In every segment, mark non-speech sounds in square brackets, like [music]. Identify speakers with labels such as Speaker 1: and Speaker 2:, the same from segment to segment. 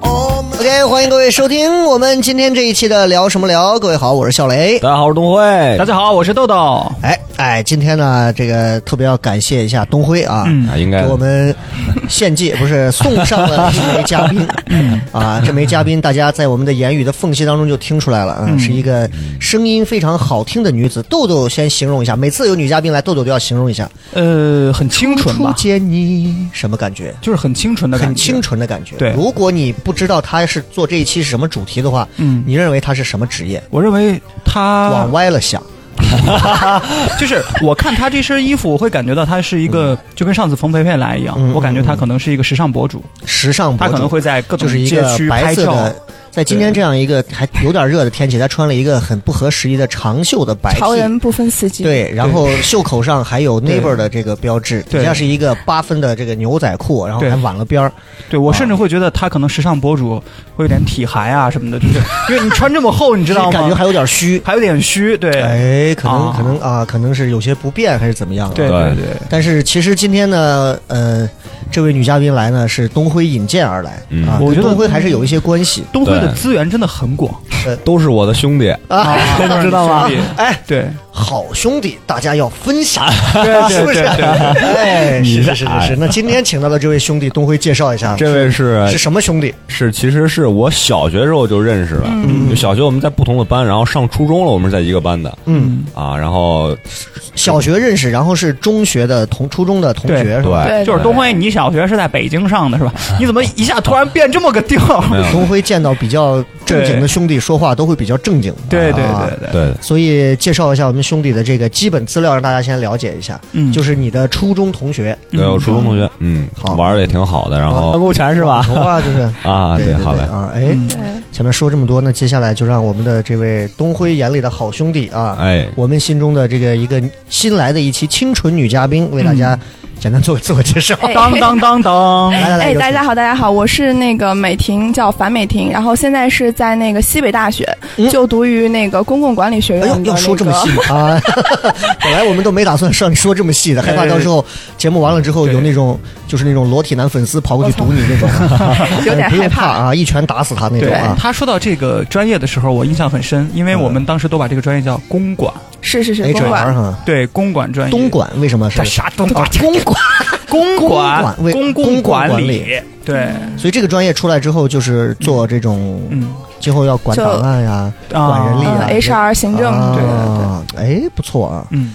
Speaker 1: OK，欢迎各位收听我们今天这一期的聊什么聊。各位好，我是笑雷。
Speaker 2: 大家好，我是东辉。
Speaker 3: 大家好，我是豆豆。
Speaker 1: 哎哎，今天呢，这个特别要感谢一下东辉啊，
Speaker 2: 啊，应该
Speaker 1: 给我们献祭不是送上了一枚嘉宾。啊，这枚嘉宾大家在我们的言语的缝隙当中就听出来了，嗯，是一个声音非常好听的女子。豆豆先形容一下，每次有女嘉宾来，豆豆都要形容一下，
Speaker 3: 呃，很清纯
Speaker 1: 初
Speaker 3: 吧，
Speaker 1: 见你什么感觉？
Speaker 3: 就是很清纯的
Speaker 1: 很
Speaker 3: 感觉。
Speaker 1: 清纯的感觉。
Speaker 3: 对
Speaker 1: 如果你不知道他是做这一期是什么主题的话，
Speaker 3: 嗯啊
Speaker 1: 你认为他是什么职业？
Speaker 3: 我认为他
Speaker 1: 往歪了想，
Speaker 3: [laughs] 就是我看他这身衣服，我会感觉到他是一个，就跟上次冯培培来一样，
Speaker 1: 嗯
Speaker 3: 我感觉他可能是一个时尚博主，
Speaker 1: 时尚博
Speaker 3: 他
Speaker 1: 主，
Speaker 3: 可能会在各种
Speaker 1: 就是一
Speaker 3: 街
Speaker 1: 个
Speaker 3: 区
Speaker 1: 白
Speaker 3: 拍
Speaker 1: 色
Speaker 3: 照。
Speaker 1: 的，在今天这样一个还有点热的天气，他穿了一个很不合时宜的长袖的白 T。
Speaker 4: 潮人不分四季。，
Speaker 1: 对，然后袖口上还有 Neighbor 的这个标志，
Speaker 3: 对
Speaker 1: 底下是一个八分的这个牛仔裤，然后
Speaker 3: 对
Speaker 1: 还挽了边儿。
Speaker 3: 对我甚至会觉得他可能时尚博主会有点体寒啊什么
Speaker 1: [laughs]
Speaker 3: 的，就是因为你穿这么厚，你知道
Speaker 1: 就是感觉
Speaker 3: 吗？
Speaker 1: 还有点虚。
Speaker 3: 还有点虚，对
Speaker 1: 哎，可能
Speaker 3: 啊
Speaker 1: 可能啊，可能是有些不便还是怎么样啊？
Speaker 3: 对
Speaker 2: 对
Speaker 3: 对，
Speaker 1: 但是其实今天呢，呃，这位女嘉宾来呢是东辉引荐而来、
Speaker 2: 嗯
Speaker 1: 啊，
Speaker 3: 我
Speaker 1: 跟
Speaker 3: 觉得
Speaker 1: 东辉还是有一些关系。
Speaker 3: 东辉的
Speaker 2: 对
Speaker 3: 资源真的很广，
Speaker 2: 都是我的兄弟。
Speaker 1: [laughs]
Speaker 3: [laughs]
Speaker 1: 啊， [laughs]
Speaker 3: 你知道吗？
Speaker 1: 哎，
Speaker 3: 对
Speaker 1: 好兄弟，大家要分享，
Speaker 3: [laughs] 对
Speaker 1: 是不
Speaker 3: 对
Speaker 1: 是？
Speaker 3: 对对。
Speaker 1: 哎，
Speaker 2: 你
Speaker 1: 是
Speaker 2: 是
Speaker 1: 是是是是。
Speaker 2: 哎
Speaker 1: 那今天请到的这位兄弟，东辉介绍一下，
Speaker 2: 这位是
Speaker 3: 呃
Speaker 1: 是什么兄弟？
Speaker 2: 是，其实是我小学时候就认识了。就小学我们在不同的班，然后上初中了，我们是在一个班的
Speaker 1: 嗯，
Speaker 2: 啊。然后
Speaker 1: 小学认识，然后是中学的同初中的同学，是
Speaker 3: 对
Speaker 1: 吧？
Speaker 2: 对，
Speaker 4: 对
Speaker 3: 就是东
Speaker 1: 哎
Speaker 3: 辉，你小学是在北京上
Speaker 1: [laughs]
Speaker 3: 的是吧？你怎么一下突然变这么个调？
Speaker 2: 没有
Speaker 1: 东辉见到比较正经的兄弟说话都会比较正经，
Speaker 3: 对对
Speaker 1: 啊
Speaker 3: 对对，
Speaker 2: 对
Speaker 1: 所以介绍一下我们兄弟的这个基本资料，让大家先了解一下。
Speaker 3: 嗯
Speaker 1: 就是你的初中同学，
Speaker 2: 对，我初中同学，嗯
Speaker 1: 好，
Speaker 2: 玩的也挺好的。然后
Speaker 1: 勾
Speaker 2: 缠
Speaker 1: 是吧？头发哦就是
Speaker 2: 啊，
Speaker 1: 对，
Speaker 2: 好嘞，
Speaker 1: 啊，哎，前面说这么多，那接下来就让我们的这位东辉眼里的好兄弟啊，
Speaker 2: 哎，
Speaker 1: 我们心中的这个一个新来的一期清纯女嘉宾，为大家
Speaker 2: 嗯
Speaker 1: 简单做个自我介绍。
Speaker 4: 哎
Speaker 3: 哦当当
Speaker 1: [laughs]
Speaker 3: 当当，
Speaker 1: 来来来，
Speaker 4: 哎，
Speaker 1: 有请
Speaker 4: 大家好，大家好，我是那个美婷，叫樊美婷，然后现在是在那个西北大学
Speaker 1: 嗯
Speaker 4: 就读于那个公共管理学院
Speaker 1: 哎
Speaker 4: 的
Speaker 1: 呦，要说
Speaker 4: 那
Speaker 1: 这么
Speaker 4: 个
Speaker 1: 细。吗啊！ [laughs] 本来我们都没打算让你说这么细的，害怕到时
Speaker 2: 哎
Speaker 1: 候节目完了之后有那种就是那种裸体男粉丝跑过去堵你那种，
Speaker 4: [laughs] 有点
Speaker 1: 不用
Speaker 4: 害
Speaker 1: 怕
Speaker 4: 怕
Speaker 1: 啊，一拳打死他那种
Speaker 3: 对
Speaker 1: 啊。嗯
Speaker 3: 他说到这个专业的时候，我印象很深，因为我们当时都把这个专业叫公管，
Speaker 4: 是是
Speaker 1: 哎，
Speaker 4: 是，
Speaker 1: 这
Speaker 4: 公
Speaker 1: 玩意儿
Speaker 4: 馆，
Speaker 1: 哈，
Speaker 3: 对公管专业。
Speaker 1: 东莞为什么是
Speaker 3: 这？啥东
Speaker 1: 啊
Speaker 3: 莞？
Speaker 1: 公 [laughs] 馆，
Speaker 3: 公
Speaker 1: 管为
Speaker 3: 公
Speaker 1: 公共
Speaker 3: 共
Speaker 1: 管
Speaker 3: 管
Speaker 1: 理
Speaker 3: 理，对，
Speaker 1: 所以这个专业出来之后，就是做这种，
Speaker 3: 嗯
Speaker 1: 今后要管
Speaker 4: 就
Speaker 1: 档案呀，
Speaker 3: 啊
Speaker 1: 管人力
Speaker 4: 嗯
Speaker 1: 啊
Speaker 4: ，HR 行政，对对
Speaker 1: 啊，哎，不错啊。
Speaker 3: 嗯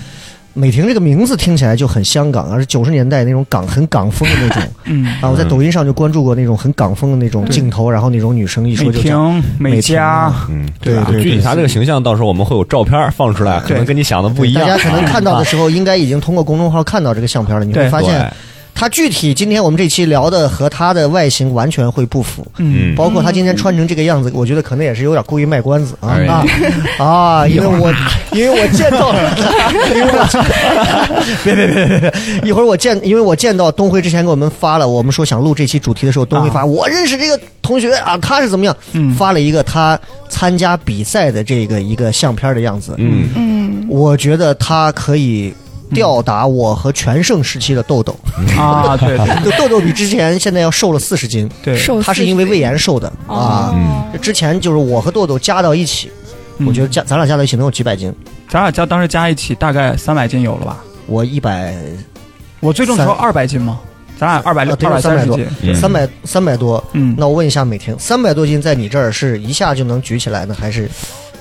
Speaker 1: 美婷这个名字听起来就很香港，而是九十年代那种港很港风的那种
Speaker 3: 嗯，
Speaker 1: 啊。我在
Speaker 2: 嗯
Speaker 1: 抖音上就关注过那种很港风的那种镜头，然后那种女生一
Speaker 3: 美
Speaker 1: 说就叫
Speaker 3: 婷、
Speaker 1: 美
Speaker 3: 美
Speaker 1: 婷
Speaker 3: 嘉，
Speaker 1: 啊
Speaker 2: 嗯，
Speaker 1: 对
Speaker 2: 啊
Speaker 1: 对对
Speaker 2: 具体他这个形象，到时候我们会有照片放出来，可能
Speaker 3: 对
Speaker 2: 跟你想的不一
Speaker 1: 大家
Speaker 2: 样。
Speaker 1: 可能看到的时候，应该已经通过公众号看到这个相片了。你会
Speaker 3: 对
Speaker 2: 哎
Speaker 1: 发现，她具体今天我们这期聊的和她的外形完全会不符，
Speaker 2: 嗯
Speaker 3: 嗯，
Speaker 1: 包括她今天穿成这个样子，我觉得可能也是有点故意卖关子啊 [laughs]
Speaker 2: 哎
Speaker 1: 啊啊！因为我 [laughs] 因为我见到了，因为我 [laughs] 别别别别别，一会儿我见，因为我见到东辉之前给我们发了，我们说想录这期主题的时候，东辉
Speaker 3: 啊
Speaker 1: 发我认识这个同学啊，他是怎么样
Speaker 3: 嗯，
Speaker 1: 发了一个他参加比赛的这个一个相片的样子，
Speaker 2: 嗯，
Speaker 4: 嗯，
Speaker 1: 我觉得他可以吊打我和全盛时期的豆 [laughs] 豆，
Speaker 3: 啊，对
Speaker 1: [laughs]
Speaker 3: 对
Speaker 1: 就豆豆比之前现在要瘦了四十斤，
Speaker 3: 对，
Speaker 4: 受
Speaker 1: 他是因为胃炎瘦的啊。
Speaker 2: 嗯
Speaker 1: 这之前就是我和豆豆加到一起，
Speaker 3: 嗯
Speaker 1: 我觉得加咱俩加到一起能有几百斤，
Speaker 3: 咱俩加当时加一起大概三百斤有了吧？
Speaker 1: 我一百
Speaker 3: 我最重的时候二百斤吗？咱俩二百
Speaker 1: 啊
Speaker 3: 六、
Speaker 1: 对
Speaker 3: 二百三
Speaker 1: 300
Speaker 3: 十
Speaker 1: 多
Speaker 3: 斤，
Speaker 2: 嗯
Speaker 1: 三百三百多。
Speaker 3: 嗯，
Speaker 1: 那我问一下美婷，三百多斤在你这儿是一下就能举起来呢，还
Speaker 2: [laughs]
Speaker 1: 是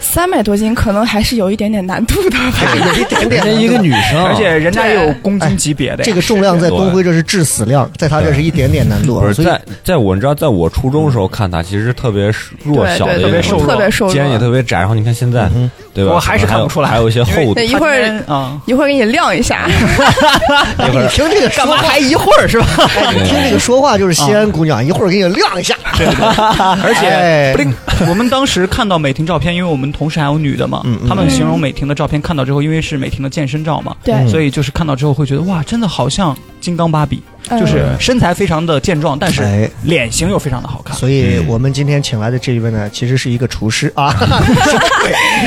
Speaker 4: 三百多斤，可能还是有一点点难度
Speaker 1: [laughs]
Speaker 4: 的吧。
Speaker 1: 有一点点？
Speaker 2: 女生啊
Speaker 3: 而且人家也有公斤级别的呀，
Speaker 1: 哎这个重量在东辉这是致死量，在他这是一点点难度
Speaker 2: 不
Speaker 1: 啊。
Speaker 2: 是
Speaker 1: 所以
Speaker 2: 在在我你知道，在我初中的时候看他，其实是特别弱
Speaker 4: 对
Speaker 2: 小的
Speaker 4: 对
Speaker 2: 一个
Speaker 3: 特
Speaker 4: 对
Speaker 3: 别
Speaker 2: 人，
Speaker 3: 瘦弱
Speaker 4: 特别瘦弱
Speaker 2: 肩也特别窄。然后你看现在
Speaker 1: 嗯，
Speaker 2: 对吧？
Speaker 3: 我还是看不出来
Speaker 2: 还有还有一些后
Speaker 4: 对一会儿
Speaker 3: 啊，
Speaker 4: 一会儿给你亮一下，
Speaker 1: 嗯
Speaker 2: 一会
Speaker 1: 你
Speaker 2: 儿
Speaker 1: 听
Speaker 2: [laughs]
Speaker 1: 这个说
Speaker 3: 干嘛
Speaker 1: 话，
Speaker 3: 还一会儿是吧？
Speaker 1: 你听这个说话就是西
Speaker 2: 啊
Speaker 1: 安姑娘，一会儿给你亮一下。
Speaker 3: 而
Speaker 1: 哎
Speaker 3: 且，不灵我们当时看到美婷照片，因为我们同事还有女的嘛，
Speaker 2: 嗯
Speaker 3: 他们形容美婷的照片看到之后，因为是美婷的健身照嘛，
Speaker 4: 对
Speaker 2: 嗯
Speaker 3: 所以就是看到之后会觉得哇，真的好像金刚芭比，
Speaker 4: 嗯
Speaker 3: 就是身材非常的健壮，但
Speaker 1: 哎
Speaker 3: 是脸型又非常的好看。
Speaker 1: [laughs] 所以我们今天请来的这一位呢，其实是一个厨师啊。 [laughs]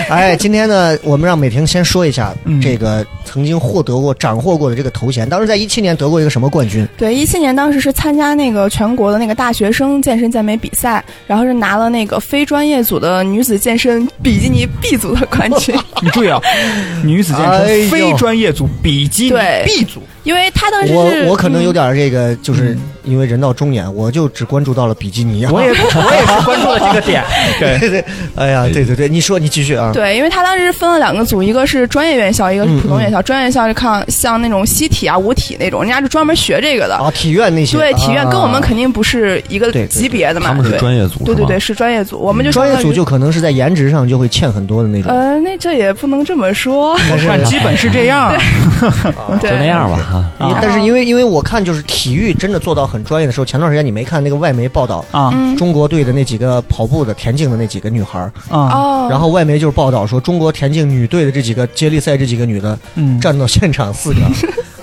Speaker 1: 哎，今天呢，我们让美婷先说一下
Speaker 3: 嗯
Speaker 1: 这个曾经获得过、斩获过的这个头衔。当时在一七年得过一个什么冠军？
Speaker 4: 对，一七年当时是参加那个全国的那个大学生健身健美比赛，然后是拿了那个非专业组的女子健身比基尼 B 组的冠军。
Speaker 1: [laughs]
Speaker 3: 你注意啊，女子健
Speaker 1: 哎呦
Speaker 3: 身非专业组比基尼
Speaker 4: 对
Speaker 3: B 组，
Speaker 4: 因为他当时是
Speaker 1: 我我可能有
Speaker 4: 嗯
Speaker 1: 点儿这个，就是因为人到中年，我就只关注到了比基尼啊。
Speaker 3: 我也我也是关注了这个
Speaker 2: [laughs]
Speaker 3: 点，
Speaker 1: [laughs]
Speaker 3: 对。
Speaker 1: 对对，哎呀，对对对，你说你继续啊。
Speaker 4: 对，因为他当时分了两个组，一个是专业院校，一个是普通院
Speaker 1: 嗯
Speaker 4: 校。专业院校是看像那种西体啊、舞体那种，人家是专门学这个的。
Speaker 1: 啊，体院那些
Speaker 4: 对，体院跟我们肯
Speaker 1: 定
Speaker 4: 定不是一个
Speaker 1: 对对
Speaker 4: 级别的嘛。
Speaker 2: 他们是专业组，
Speaker 4: 对对对，
Speaker 2: 是吧，
Speaker 4: 是专业组，我们就
Speaker 1: 嗯专业
Speaker 4: 相当
Speaker 1: 组
Speaker 4: 于
Speaker 1: 就可能是在颜值上就会欠很多的那种。
Speaker 4: 呃，那这也不能这么说， [laughs]
Speaker 1: 但嗯是
Speaker 3: 但基本是这样，
Speaker 1: [laughs]
Speaker 4: 对，
Speaker 2: 就那样吧哈。
Speaker 1: 因为但是因为因为我看就是体育真的做到很专业的时候，前段时间你没看那个外媒报道，
Speaker 3: 啊
Speaker 4: 嗯
Speaker 1: 中国队的那几个跑步的、田径的那几个女孩儿，
Speaker 3: 啊，
Speaker 4: 哦，
Speaker 1: 然后外媒就是报道说中国田径女队的这几个接力赛这几个女的
Speaker 3: 嗯，
Speaker 1: 站到现场四
Speaker 4: [laughs]
Speaker 1: 个，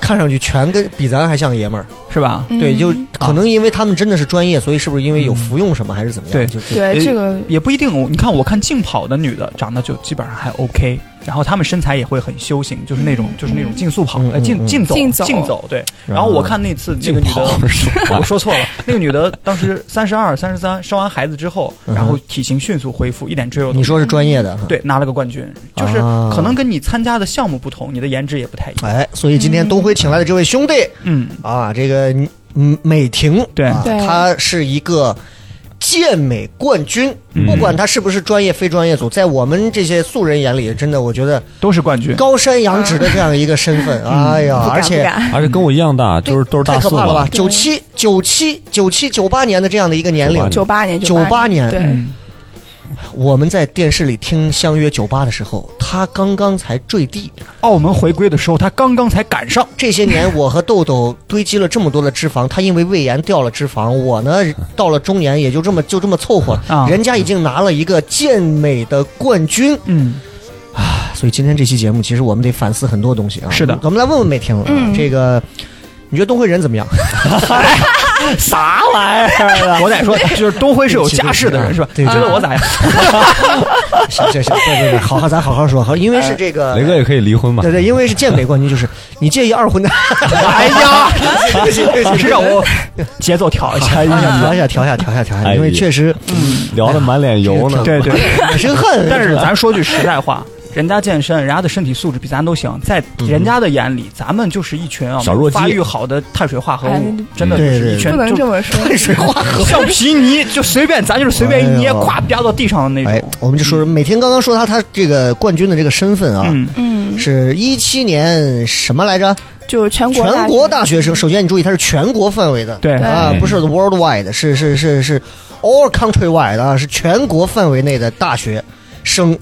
Speaker 1: 看上去全跟比咱还像爷们儿。
Speaker 3: 是吧？
Speaker 4: 嗯
Speaker 1: 对，就可能因为他们真的是专业，所以是不是因为有服用什么还是怎么样？
Speaker 3: 对
Speaker 1: 就就
Speaker 4: 对
Speaker 3: 呃
Speaker 4: 这个
Speaker 3: 也不一定。我你看，我看竞跑的女的长得就基本上还 OK，然后她们身材也会很修行，就是那种就是那种竞速跑
Speaker 1: 嗯，
Speaker 3: 呃，
Speaker 1: 嗯
Speaker 3: 竞
Speaker 1: 嗯
Speaker 3: 竞走，
Speaker 4: 竞走
Speaker 3: 竞走，对。然后我看那次那
Speaker 2: 竞
Speaker 3: 个女
Speaker 2: 跑
Speaker 3: 的。
Speaker 2: 是吧
Speaker 3: 我说错了，那个女的当时三十二、三十三，生完孩子之后，
Speaker 1: 嗯哼
Speaker 3: 然后体型迅速恢复，一点赘肉都没有。
Speaker 1: 你说是专业的，
Speaker 3: 对，拿了个冠军，就是
Speaker 1: 啊
Speaker 3: 可能跟你参加的项目不同，你的颜值也不太一样。
Speaker 1: 哎，所以今天东辉请来的这位兄弟
Speaker 3: 嗯，
Speaker 1: 啊，这个嗯美婷，
Speaker 3: 对
Speaker 1: 啊
Speaker 4: 对
Speaker 1: 他是一个健美冠军，
Speaker 3: 嗯
Speaker 1: 不管他是不是专业非专业组，在我们这些素人眼里，真的我觉得
Speaker 3: 都是冠军。
Speaker 1: 高山仰止的这样一个身份，哎呀，
Speaker 4: 不敢
Speaker 1: 而且
Speaker 4: 不。敢
Speaker 2: 而且跟我一样大，就是都是
Speaker 1: 太
Speaker 2: 大
Speaker 1: 可
Speaker 2: 四
Speaker 1: 怕了吧
Speaker 2: 嘛！，
Speaker 1: 九七九七九七九八年的这样的一个年龄，
Speaker 4: 九八年
Speaker 1: 98年
Speaker 4: 对，
Speaker 3: 嗯，
Speaker 1: 我们在电视里听《相约九八》的时候，他刚刚才坠地。
Speaker 3: 澳门哦回归的时候，她刚刚才赶上。
Speaker 1: 这些年，我和豆豆堆积了这么多的脂肪，他因为胃炎掉了脂肪，我呢到了中年也就这么就这么凑合。
Speaker 3: 啊
Speaker 1: 人家已经拿了一个健美的冠军，
Speaker 3: 嗯，
Speaker 1: 所以今天这期节目，其实我们得反思很多东西啊。
Speaker 3: 是的
Speaker 1: 我们来问问美婷，啊
Speaker 4: 嗯
Speaker 1: 这个你觉得东辉人怎么样？
Speaker 3: 啥玩意儿 [laughs] 啊！我得说，就是东辉是有家室的人是吧？
Speaker 1: 对
Speaker 3: 你觉得我咋样？
Speaker 1: 行行行，对对对，好好咱好好说，好，因为
Speaker 3: 哎
Speaker 1: 是这个
Speaker 2: 雷哥也可以离婚嘛
Speaker 1: 对，对，因为是健美冠军，就是你介意二
Speaker 3: [laughs]
Speaker 1: 婚的？哎 [laughs]
Speaker 3: 呀，
Speaker 1: 对不起对不起
Speaker 3: 是让我节奏调一 [laughs] 下。
Speaker 1: 哎呀，调一下，调一下，调一下，调一下，
Speaker 2: 哎
Speaker 1: 因为确实
Speaker 3: 嗯
Speaker 2: 聊得满脸油呢。
Speaker 3: 对对，
Speaker 1: 身恨。
Speaker 3: [laughs] 嗯但是
Speaker 1: 吧
Speaker 3: 咱说句实在话， [laughs] 嗯人家健身，人家的身体素质比咱都行，在人家的眼里，咱们就是一群啊
Speaker 2: 小弱鸡
Speaker 3: 发育好的碳水化合物
Speaker 4: 哎，
Speaker 3: 真的就
Speaker 1: 对
Speaker 3: 是
Speaker 1: 对
Speaker 3: 一
Speaker 1: 对
Speaker 3: 群
Speaker 4: 不能这
Speaker 3: 就
Speaker 4: 么说。
Speaker 1: 碳水化合物。
Speaker 3: [laughs] 橡皮泥，就随便咱就是随便一捏，
Speaker 1: 哎呦
Speaker 3: 咵啪到地上的那
Speaker 1: 哎
Speaker 3: 种。，
Speaker 1: 我们就说每天刚刚说他他这个冠军的这个身份啊，
Speaker 3: 嗯，
Speaker 4: 嗯，
Speaker 1: 是一七年什么来着？
Speaker 4: 就是全国
Speaker 1: 全
Speaker 4: 国
Speaker 1: 国大学生。首先你注意，它是全国范围的，
Speaker 3: 对
Speaker 1: 啊，
Speaker 2: 对
Speaker 1: 不是 worldwide，是是是是 all country wide 啊，是全国范围内的大学生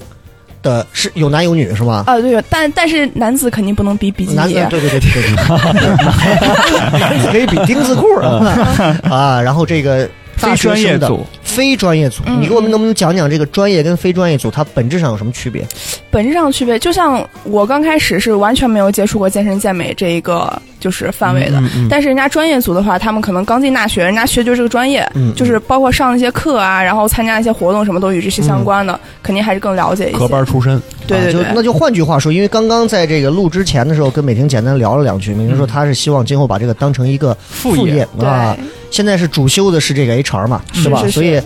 Speaker 1: 的，是有男有女是吗？
Speaker 4: 啊，对，但但是男子肯定不能比比基
Speaker 1: 男
Speaker 4: 尼
Speaker 1: 子，对对对对对，男子可以比丁字裤
Speaker 4: [laughs]
Speaker 1: 啊啊，然后这个大
Speaker 3: 非
Speaker 1: 学
Speaker 3: 专
Speaker 1: 生
Speaker 3: 业
Speaker 1: 的
Speaker 3: 组，
Speaker 1: 非专业组，
Speaker 4: 嗯
Speaker 1: 你给我们能不能讲讲这个专业跟非专业组它本质上有什么区
Speaker 4: 嗯
Speaker 1: 别？
Speaker 4: 本质上区别。就像我刚开始是完全没有接触过健身健美这一个就是范围的，
Speaker 1: 嗯
Speaker 2: 嗯
Speaker 4: 但是人家专业组的话，他们可能刚进大学，人家学就是这个专业，
Speaker 1: 嗯
Speaker 4: 就是包括上那些课啊，然后参加一些活动什么都与这些相关
Speaker 1: 嗯
Speaker 4: 的，肯定还是更了解
Speaker 2: 嗯
Speaker 4: 一
Speaker 2: 科
Speaker 4: 些。
Speaker 2: 班出身，
Speaker 4: 对对
Speaker 1: 啊就那
Speaker 4: 对，
Speaker 1: 就换句话说，因为刚刚在这个录之前的时候，跟美婷简单聊了两句，美婷
Speaker 4: 嗯
Speaker 1: 说她是希望今后把这个当成一个
Speaker 3: 副
Speaker 1: 副业
Speaker 3: 业
Speaker 1: 啊，现在是主修的是这个 HR 嘛，
Speaker 4: 是
Speaker 1: 吧？
Speaker 4: 是
Speaker 1: 所以。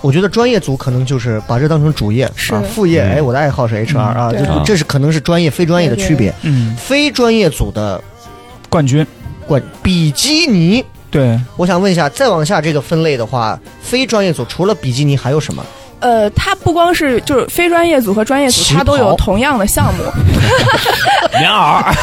Speaker 1: 我觉得专业组可能就是把这当成主业
Speaker 4: 是
Speaker 1: 啊，副业。
Speaker 2: 嗯
Speaker 1: 哎，我的爱好是 HR 啊，
Speaker 4: 对
Speaker 1: 就这是可能是专业非专业的区别。
Speaker 3: 嗯，
Speaker 1: 非专业组的
Speaker 3: 冠军，
Speaker 1: 冠比基尼，
Speaker 3: 对，
Speaker 1: 我想问一下，再往下这个分类的话，非专业组除了比基尼还有什么？
Speaker 4: 呃，它不光是就是非专业组和专业组，
Speaker 1: 旗袍
Speaker 4: 它都有同样的项目。
Speaker 2: 棉袄，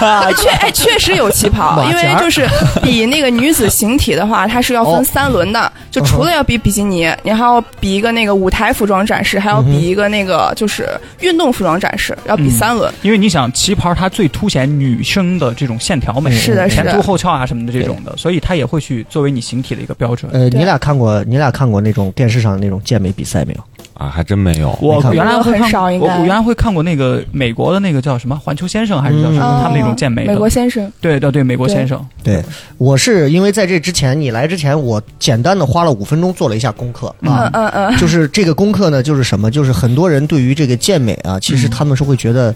Speaker 4: 确哎，确实有旗袍，
Speaker 1: 马
Speaker 4: 因
Speaker 1: 甲
Speaker 4: 为
Speaker 1: 儿
Speaker 4: 就是比那个女子形体的话，它是要
Speaker 1: 哦
Speaker 4: 分三轮的，就除了要比比基尼，你还要比一个那个舞台服装展示，还
Speaker 1: 嗯
Speaker 4: 要比一个那个就是运动服装展示，要比三轮。
Speaker 3: 因为你想旗袍它最凸显女生的这种线条美，
Speaker 4: 是的
Speaker 3: 前
Speaker 4: 是的
Speaker 3: 凸后翘啊什么的这种的，所以它也会去作为你形体的一个标准。
Speaker 1: 呃，
Speaker 4: 对
Speaker 1: 你俩看过你俩看过那种电视上那种健美比赛没有？
Speaker 2: 啊，还真没有。
Speaker 3: 我
Speaker 1: 没看过
Speaker 3: 原来会
Speaker 4: 很
Speaker 3: 看，
Speaker 4: 少
Speaker 3: 我
Speaker 4: 应该
Speaker 3: 我原来会看过那个美国的那个叫什么《环球先生》还是叫什
Speaker 1: 嗯
Speaker 3: 么，他们那种健美
Speaker 4: 哦美
Speaker 3: 的，
Speaker 4: 国先生，
Speaker 3: 对对对，美国
Speaker 4: 对
Speaker 3: 先生，
Speaker 1: 对，我是因为在这之前，你来之前，我简单的花了五分钟做了一下功课
Speaker 4: 嗯
Speaker 1: 啊。
Speaker 4: 嗯嗯， [laughs]
Speaker 1: 就是这个功课呢，就是什么？就是很多人对于这个健美啊，其实他们是会觉得，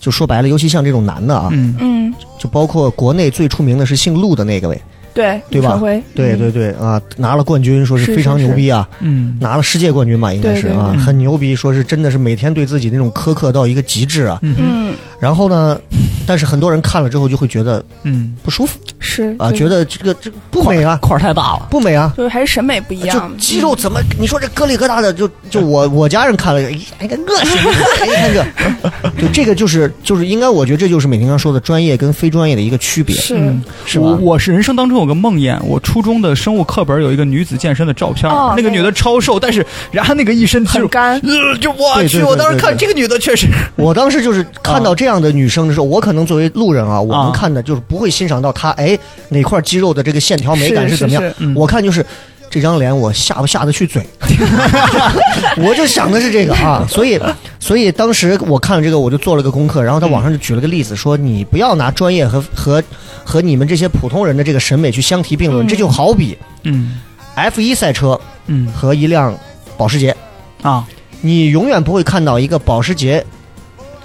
Speaker 1: 就说白了，尤其像这种男的啊，
Speaker 3: 嗯，
Speaker 4: 嗯，
Speaker 1: 就包括国内最出名的是姓陆的那个位，
Speaker 4: 对，
Speaker 1: 对吧
Speaker 4: 李朝嗯晖
Speaker 1: 对对，对啊，拿了冠军，说是
Speaker 4: 是
Speaker 1: 非常
Speaker 4: 是是
Speaker 1: 牛逼啊，
Speaker 3: 嗯
Speaker 1: 拿了世界冠军吧，应该是
Speaker 4: 对对
Speaker 1: 啊，
Speaker 3: 对
Speaker 1: 很牛逼，说是真的是每天对自己那种苛刻到一个极致啊。
Speaker 3: 嗯
Speaker 4: 嗯，
Speaker 1: 然后
Speaker 4: [laughs]
Speaker 1: 呢，但是很多人看了之后就会觉得
Speaker 3: 嗯，
Speaker 1: 不舒服
Speaker 4: 是
Speaker 1: 啊，
Speaker 4: 对
Speaker 1: 觉得这个这个不美啊，
Speaker 3: 块儿太大了，
Speaker 1: 不美啊。
Speaker 4: 就是还是审美不一
Speaker 1: 就
Speaker 4: 样，
Speaker 1: 肌肉怎么？你说这疙里疙瘩的，就就我我家人看了，哎，哎个恶心，哎看这，就 [laughs] 这个就是就是应该，我觉得这就是每天刚说的专业跟非专业的一个区别，
Speaker 4: 是
Speaker 3: 嗯
Speaker 1: 是吧
Speaker 3: 我？我是人生当中有个梦魇，我初中的生物课本有一个女子健身的照片，
Speaker 4: 哦
Speaker 3: 那个
Speaker 4: 那个
Speaker 3: 女的超瘦，但是然后那个一身肌
Speaker 4: 很
Speaker 3: 肉，
Speaker 4: 干，
Speaker 3: 呃，就我
Speaker 1: 对对
Speaker 3: 去，
Speaker 1: 对
Speaker 3: 我当时
Speaker 1: 对对
Speaker 3: 看这个女的确实，
Speaker 1: 我当时就是看
Speaker 4: 啊
Speaker 1: 到这样的女生的时候，我可能作为路人啊，我
Speaker 3: 啊
Speaker 1: 们看的就是不会欣赏到她哎哪块肌肉的这个线条美感
Speaker 4: 是
Speaker 1: 怎么样，
Speaker 4: 是
Speaker 3: 嗯
Speaker 1: 我看就是。这张脸我下不下得去嘴， [laughs] 我就想的是这个啊，所以所以当时我看了这个，我就做了个功课，然后他网上就举了个例子，说你不要拿专业和和和你们这些普通人的这个审美去相提并论，
Speaker 4: 嗯
Speaker 1: 这就好比
Speaker 3: 嗯
Speaker 1: F 一赛车
Speaker 3: 嗯
Speaker 1: 和一辆保时捷，
Speaker 3: 啊，
Speaker 1: 你永远不会看到一个保时捷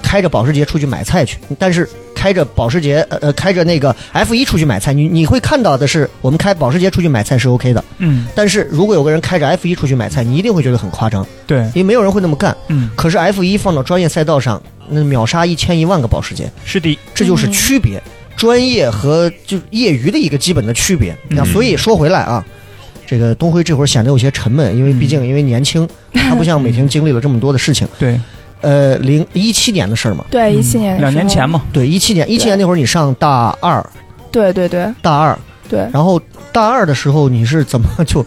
Speaker 1: 开着保时捷出去买菜去，但是开着保时捷呃呃开着那个 F 一出去买菜，你你会看到的是，我们开保时捷出去买菜是 OK 的，
Speaker 3: 嗯，
Speaker 1: 但是如果有个人开着 F 一出去买菜，你一定会觉得很夸张，
Speaker 3: 对，
Speaker 1: 因为没有人会那么干。
Speaker 3: 嗯，
Speaker 1: 可是 F 一放到专业赛道上，那秒杀一千一万个保时捷，
Speaker 3: 是的，
Speaker 1: 这就是区别，专业和就业余的一个基本的区别。那、
Speaker 2: 嗯
Speaker 1: 所以说回来啊，这个东辉这会儿显得有些沉闷，因为毕竟因为年轻，他不像美婷经历了这么多的事情。
Speaker 3: 对，
Speaker 1: 呃，零一七年的事儿嘛，
Speaker 4: 对，一七年，
Speaker 3: 两年前，嘛，
Speaker 1: 对，一七年，一七年那会儿你上大二，
Speaker 4: 对对对
Speaker 1: 大二，
Speaker 4: 对，
Speaker 1: 然后大二的时候你是怎么就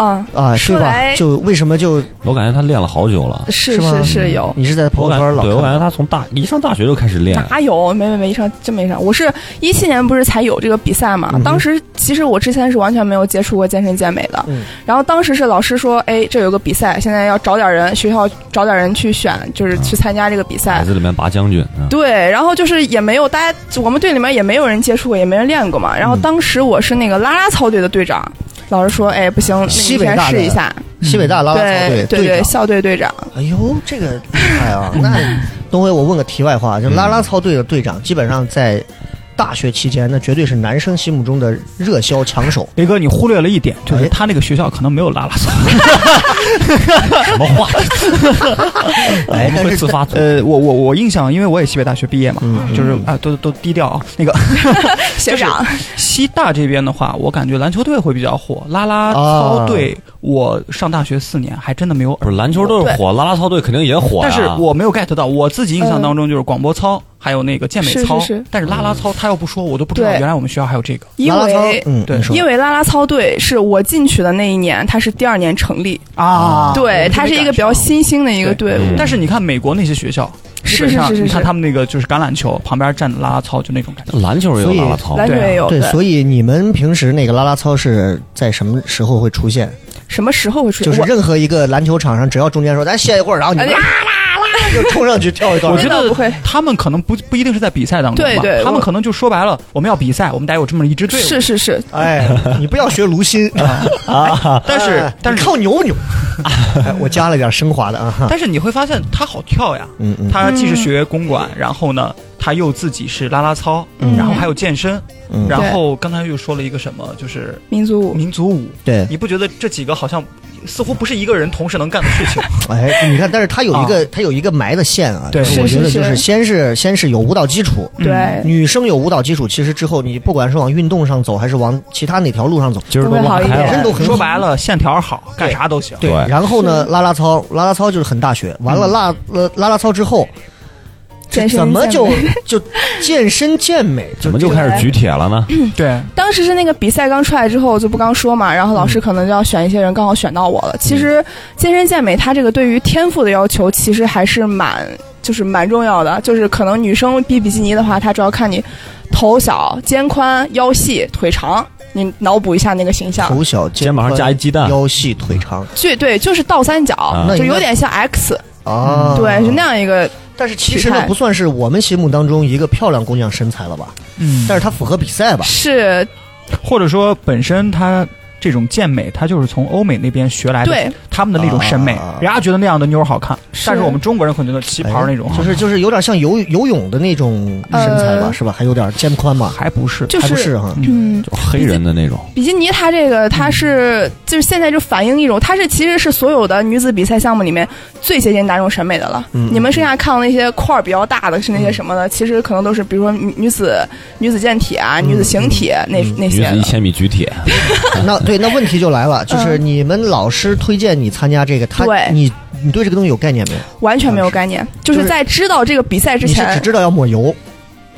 Speaker 4: 嗯，
Speaker 1: 啊，对
Speaker 4: 说
Speaker 1: 吧？
Speaker 4: 来
Speaker 1: 就为什么就
Speaker 2: 我感觉他练了好久了。
Speaker 4: 是
Speaker 1: 吗
Speaker 4: 是是有。
Speaker 1: 你是在朋友
Speaker 2: 我感
Speaker 1: 圈老
Speaker 2: 对我
Speaker 1: 看
Speaker 2: 感觉他从大一上大学就开始练，
Speaker 4: 哪有？没没没上，真没上。我是一七年不是才有这个比赛嘛？
Speaker 1: 嗯哼
Speaker 4: 当时其实我之前是完全没有接触过健身健美的。
Speaker 1: 嗯
Speaker 4: 然后当时是老师说，哎，这有个比赛，现在要找点人，学校找点人去选，就是
Speaker 1: 嗯
Speaker 4: 去参加这个比赛
Speaker 2: 海。子里面拔将军啊。
Speaker 4: 对，然后就是也没有大家，我们队里面也没有人接触过，也没人练过嘛。然后
Speaker 1: 嗯
Speaker 4: 当时我是那个拉拉操队的队长，老师说，哎，不行，那
Speaker 1: 西
Speaker 4: 你
Speaker 1: 北
Speaker 4: 先
Speaker 1: 大的
Speaker 4: 试一下。
Speaker 1: 西北大拉拉操
Speaker 4: 对
Speaker 1: 队
Speaker 4: 对
Speaker 1: 队
Speaker 4: 对，
Speaker 1: 长。
Speaker 4: 校队队长。
Speaker 1: 哎呦，这个厉害啊！那东辉，我问个题外话，
Speaker 2: 嗯
Speaker 1: 就拉拉操队的队长，基本上在大学期间，那绝对是男生心目中的热销抢手。
Speaker 3: 雷哥，你忽略了一点，就是
Speaker 1: 哎
Speaker 3: 他那个学校可能没有拉拉操，
Speaker 2: 什么话？
Speaker 1: 哎
Speaker 2: 我哎们会自发组
Speaker 3: 呃，我我我印象，因为我也西北大学毕业嘛，
Speaker 1: 嗯
Speaker 3: 就是啊，都都低调 [laughs] 啊，那个
Speaker 4: 学长，
Speaker 3: 西大这边的话，我感觉篮球队会比较火，啦啦操队，我上大学四年还真的没有耳
Speaker 2: 不是篮球队火，啦啦操队肯定也火呀。
Speaker 3: 但是我没有 get 到，我自己印象当中就是广播操，还有那个健美操，
Speaker 4: 是是是
Speaker 3: 但是啦啦操他要不说，我都不知道
Speaker 4: 对
Speaker 3: 原来我们学校还有这个。
Speaker 4: 因
Speaker 1: 拉拉操
Speaker 4: 为，
Speaker 1: 嗯，
Speaker 3: 对
Speaker 1: 你说
Speaker 4: 因为拉拉操队是我进去的那一年，它是第二年成立，
Speaker 3: 啊
Speaker 4: 对，它是一个比较。新兴的一个队
Speaker 2: 嗯
Speaker 4: 伍。
Speaker 3: 但是你看美国那些学校，
Speaker 4: 是
Speaker 3: 基本上
Speaker 4: 是是是
Speaker 3: 你看他们那个就是橄榄球旁边站着啦啦操，就那种感觉。
Speaker 2: 篮球也有啦啦操
Speaker 4: 篮，球也
Speaker 1: 嗯
Speaker 4: 有，
Speaker 1: 对，所以你们平时那个拉拉操是在什么时候会出现？
Speaker 4: 什么时候会出
Speaker 1: 就
Speaker 4: 现？
Speaker 1: 是
Speaker 4: 我
Speaker 1: 任何一个篮球场上，只要中间说咱歇一会儿，然后你
Speaker 4: 哎
Speaker 1: 们啦啦啦就冲上去跳一段
Speaker 3: 我
Speaker 1: 儿。
Speaker 3: 觉
Speaker 4: 那倒
Speaker 3: 得
Speaker 4: 不会
Speaker 3: 他们可能不不一定是在比赛当中吧，
Speaker 4: 对对
Speaker 3: 他们
Speaker 4: 我
Speaker 3: 可能就说白了，我们要比赛，我们得有这么一支队伍。
Speaker 4: 是是是，
Speaker 1: 哎，你不要学卢鑫啊！
Speaker 3: 但是
Speaker 1: 哎
Speaker 3: 但是
Speaker 1: 你靠牛牛，哎我加了点升华的啊。哈
Speaker 3: 但是你会发现他好跳呀，
Speaker 1: 嗯嗯，
Speaker 3: 他既是学公馆，然后呢，他又自己是拉拉操，然后还有健身，
Speaker 1: 嗯
Speaker 3: 然后刚才又说了一个什么，就是
Speaker 4: 民族舞，
Speaker 3: 民族舞。
Speaker 1: 对，
Speaker 3: 你不觉得这几个好像似乎不是一个人同时能干的事
Speaker 1: [laughs]
Speaker 3: 情？
Speaker 1: 哎，你看，但是他有一个，他有一个埋的线啊。
Speaker 3: 对
Speaker 1: 我
Speaker 4: 是
Speaker 1: 觉得
Speaker 4: 是
Speaker 1: 就是
Speaker 4: 是
Speaker 1: 先是先是有舞蹈基础，
Speaker 3: 嗯
Speaker 4: 对，
Speaker 1: 女生有舞蹈基础，其实之后你不管是往运动上走，还是往其他哪条路上走，
Speaker 2: 今儿都
Speaker 4: 都会好
Speaker 2: 忘
Speaker 4: 一
Speaker 2: 开
Speaker 4: 点
Speaker 1: 本身
Speaker 2: 了，
Speaker 1: 都很
Speaker 3: 说白了，线条好，干啥都行。
Speaker 1: 对。
Speaker 2: 对
Speaker 1: 然后呢，拉拉操，拉拉操就是很大学，完了拉拉拉拉操之后，这
Speaker 4: 健身
Speaker 1: 怎么
Speaker 4: 健
Speaker 1: 就
Speaker 4: 美
Speaker 1: 就健身健美？
Speaker 2: 怎么就开始举铁了
Speaker 4: [clears throat]
Speaker 2: 呢？
Speaker 4: 嗯
Speaker 3: 对，
Speaker 4: 当时是那个比赛刚出来之后，我就不刚说嘛，然后老师可能就要选一些人，刚好选到我了。其
Speaker 1: 嗯
Speaker 4: 实健身健美，它这个对于天赋的要求，其实还是蛮就是蛮重要的。就是可能女生比比基尼的话，它主要看你头小、肩宽、腰细、腿长，你脑补一下那个形象。
Speaker 1: 头小
Speaker 2: 肩啊膀上加一鸡蛋
Speaker 1: 腰细腿长
Speaker 4: 对对，就是倒三角，
Speaker 1: 那
Speaker 4: 就
Speaker 1: 应该
Speaker 4: 有点像 X，
Speaker 1: 啊，
Speaker 4: 对，是那。样一个。
Speaker 1: 但是其实呢
Speaker 4: 体，态
Speaker 1: 不算是我们心目当中一个漂亮姑娘身材了吧？
Speaker 3: 嗯
Speaker 1: 但是她符合比赛吧？
Speaker 4: 是
Speaker 3: 或者说本身他这种健美，他就是从欧美那边学来的，
Speaker 4: 对，
Speaker 3: 他们的那种审美
Speaker 1: 啊，
Speaker 3: 人家觉得那样的妞儿好看，
Speaker 4: 是
Speaker 3: 但是我们中国人可能觉得旗袍那种
Speaker 1: 哎
Speaker 3: 好
Speaker 1: 就
Speaker 3: 看，
Speaker 1: 是就是有点像游游泳的那种身材吧，
Speaker 4: 呃
Speaker 1: 是吧？还有点肩宽吧，
Speaker 3: 还不是
Speaker 4: 就
Speaker 1: 还不
Speaker 4: 是
Speaker 1: 是哈？
Speaker 4: 嗯，
Speaker 2: 就黑人的那种，
Speaker 4: 比基尼它这个
Speaker 1: 嗯
Speaker 4: 它是就是现在就反映一种，它是其实是所有的女子比赛项目里面最接近大众审美的了。
Speaker 1: 嗯
Speaker 4: 你们剩下看到那些块儿比较大的是那些什么的，其实可能都是比如说女女子女子健体啊、
Speaker 1: 嗯
Speaker 4: 女子形体那那
Speaker 2: 女
Speaker 4: 些
Speaker 2: 子一
Speaker 4: 的。
Speaker 2: 千米举铁，
Speaker 4: 嗯
Speaker 1: 那对，那问题就来了，就是你们老师推荐你参加这个，他
Speaker 4: 对
Speaker 1: 你你对这个东西有概念没有？
Speaker 4: 完全没
Speaker 1: 啊
Speaker 4: 有概念，就是在知道这个比赛之
Speaker 1: 你是只
Speaker 4: 前，
Speaker 1: 知道要抹油，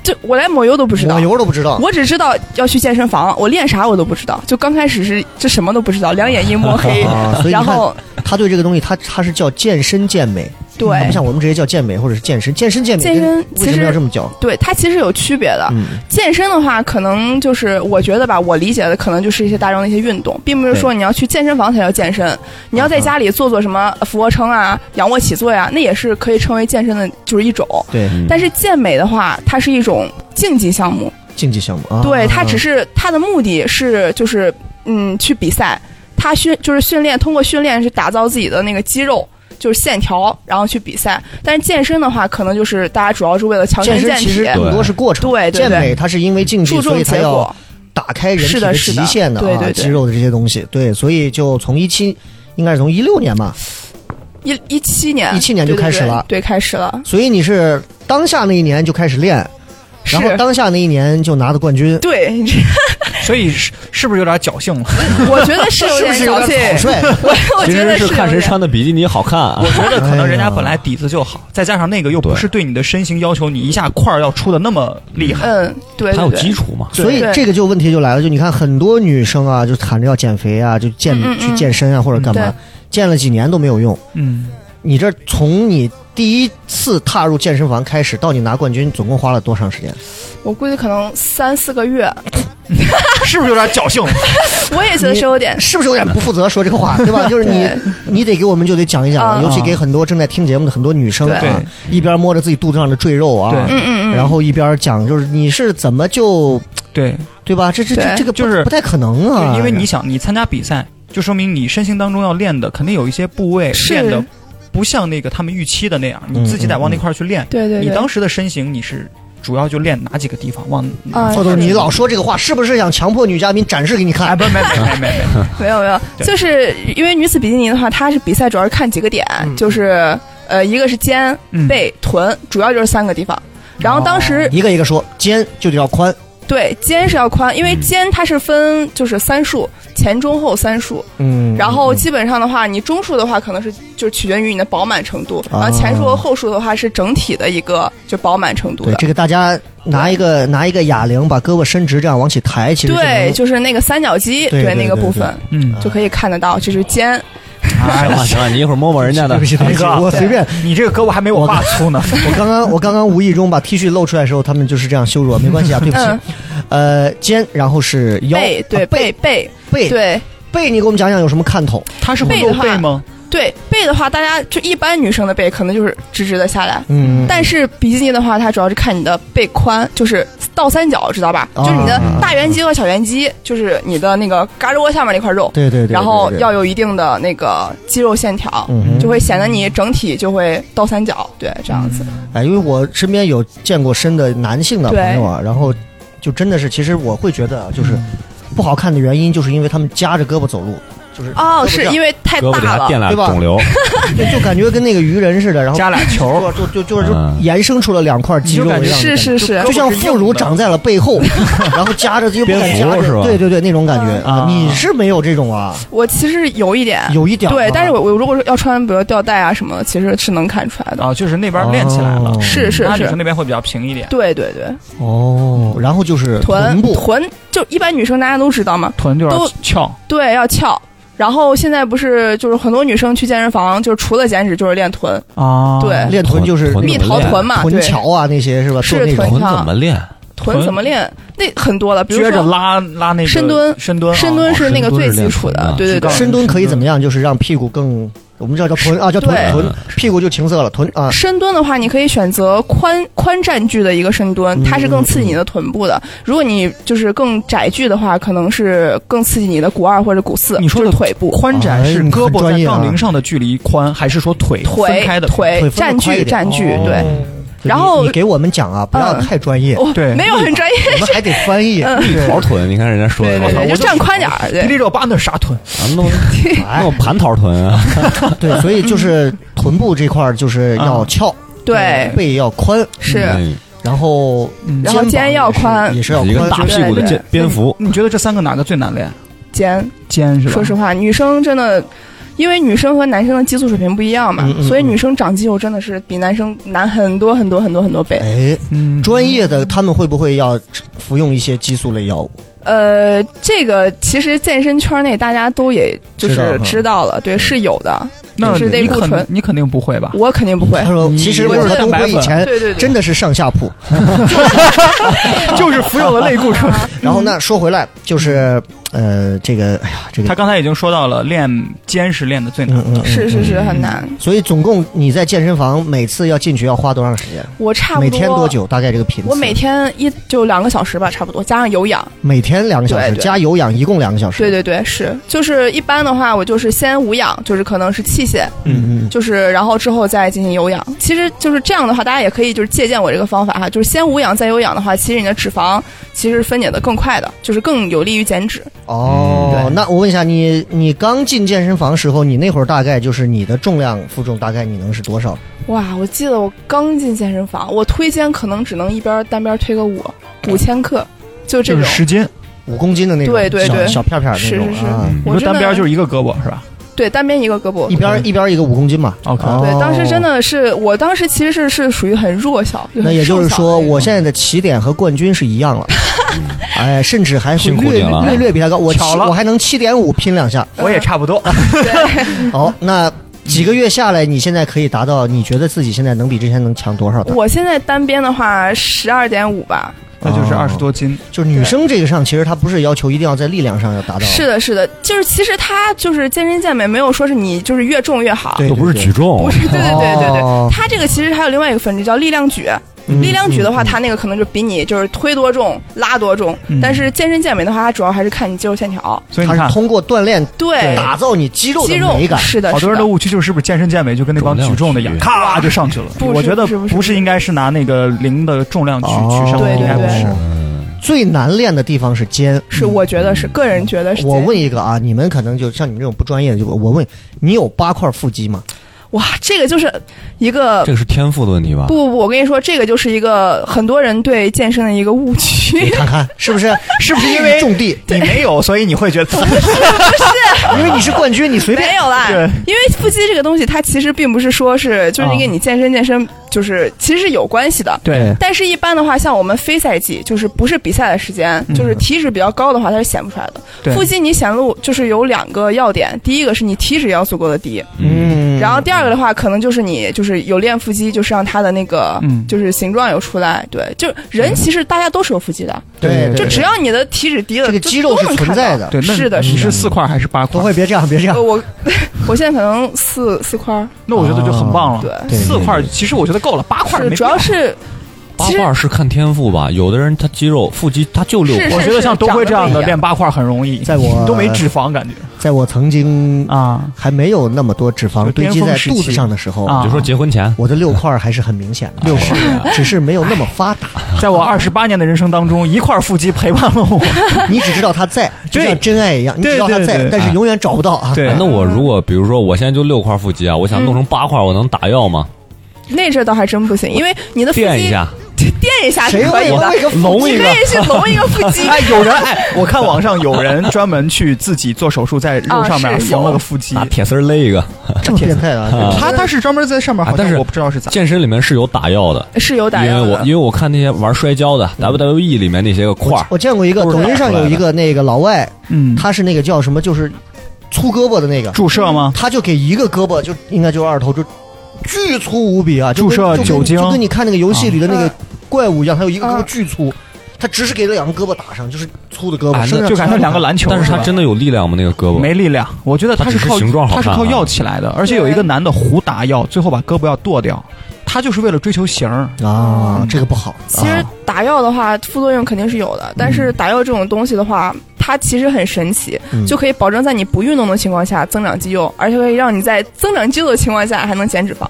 Speaker 4: 就我连抹油都不知道
Speaker 1: 抹。油都不知道。
Speaker 4: 我只知道要去健身房，我练啥我都不知道。就刚开始是就什么都不知道，两眼一摸黑，
Speaker 1: [laughs] 啊，所以
Speaker 4: 然
Speaker 1: 你看，
Speaker 4: 后
Speaker 1: 他对这个东西，他他是叫健身健美，他
Speaker 4: 对
Speaker 1: 不像我们直接叫健美或者是健身，健身健美
Speaker 4: 哎健
Speaker 1: 跟为
Speaker 4: 身其
Speaker 1: 什么要这
Speaker 4: 实
Speaker 1: 么叫？
Speaker 4: 对它其实有区别的。
Speaker 1: 嗯，
Speaker 4: 健身的话，可能就是我觉得吧，我理解的可能就是一些大众的一些运动，并不是说你要去健身房才叫健身，你要在家里做做什么俯卧撑啊、仰卧起坐呀、那也是可以称为健身的就是一种。
Speaker 1: 对，
Speaker 2: 嗯
Speaker 4: 但是健美的话，它是一种竞技项目，
Speaker 1: 竞技项目啊，
Speaker 4: 对，它只
Speaker 1: 是
Speaker 4: 是它的目的是就是嗯去比赛，它训就是训练，通过训练去打造自己的那个肌肉。就是线条，然后去比赛。但是健身的话，可能就是大家主要是为了强
Speaker 1: 健
Speaker 4: 身
Speaker 1: 身
Speaker 4: 健
Speaker 1: 其
Speaker 4: 体
Speaker 1: 实，更多是过程，
Speaker 4: 对对
Speaker 1: 健
Speaker 4: 对，
Speaker 1: 美它是因为竞技，
Speaker 4: 注
Speaker 1: 所以
Speaker 4: 重
Speaker 1: 才
Speaker 4: 结
Speaker 1: 要
Speaker 4: 果。
Speaker 1: 打开人体
Speaker 4: 是的是
Speaker 1: 极
Speaker 4: 的
Speaker 1: 限的
Speaker 4: 对
Speaker 1: 啊，
Speaker 4: 对对
Speaker 1: 肌肉的这些东西，对，所以就从一七，应该是从一六年吧，
Speaker 4: 一一七年，
Speaker 1: 17年就
Speaker 4: 对
Speaker 1: 开始了
Speaker 4: 对对对，开始了，
Speaker 1: 所以你是当下那一年就开始练，
Speaker 4: 是
Speaker 1: 然后当下那一年就拿的冠军， [laughs]
Speaker 4: 对，
Speaker 3: 所以是是不是有点侥幸了？
Speaker 4: [laughs] 我觉得是有
Speaker 1: 是不
Speaker 4: 点
Speaker 1: 是有
Speaker 4: 小气，
Speaker 1: 点草率？
Speaker 4: 我 [laughs] 我
Speaker 2: 其
Speaker 4: 觉
Speaker 2: 实
Speaker 4: 得
Speaker 2: 是
Speaker 4: 有
Speaker 2: 看谁
Speaker 4: 点。
Speaker 2: 穿的比基尼好看啊
Speaker 3: 我。觉得可能人
Speaker 1: 哎
Speaker 3: 家
Speaker 1: 呀
Speaker 3: 本来底子就好，再加上那个又不
Speaker 2: 对
Speaker 3: 是对你的身形要求，你一下块儿要出的那么厉害。
Speaker 4: 嗯，对，
Speaker 2: 他有
Speaker 4: 对对
Speaker 2: 基础嘛？
Speaker 1: 所以
Speaker 4: 对
Speaker 1: 这个就问题就来了，就你看很多女生啊，就喊着要减肥啊，就健
Speaker 4: 嗯嗯
Speaker 1: 去健身啊或者干嘛
Speaker 4: 对，
Speaker 1: 健了几年都没有用。
Speaker 3: 嗯，
Speaker 1: 你这从你第一次踏入健身房开始到你拿冠军，总共花了多长时间？
Speaker 4: 我估计可能三四个月，
Speaker 3: 是不是有点侥幸了？
Speaker 4: 我也觉得是有点。
Speaker 1: 是不是有点不负责说这个话，
Speaker 4: [laughs]
Speaker 1: 对吧？就是你
Speaker 4: 对，
Speaker 1: 你得给我们就得讲一讲啊，
Speaker 4: 嗯
Speaker 1: 尤其给很多正在听节目的很多女生
Speaker 3: 对
Speaker 1: 啊，一边摸着自己肚子上的赘肉啊，
Speaker 3: 对
Speaker 4: 嗯嗯
Speaker 1: 然后一边讲就是你是怎么就
Speaker 3: 对，
Speaker 1: 对吧？这这这
Speaker 4: 对
Speaker 1: 这个不
Speaker 3: 就是
Speaker 1: 不太可能啊，
Speaker 3: 就因为你想，你参加比赛，就说明你身形当中要练的肯定有一些部位
Speaker 4: 是
Speaker 3: 练的不像那个他们预期的那样，你自己得往那块儿去练。
Speaker 4: 对对对
Speaker 3: 你当时的身形你是主要就练哪几个地方？往
Speaker 4: 嗯，啊，
Speaker 1: 赵总，
Speaker 4: 是
Speaker 1: 你老说这个话，是不是想强迫女嘉宾展示给你
Speaker 3: 哎，
Speaker 1: 看？
Speaker 3: 不是，没没没没
Speaker 4: [laughs]
Speaker 3: 没，
Speaker 4: 没有没有，
Speaker 3: 对
Speaker 4: 就是因为女子比基尼的话，它是比赛主要是看几个点，
Speaker 1: 嗯
Speaker 4: 就是呃，一个是肩、
Speaker 3: 嗯
Speaker 4: 背、臀，主要就是三个地方。然后当时
Speaker 1: 哦一个一个说，肩就得要宽，
Speaker 4: 对肩是要宽，因为
Speaker 1: 嗯
Speaker 4: 肩它是分就是三束，前中后三束。
Speaker 1: 嗯，
Speaker 4: 然后基本上的话，你中数的话可能是就是取决于你的饱满程度，
Speaker 1: 哦
Speaker 4: 然后前数和后数的话是整体的一个就饱满程度
Speaker 1: 对
Speaker 4: 的。
Speaker 1: 这个大家拿一个拿一个哑铃，把胳膊伸直，这样往起抬，其实就
Speaker 4: 对，
Speaker 1: 能
Speaker 4: 就是那个三角肌，
Speaker 1: 对对
Speaker 4: 那个
Speaker 1: 对
Speaker 4: 部
Speaker 1: 对
Speaker 4: 分
Speaker 3: 嗯，
Speaker 4: 就可以看得到，这是肩。哎
Speaker 2: 行了行了，你一会儿摸摸人家的
Speaker 1: 对不，起，对不起，
Speaker 3: 大哥
Speaker 1: 我随便。
Speaker 3: 你这个胳膊还没我爸粗
Speaker 4: [laughs]
Speaker 3: 呢。
Speaker 1: 我刚刚我刚刚无意中把 T 恤露出来的时候，他们就是这样羞辱我，没关系啊，对不起
Speaker 4: 嗯。
Speaker 1: 呃，肩，然后是腰，
Speaker 4: 背对
Speaker 1: 啊背
Speaker 4: 背背
Speaker 1: 背
Speaker 4: 对
Speaker 1: 背，你给我们讲讲有什么看头？
Speaker 3: 他是会
Speaker 4: 背
Speaker 3: 露
Speaker 4: 的话
Speaker 3: 背吗？
Speaker 4: 对背的话，大家就一般女生的背可能就是直直的下来，
Speaker 1: 嗯，
Speaker 4: 但是比基尼的话，它主要是看你的背宽，就是倒三角，知道吧？
Speaker 1: 哦
Speaker 4: 就是你的大圆肌和小圆肌，就是你的那个胳肢窝下面那块肉，
Speaker 1: 对对对对对
Speaker 4: 然后要有一定的那个肌肉线条，
Speaker 1: 嗯哼
Speaker 4: 就会显得你整体就会倒三角，对，这样子。
Speaker 3: 嗯
Speaker 1: 哎，因为我身边有见过身的男性的朋友啊，然后就真的是，其实我会觉得啊就是不好看的原因，就是因为他们夹着胳膊走路，就是
Speaker 4: 哦，
Speaker 1: 嗯胳膊这
Speaker 4: 是
Speaker 1: 样
Speaker 4: 因为太
Speaker 2: 胳膊底
Speaker 4: 大
Speaker 2: 下
Speaker 4: 了
Speaker 2: 垫，俩
Speaker 1: 对吧
Speaker 2: 肿瘤，
Speaker 1: 对就感觉跟那个鱼人似的，然后
Speaker 3: 加俩球，
Speaker 1: 就就就就是
Speaker 2: 嗯
Speaker 1: 延伸出了两块肌肉一样的感觉，
Speaker 4: 是是是
Speaker 1: 就像副乳长在了背
Speaker 2: [laughs]
Speaker 1: 后，然后夹着就不敢
Speaker 2: 蝙
Speaker 1: 夹
Speaker 2: 蝠是
Speaker 1: 着，
Speaker 2: 吧嗯
Speaker 1: 对对对，那种感觉
Speaker 3: 啊
Speaker 1: 啊，你是没有这种啊，
Speaker 4: 我其实有一点，
Speaker 1: 有一点儿
Speaker 4: 对
Speaker 1: 啊，
Speaker 4: 但是我我如果说要穿比如吊带啊什么的，其实是能看出来的。
Speaker 3: 啊，就是那边练起来了
Speaker 1: 哦，
Speaker 4: 是是
Speaker 3: 那女
Speaker 4: 是
Speaker 3: 生，那边会比较平一点，
Speaker 4: 对对对，
Speaker 1: 哦，然后就是
Speaker 4: 臀
Speaker 1: 部，
Speaker 4: 臀就一般女生大家都知道嘛，
Speaker 3: 臀就要
Speaker 4: 都
Speaker 3: 翘，
Speaker 4: 对，要翘。然后现在不是就是很多女生去健身房，就是除了减脂就是练臀，
Speaker 3: 啊
Speaker 4: 对
Speaker 1: 练臀就是
Speaker 2: 臀
Speaker 4: 蜜桃臀嘛，
Speaker 1: 臀
Speaker 4: 对，
Speaker 1: 桥啊那些是吧？
Speaker 4: 是
Speaker 1: 做那种
Speaker 4: 臀
Speaker 2: 臀怎么练？
Speaker 4: 臀怎么练？那很多了，比如
Speaker 3: 撅着
Speaker 4: 说
Speaker 3: 拉拉那个
Speaker 4: 深蹲
Speaker 3: 深蹲啊，
Speaker 4: 深蹲是那个最基础
Speaker 2: 哦
Speaker 4: 的，对对
Speaker 3: 深蹲是练臀的
Speaker 4: 对
Speaker 3: 啊，
Speaker 1: 深蹲可
Speaker 2: 嗯
Speaker 1: 以怎么样？就是让屁股更，我们叫叫臀啊，叫臀
Speaker 4: 对
Speaker 2: 嗯
Speaker 1: 臀，屁股就情色了，臀啊，
Speaker 4: 深蹲的话，你可以选择宽宽站距的一个深蹲，它是更刺激你的臀部的。如果你就是更窄距的话，可能是更刺激你的股二或者股四，
Speaker 3: 你说的
Speaker 4: 就是腿部、
Speaker 3: 宽
Speaker 1: 哎
Speaker 3: 窄是
Speaker 1: 你很
Speaker 3: 胳膊
Speaker 1: 专
Speaker 3: 在
Speaker 1: 业啊
Speaker 3: 杠铃上的距离宽，还是说腿分
Speaker 4: 腿
Speaker 3: 开的
Speaker 4: 腿
Speaker 1: 腿分得
Speaker 4: 站
Speaker 1: 宽一
Speaker 4: 距
Speaker 1: 点
Speaker 4: 站距，
Speaker 1: 哦
Speaker 4: 对。
Speaker 1: 对
Speaker 4: 然后
Speaker 1: 你你给我们讲啊，不要
Speaker 4: 嗯
Speaker 1: 太专业，
Speaker 4: 哦嗯
Speaker 3: 对
Speaker 4: 没有很专业，
Speaker 1: 我们还
Speaker 4: [laughs]
Speaker 1: 得翻译。
Speaker 2: 蜜桃臀，你看人家说的
Speaker 4: 对对
Speaker 2: 那
Speaker 4: 对，
Speaker 2: 个，
Speaker 4: 就站宽点儿，
Speaker 3: 迪丽
Speaker 4: 对。
Speaker 3: 热巴那啥臀，
Speaker 2: 啊弄弄蟠桃臀啊，
Speaker 4: 嗯
Speaker 1: 对，所以就是臀部这块儿就是要翘，
Speaker 4: 对
Speaker 1: 背要宽，
Speaker 4: 是
Speaker 2: 嗯
Speaker 1: 然后
Speaker 4: 哎嗯然后肩要宽
Speaker 1: 也是要
Speaker 2: 一个
Speaker 1: 宽，
Speaker 2: 大屁股的
Speaker 4: 对对
Speaker 2: 肩蝙蝠，
Speaker 3: 你觉得这三个哪个最难练？
Speaker 4: 肩，
Speaker 3: 肩是吧？
Speaker 4: 说实话，女生真的，因为女生和男生的激素水平不一样嘛，
Speaker 1: 嗯嗯
Speaker 4: 所以女生长肌肉真的是比男生难很多很多很多很多倍。
Speaker 1: 哎，
Speaker 3: 嗯，
Speaker 1: 专业的他们会不会要服用一些激素类药物？
Speaker 4: 呃，这个其实健身圈内大家都也就
Speaker 1: 知道嗯
Speaker 4: 是
Speaker 1: 哈
Speaker 4: 知道了，对，是有的。
Speaker 3: 那
Speaker 4: 是
Speaker 3: 你
Speaker 4: 类固
Speaker 3: 肯
Speaker 4: 醇
Speaker 3: 你肯定不会吧？
Speaker 4: 我肯定不会嗯
Speaker 1: 他，说，其实我和东辉以前
Speaker 4: 对对对
Speaker 1: 嗯哎真的是上下铺。
Speaker 3: [laughs] 就是服用了类固醇。
Speaker 1: 然后
Speaker 4: 嗯
Speaker 1: 那说回来，就是呃，这个，哎呀，这个
Speaker 3: [laughs] 他，刚才已经说到了，练肩是练的最难
Speaker 1: 嗯
Speaker 3: 的。
Speaker 1: 嗯，嗯
Speaker 4: 是是是很难。
Speaker 1: 所以总共你在健身房每次要进去要花多长时间？
Speaker 4: 我差不
Speaker 1: 每
Speaker 4: 多
Speaker 1: 天多？久？大概这个频次？
Speaker 4: 我每天一就两个小时吧，差不多，加上有氧。
Speaker 1: 每天两个小时，
Speaker 4: 对对
Speaker 1: 加有氧一共两个小时。
Speaker 4: 对，对对，是，就是一般的话，我就是先无氧，就是可能是器械，
Speaker 1: 嗯嗯
Speaker 4: 就是然后之后再进行有氧。其实就是这样的话，大家也可以就是借鉴我这个方法哈，就是先无氧再有氧的话，其实你的脂肪其实分解的更快的，就是更有利于减脂。
Speaker 1: 嗯。哦，那我问一下你，你刚进健身房时候，你那会儿大概就是你的重量负重大概你能是多少？
Speaker 4: 哇，我记得我刚进健身房，我推肩可能只能一边单边推个五五千克，就这
Speaker 3: 就
Speaker 4: 种
Speaker 3: 是。十斤，
Speaker 1: 五公斤的那种
Speaker 4: 对对对
Speaker 1: 小小片片那种
Speaker 4: 是是是
Speaker 1: 啊，
Speaker 3: 你
Speaker 2: 嗯
Speaker 4: 我
Speaker 3: 说
Speaker 4: 真的
Speaker 3: 单边就是一个胳膊是吧？
Speaker 4: 对单边一个胳膊
Speaker 1: 一。边一边一个五公斤吧。
Speaker 3: 嗯 OK
Speaker 1: 哦
Speaker 4: 对，当时真。的是，我当时其实是是属于很弱小，很
Speaker 1: 那也就是
Speaker 4: 瘦小的
Speaker 1: 说，
Speaker 4: 那
Speaker 1: 我
Speaker 4: 种
Speaker 1: 现在的起点和冠军是一
Speaker 4: [laughs]
Speaker 1: 样了，哎，甚至还会
Speaker 2: 辛苦
Speaker 1: 略
Speaker 2: 你了
Speaker 1: 略略比他高。我七
Speaker 3: 巧了
Speaker 1: 我还能七点五拼两下。
Speaker 3: 我也差不多。
Speaker 4: 嗯
Speaker 1: 好，那几个月下来，你现在可以达到，你觉得自己现在能比之前能强多少的？
Speaker 4: 我现在单边的话十二点五吧，
Speaker 3: [laughs] 那就是
Speaker 1: 哦
Speaker 3: 二十多斤，
Speaker 1: 就是女生这个上，其实她不是要求一定要在力量上要达到，
Speaker 4: 是的，是的，就是其实它就是健身健美，没有说是你就是越重越好，
Speaker 1: 对，
Speaker 2: 又不是举重
Speaker 4: 不，是，对对对对
Speaker 1: 哦
Speaker 4: 对，它这个其实还有另外一个分支叫力量举，
Speaker 1: 嗯
Speaker 4: 力量举的话，
Speaker 1: 嗯
Speaker 4: 它那个可能就比你就是推多重、拉多重，
Speaker 3: 嗯
Speaker 4: 但是健身健美的话，它主要还是看你肌肉线条，
Speaker 3: 所以
Speaker 1: 她
Speaker 3: 你
Speaker 1: 是
Speaker 3: 看，
Speaker 1: 通过锻炼
Speaker 4: 对，
Speaker 1: 打造你肌肉
Speaker 4: 肌
Speaker 1: 的
Speaker 4: 肉
Speaker 1: 美感。
Speaker 4: 是的，
Speaker 3: 好多人
Speaker 4: 是
Speaker 3: 的误区就是是不是健身健美就跟那帮举重的一
Speaker 2: 重量
Speaker 3: 样，
Speaker 2: 举
Speaker 3: 咔就上去了。
Speaker 4: 不是
Speaker 3: 我觉得
Speaker 4: 不是不是
Speaker 3: 不是，应该是拿那个零的重量去
Speaker 1: 哦
Speaker 3: 去上
Speaker 4: 对
Speaker 3: 的，
Speaker 4: 对
Speaker 3: 应该不
Speaker 4: 对
Speaker 3: 是。
Speaker 1: 最难练的地方是肩。
Speaker 4: 是我觉得是个人觉 [laughs] 得是
Speaker 1: 我
Speaker 4: 这样
Speaker 1: 问一个啊，你们可能就像你们这种不专业的，就我问你有八块腹肌吗？
Speaker 4: 哇，这个就是一个
Speaker 2: 这。个是天赋的问题吧？
Speaker 4: 不不不，我跟你说，这个就是一个很多人对健身的一个误区
Speaker 1: 你。看看是不
Speaker 4: [laughs]
Speaker 1: 是？是不是因
Speaker 3: 为
Speaker 1: 种地？
Speaker 3: 你没有，所以你会觉得
Speaker 1: 因为你是冠军，你随便
Speaker 4: [laughs] 没有啦
Speaker 3: 对，
Speaker 4: 因为腹肌这个东西，它其实并不是说是就是
Speaker 3: 啊
Speaker 4: 给你健身健身就是其实是有关系的。
Speaker 3: [laughs] 对，
Speaker 4: 但是，一般的话，像我们非赛季，就是不是比赛的时间，
Speaker 1: 嗯
Speaker 4: 就是体脂比较高的话，它是显不出来
Speaker 3: 对
Speaker 4: 的。腹肌你显露就是有两个要点，第一个是你体脂要足够的低，
Speaker 1: 嗯，
Speaker 4: 然后第二个的话，可能就是你就是有练腹肌，就是让它的那个
Speaker 3: 嗯
Speaker 4: 就是形状有出来。对，就是人其实大家都是有腹肌的，
Speaker 1: 对对
Speaker 4: 就
Speaker 1: 对
Speaker 4: 只要你的体脂低了，
Speaker 1: 这个
Speaker 4: 就
Speaker 1: 肌肉
Speaker 4: 都
Speaker 1: 是
Speaker 4: 能
Speaker 1: 存
Speaker 4: 看
Speaker 1: 在
Speaker 4: 到
Speaker 1: 的
Speaker 3: 对，那
Speaker 4: 是的，
Speaker 3: 你
Speaker 4: 是
Speaker 3: 是
Speaker 4: 的。
Speaker 3: 四块还是八
Speaker 1: 东
Speaker 3: 块
Speaker 1: 辉？别这样，别这样
Speaker 3: [laughs]
Speaker 4: 呃，我 [laughs] 我现在可能四四块儿，
Speaker 3: 那我觉得就很棒了。
Speaker 4: 对
Speaker 1: 对
Speaker 3: 四块其实我觉得够了，八块
Speaker 4: 是
Speaker 3: 没必
Speaker 4: 主
Speaker 3: 要
Speaker 4: 要是
Speaker 2: 八
Speaker 4: 其实
Speaker 2: 块是看天赋吧，有的人他肌肉腹肌他就六
Speaker 4: 是
Speaker 2: 块，
Speaker 3: [laughs] 我觉得像东辉这样
Speaker 4: 长
Speaker 3: 的
Speaker 4: 得不一样
Speaker 3: 练八块很 [laughs] 容易，
Speaker 1: 在我
Speaker 3: 你都没脂肪感觉
Speaker 1: 在我曾经
Speaker 3: 啊。
Speaker 1: 还没有那么多脂肪
Speaker 3: 就
Speaker 1: 堆
Speaker 3: 巅
Speaker 1: 积
Speaker 3: 峰
Speaker 1: 在
Speaker 3: 时
Speaker 1: 肚子
Speaker 3: 期
Speaker 1: 上的时候，
Speaker 3: 啊
Speaker 2: 就说结婚前
Speaker 1: 我的六块儿还是很明显的，六块儿只是没有那么发达。
Speaker 4: [laughs]
Speaker 3: 在我二十八年的人生当中，一块腹肌陪伴了我。
Speaker 1: 你只知道他在，就
Speaker 3: 对
Speaker 1: 像真爱一样，你只
Speaker 3: 对
Speaker 1: 知道他
Speaker 3: 对
Speaker 1: 在，
Speaker 3: 对
Speaker 1: 但是永远找不到啊。
Speaker 3: 对
Speaker 2: 哎那我如果比如说我现在就六块腹肌啊，我想弄成八块，我能打药吗？
Speaker 4: 那阵儿倒还真不行，因为你的腹肌
Speaker 2: 垫一下，
Speaker 4: 垫一下是
Speaker 1: 谁
Speaker 4: 可以
Speaker 1: 会
Speaker 4: 的，
Speaker 1: 为个
Speaker 3: 龙
Speaker 4: 你
Speaker 3: 一
Speaker 4: 可
Speaker 3: 个
Speaker 4: 以去隆
Speaker 3: [laughs]
Speaker 4: 一个腹
Speaker 3: [laughs]
Speaker 4: 肌。
Speaker 3: 哎，有人哎，我看网上有人专门去自己做手术，在肉上面
Speaker 4: 啊是有
Speaker 3: 缝了个腹肌
Speaker 2: 拿。铁丝儿勒一个。
Speaker 1: 这么变态的啊？
Speaker 3: 他他是专门在上面，好
Speaker 2: 啊但
Speaker 3: 像
Speaker 2: 是
Speaker 3: 我不知道是咋。
Speaker 2: 健身里面是有打药的，
Speaker 4: 是有打
Speaker 2: 因为
Speaker 4: 样
Speaker 2: 我
Speaker 4: 的
Speaker 2: 因，为我看那些玩摔跤的 WWE 里面那些个块儿，
Speaker 1: 我见过一个
Speaker 2: 都是
Speaker 1: 抖音上有一个那个老外，
Speaker 3: 嗯，
Speaker 1: 他是那个叫什么，就是粗胳膊的那个，
Speaker 3: 注射吗？
Speaker 1: 他就给一个胳膊就应该就是二头，就巨粗无比啊！就跟
Speaker 3: 注射
Speaker 1: 就跟
Speaker 3: 酒精
Speaker 1: 就跟你看那个游戏里的那个
Speaker 4: 啊
Speaker 1: 怪物一样，他有一个胳膊
Speaker 4: 啊
Speaker 1: 巨粗，他只是给了两个胳膊打上，就是粗的胳
Speaker 2: 啊
Speaker 1: 膊，
Speaker 2: 那
Speaker 1: 身上
Speaker 3: 就感觉两个
Speaker 1: 拉。
Speaker 3: 篮球，
Speaker 2: 但是
Speaker 3: 是
Speaker 2: 它
Speaker 3: 吧
Speaker 2: 真的有力量吗？那个胳膊
Speaker 3: 没力量。我觉得他
Speaker 2: 它
Speaker 3: 是
Speaker 2: 只是
Speaker 3: 靠
Speaker 2: 形状好
Speaker 3: 他是
Speaker 2: 看
Speaker 3: 靠
Speaker 2: 啊
Speaker 3: 药起来的，而且有一个男的胡打药，最后把胳膊要剁掉，他就是为了追求型儿。嗯
Speaker 1: 啊，这个不好。
Speaker 4: 其实
Speaker 1: 啊
Speaker 4: 打药的话，副作用肯定是有的，但是打药这种东西的话，它其实很神奇，
Speaker 1: 嗯
Speaker 4: 就可以保证在你不运动的情况下增长肌肉，而且可以让你在增长肌肉的情况下还能减脂肪。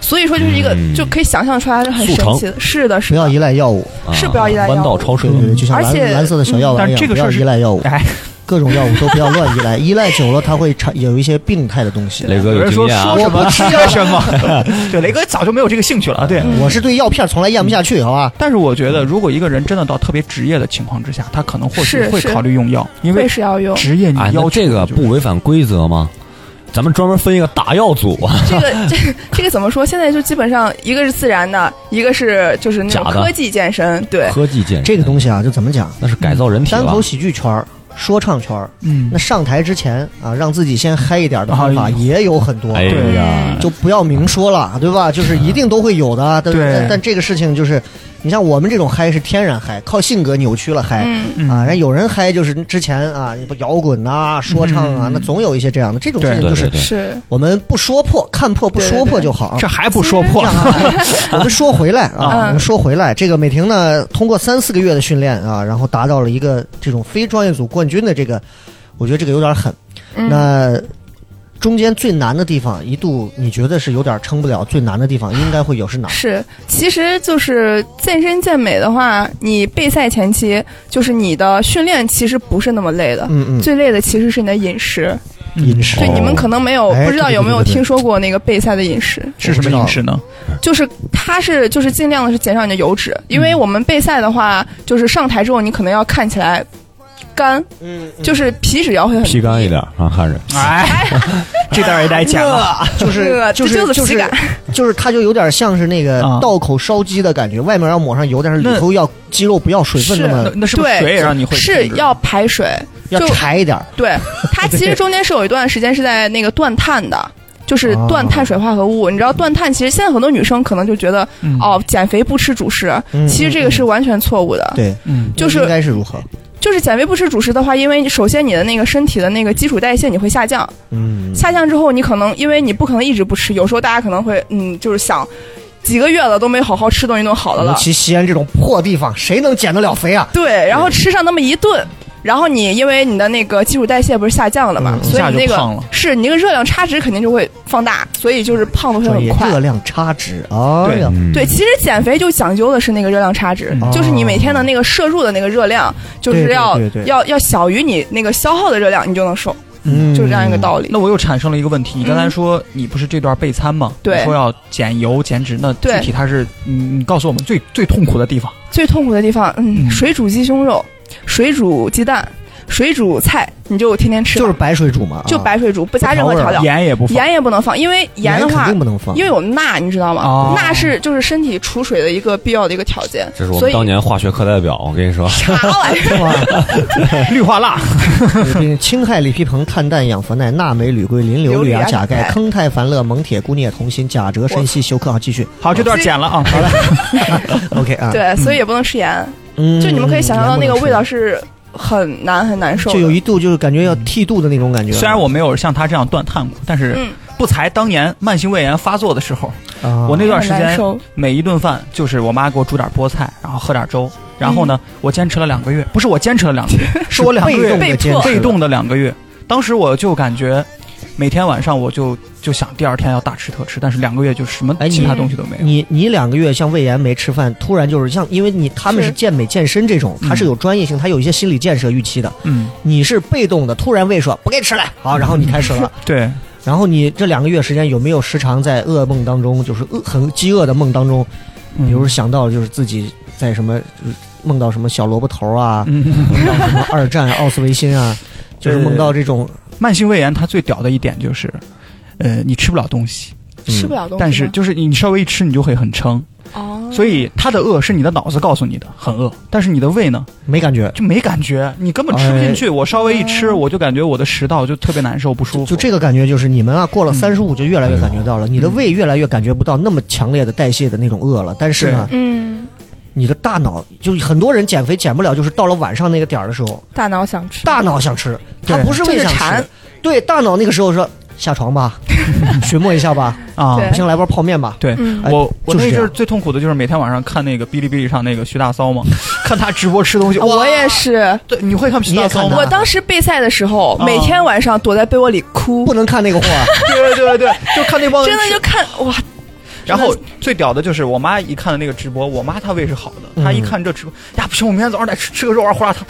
Speaker 4: 所以说，就是一个、
Speaker 2: 嗯
Speaker 4: 就可以想象出来是很
Speaker 2: 速
Speaker 4: 神
Speaker 2: 成
Speaker 4: 奇的，是的，是
Speaker 1: 不要
Speaker 4: 的
Speaker 1: 依。赖药物，
Speaker 2: 啊
Speaker 4: 是不要依赖药
Speaker 2: 弯道超车
Speaker 1: 对。对对，就像
Speaker 4: 而且
Speaker 1: 蓝蓝色的小药丸一
Speaker 3: 嗯但
Speaker 1: 样，
Speaker 3: 这个
Speaker 1: 不
Speaker 3: 事儿
Speaker 1: 要
Speaker 3: 是
Speaker 1: 依赖药物，
Speaker 3: 哎，
Speaker 1: 各种药物都不要乱依
Speaker 3: [laughs]
Speaker 1: 赖，依赖久了它会产有一些病态的东西。
Speaker 2: 雷哥
Speaker 3: 有
Speaker 2: 有
Speaker 3: 人
Speaker 2: 经
Speaker 3: 说
Speaker 2: 验啊
Speaker 3: 说，什么吃 [laughs] 药什么，嗯对，雷哥早就没有这个兴趣了。对，
Speaker 1: 我是对药片从来咽不下去，好吧？
Speaker 3: 但是我觉得，如果一个人真的到特别职业的情况之下，他可能或许
Speaker 4: 是
Speaker 3: 会
Speaker 4: 是
Speaker 3: 考虑用药，因
Speaker 4: 会
Speaker 3: 为
Speaker 4: 是要用
Speaker 3: 职业你
Speaker 2: 哎，那
Speaker 3: 要求
Speaker 2: 这个
Speaker 3: 就是
Speaker 2: 不违反规则吗？咱们专门分一个打药组，
Speaker 4: 这个这这个怎么说？现在就基本上一个是自然的，一个是就是那种
Speaker 2: 假的
Speaker 4: 科技健身，对，
Speaker 2: 科技健身
Speaker 1: 这个东西啊，就怎么讲？
Speaker 2: 那是改造人体
Speaker 1: 单
Speaker 2: 了
Speaker 1: 口。喜剧圈儿、说唱圈儿，
Speaker 3: 嗯
Speaker 1: 那，上台之前啊，让自己先嗨一点的方法
Speaker 3: 哎呦
Speaker 1: 也有很多，
Speaker 2: 哎
Speaker 3: 对
Speaker 2: 呀，
Speaker 1: 就不要明说了，对吧？就是一定都会有的。啊但
Speaker 3: 对
Speaker 1: 但但这个事情就是，你像我们这种嗨是天然嗨，靠性格扭曲了嗨。
Speaker 4: 嗯，
Speaker 3: 嗯
Speaker 1: 啊，人有人嗨就是之前啊，不摇滚呐、说唱啊，
Speaker 3: 嗯
Speaker 1: 那总有一些这样的这种事
Speaker 3: 对
Speaker 1: 情，
Speaker 2: 对
Speaker 1: 就是
Speaker 2: 对对，
Speaker 4: 是
Speaker 1: 我们不说破，看破不说破就好啊。
Speaker 3: 这还不说破
Speaker 1: 这，
Speaker 3: [laughs]
Speaker 1: 样啊，我们说回来啊，
Speaker 4: 嗯
Speaker 1: 我们说回来，这个美婷呢，通过三四个月的训练啊，然后达到了一个这种非专业组冠军的这个，我觉得这个有点狠。
Speaker 4: 嗯
Speaker 1: 那中间最难的地方，一度你觉得是有点撑不了，最难的地方应该会有
Speaker 4: [laughs]
Speaker 1: 是哪？
Speaker 4: 是，其实就是健身健美的话，你备赛前期就是你的训练其实不是那么累的，
Speaker 1: 嗯嗯，
Speaker 4: 最累的其实是你的饮食。
Speaker 3: 嗯
Speaker 1: 饮食
Speaker 4: 对，
Speaker 2: 哦
Speaker 4: 你们可能没有、
Speaker 1: 哎
Speaker 4: 不知道
Speaker 1: 对对
Speaker 4: 有没有
Speaker 1: 对对对
Speaker 4: 听说过那个备赛的饮食，
Speaker 1: 哦
Speaker 3: 是什么饮食呢？
Speaker 4: 就是它是就是尽量的是减少你的油脂，因为
Speaker 3: 嗯
Speaker 4: 我们备赛的话，就是上台之后你可能要看起来干，
Speaker 1: 嗯，嗯
Speaker 4: 就是皮脂要会很
Speaker 2: 皮干一点啊，看着
Speaker 3: 哎，
Speaker 4: [laughs]
Speaker 3: 这段儿也得讲了，
Speaker 1: 啊就是
Speaker 4: 呃
Speaker 1: 就
Speaker 4: 这
Speaker 1: 是
Speaker 4: 就是
Speaker 1: 就
Speaker 4: 皮
Speaker 1: 是
Speaker 4: 感
Speaker 1: [laughs] 就是，它就有点像是那个
Speaker 3: 啊
Speaker 1: 道口烧鸡的感觉，外面要抹上油，但是里
Speaker 3: 那
Speaker 1: 头要肌肉不要水分
Speaker 4: 是
Speaker 1: 那
Speaker 3: 呃那
Speaker 1: 么
Speaker 3: 那是不是
Speaker 4: 对
Speaker 3: 水也让你会
Speaker 4: 是
Speaker 3: 停止
Speaker 4: 要排水，
Speaker 1: 要
Speaker 4: 就
Speaker 1: 柴一点儿。 [laughs]
Speaker 4: 对，它其实中间是有一段时间是在那个断碳
Speaker 1: [laughs]
Speaker 4: 的，就是
Speaker 1: 哦
Speaker 4: 断碳水化合物。你知道断碳，其实现在很多女生可能就觉得、
Speaker 3: 嗯
Speaker 4: 哦，减肥不吃主食，
Speaker 1: 嗯
Speaker 4: 其实这个是完全错误的。
Speaker 1: 对，
Speaker 3: 嗯
Speaker 4: 就是
Speaker 1: 应该是如何？
Speaker 4: 就是减肥不吃主食的话，因为你首先你的那个身体的那个基础代谢你会下降，
Speaker 1: 嗯，
Speaker 4: 下降之后你可能因为你不可能一直不吃，有时候大家可能会嗯，就是想几个月了都没好好吃顿一顿好的
Speaker 1: 尤
Speaker 4: 了，
Speaker 1: 嗯其西安这种破地方，谁能减得了肥啊？
Speaker 4: 对，然后吃上那么一顿，然后你因为你的那个基础代谢不是下降了嘛，
Speaker 1: 嗯
Speaker 4: 所以你那
Speaker 3: 一下就胖
Speaker 4: 个
Speaker 3: 了
Speaker 4: 是你那个热量差值肯定就会放大，所以就是胖的会
Speaker 1: 专
Speaker 4: 很
Speaker 1: 业
Speaker 4: 快
Speaker 1: 热。量差值啊！哎呀
Speaker 2: 嗯
Speaker 4: 对，其实减肥就讲究的是那个热量差值，
Speaker 1: 嗯
Speaker 4: 就是你每天的那个摄入的那个热量，就是要
Speaker 1: 对对对
Speaker 4: 要要小于你那个消耗的热量，你就能瘦，
Speaker 1: 嗯，
Speaker 4: 就是这样一个道理。
Speaker 3: 那我又产生了一个问题，你刚才
Speaker 4: 嗯
Speaker 3: 说你不是这段备餐吗？
Speaker 4: 对
Speaker 3: 你说要减油减脂，那具
Speaker 4: 对
Speaker 3: 体它是你你告诉我们最最痛苦的地方
Speaker 4: 最痛苦的地方，嗯，
Speaker 3: 嗯
Speaker 4: 水煮鸡胸肉、水煮鸡蛋、水煮菜你就天天吃吧，
Speaker 1: 就是白水煮嘛，
Speaker 4: 就
Speaker 1: 啊
Speaker 4: 白水煮，不加任何调料，
Speaker 3: 盐也不放，
Speaker 4: 盐也不能放，因为盐的
Speaker 1: 盐肯
Speaker 4: 话
Speaker 1: 定不能放，
Speaker 4: 因为有钠，你知道吗？
Speaker 3: 哦
Speaker 4: 钠是就是身体储水的一个必要的一个条件。
Speaker 2: 这是我
Speaker 4: 所
Speaker 2: 们
Speaker 4: 以
Speaker 2: 当年化学课代表，我跟你说，
Speaker 4: 啥 [laughs] 玩意儿？
Speaker 3: [laughs] 氯化钠，
Speaker 1: 并氢氦锂铍硼碳氮氧氟氖钠镁铝硅磷
Speaker 4: 硫
Speaker 1: 硫
Speaker 4: 铝
Speaker 1: 铝
Speaker 4: 氩
Speaker 1: 氩钾
Speaker 4: 钙
Speaker 1: 钙铿钛钒铬锰铁钴镍铜锌钾锗砷硒溴铬。好，继续。
Speaker 3: 好，这段剪了啊，好了，
Speaker 1: OK 啊，
Speaker 4: 对，所以也不能吃盐，
Speaker 1: 嗯，
Speaker 4: 就你们可以想象到那个味道
Speaker 1: 盐
Speaker 4: 是很难很难
Speaker 1: 不
Speaker 4: 受
Speaker 1: 能吃，
Speaker 4: 的。
Speaker 1: 就有一度就是感觉要剃度的那种感觉。啊
Speaker 3: 虽然我没有像他这样断碳过，但是
Speaker 4: 嗯，
Speaker 3: 不才当年慢性胃炎发作的时候，
Speaker 1: 啊
Speaker 3: 我那段时
Speaker 4: 很难
Speaker 3: 间
Speaker 4: 受
Speaker 3: 每一顿饭就是我妈给我煮点菠菜，然后喝点
Speaker 4: 嗯
Speaker 3: 粥，然后呢，我坚持了两个月，不是我坚持了两
Speaker 4: [laughs]
Speaker 3: 个月，是我两个
Speaker 1: 被
Speaker 3: 月
Speaker 1: 动的坚
Speaker 4: 被迫
Speaker 1: 持
Speaker 3: 被动的两个月。当时我就感觉，每天晚上我就就想第二天要大吃特吃，但是两个月就什么
Speaker 1: 哎你
Speaker 3: 其他东西都没有。
Speaker 1: 你你两个月像胃炎没吃饭，突然就是像，因为你他们是
Speaker 4: 是
Speaker 1: 健美健身这种，他是有专业性，他有一些心理建设预期的。
Speaker 3: 嗯，
Speaker 1: 你是被动的，突然胃说不给你吃了，好，然后你开始了。
Speaker 3: 对，
Speaker 1: 然后你这两个月时间有没有时常在噩梦当中，就是饿很饥饿的梦当中，
Speaker 3: 嗯
Speaker 1: 比如想到就是自己在什么就是梦到什么小萝卜头啊，
Speaker 3: 嗯，
Speaker 1: 梦到什么二战奥斯维辛啊，就是梦到这种
Speaker 3: 慢性胃炎它最屌的一点就是，呃，你吃不了东西，
Speaker 4: 吃不了东西吗。
Speaker 3: 但是就是你稍微一吃你就会很撑，
Speaker 4: 哦，
Speaker 3: 所以它的饿是你的脑子告诉你的很饿，但是你的胃呢
Speaker 1: 没感觉。
Speaker 3: 就没感觉，你根本吃不进去。我稍微一吃，
Speaker 4: 嗯
Speaker 3: 我就感觉我的食道就特别难受，不舒服。
Speaker 1: 就这个感觉，就是你们啊，过了三十五就越来越感觉到了，你的胃越来越感觉不到那么强烈的代谢的那种饿了。但是呢，
Speaker 4: 嗯，
Speaker 1: 你的大脑就很多人减肥减不了，就是到了晚上那个点儿的时候，
Speaker 4: 大脑想吃，
Speaker 1: 大脑想吃，它
Speaker 3: 对
Speaker 1: 不是胃想
Speaker 4: 就是馋
Speaker 1: 吃，对，大脑那个时候说下床吧， [laughs] 寻摸一下
Speaker 4: [laughs]
Speaker 1: 吧，
Speaker 3: 啊，
Speaker 4: 对
Speaker 1: 不行来包泡面吧。
Speaker 3: 对
Speaker 4: 嗯
Speaker 1: 哎
Speaker 3: 我我
Speaker 1: 就是
Speaker 3: 那一
Speaker 1: 这
Speaker 3: 阵儿
Speaker 1: 样
Speaker 3: 最痛苦的就是每天晚上看那个哔哩哔哩上那个徐大骚嘛，看他直播吃东西。哇
Speaker 4: 我也是。
Speaker 3: 对，你会看徐
Speaker 1: 你
Speaker 3: 大
Speaker 1: 也
Speaker 3: 骚
Speaker 1: 看
Speaker 3: 吗
Speaker 1: 他？
Speaker 4: 我当时备赛的时候，
Speaker 3: 啊
Speaker 4: 每天晚上躲在被窝里哭
Speaker 1: 哦不，能看那个
Speaker 4: [laughs]
Speaker 1: 货啊，
Speaker 3: 对对对对，就看那帮人
Speaker 4: 真的
Speaker 3: 吃
Speaker 4: 就看哇，
Speaker 3: 然后最屌的就是我妈一看那个直播，我妈她胃是好的，
Speaker 1: 嗯
Speaker 3: 她一看这直播，呀不行，我明天早上得吃吃个肉丸胡辣汤，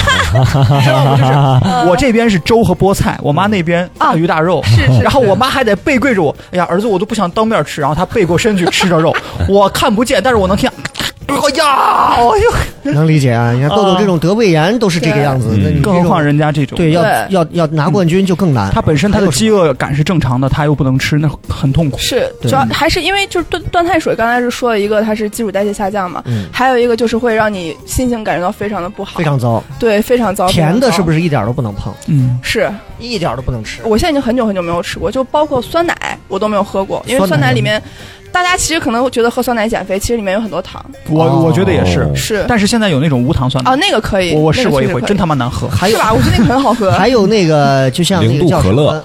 Speaker 3: 知道吗？
Speaker 4: [laughs]
Speaker 3: 就是我这边是粥和菠菜，我妈那边大鱼大肉，
Speaker 4: 啊是是
Speaker 3: 然后我妈还得背对着我，哎呀儿子我都不想当面吃，然后她背过身去吃着肉，我看不见，但是我能听见，哎呀，哎呦，
Speaker 1: 能理解啊。你看豆豆这种得胃炎都是这个样子，
Speaker 2: 对
Speaker 1: 那你这种
Speaker 3: 更何况人家这种，
Speaker 1: 对要
Speaker 4: 嗯对
Speaker 1: 要要拿冠军就更难。
Speaker 3: 她本身她
Speaker 1: 还
Speaker 3: 的
Speaker 1: 有什么
Speaker 3: 饥饿感是正常的，她又不能吃，那很痛苦。
Speaker 4: 是
Speaker 1: 对嗯
Speaker 4: 主要还是因为就是断断碳水，刚才是说了一个它是基础代谢下降嘛，
Speaker 1: 嗯
Speaker 4: 还有一个就是会让你心情感觉到非常的不好，
Speaker 1: 非常糟，
Speaker 4: 对非常糟，
Speaker 1: 甜的是不
Speaker 4: 是？
Speaker 1: 是一点儿都不能碰，
Speaker 3: 嗯，
Speaker 4: 是
Speaker 1: 一点儿都不能吃。
Speaker 4: 我现在已经很久很久没有吃过，就包括酸奶我都没有喝过，因为
Speaker 1: 酸奶
Speaker 4: 酸奶里面，大家其实可能觉得喝酸奶减肥，其实里面有很多糖，
Speaker 3: 我我觉得也是
Speaker 2: 哦，
Speaker 4: 是
Speaker 3: 但是现在有那种无糖酸奶
Speaker 4: 哦，，那个可以，
Speaker 3: 我我
Speaker 4: 那
Speaker 3: 试
Speaker 4: 个
Speaker 3: 过一
Speaker 4: 确实
Speaker 3: 回，
Speaker 4: 可以
Speaker 3: 真他妈难喝。
Speaker 1: 还
Speaker 4: 是
Speaker 1: 有
Speaker 4: 吧？我觉得那个很好喝，
Speaker 1: [laughs] 还有那个，就像那
Speaker 2: 零
Speaker 1: 个
Speaker 2: 度
Speaker 1: 叫
Speaker 2: 可
Speaker 1: 什
Speaker 2: 乐
Speaker 1: 么，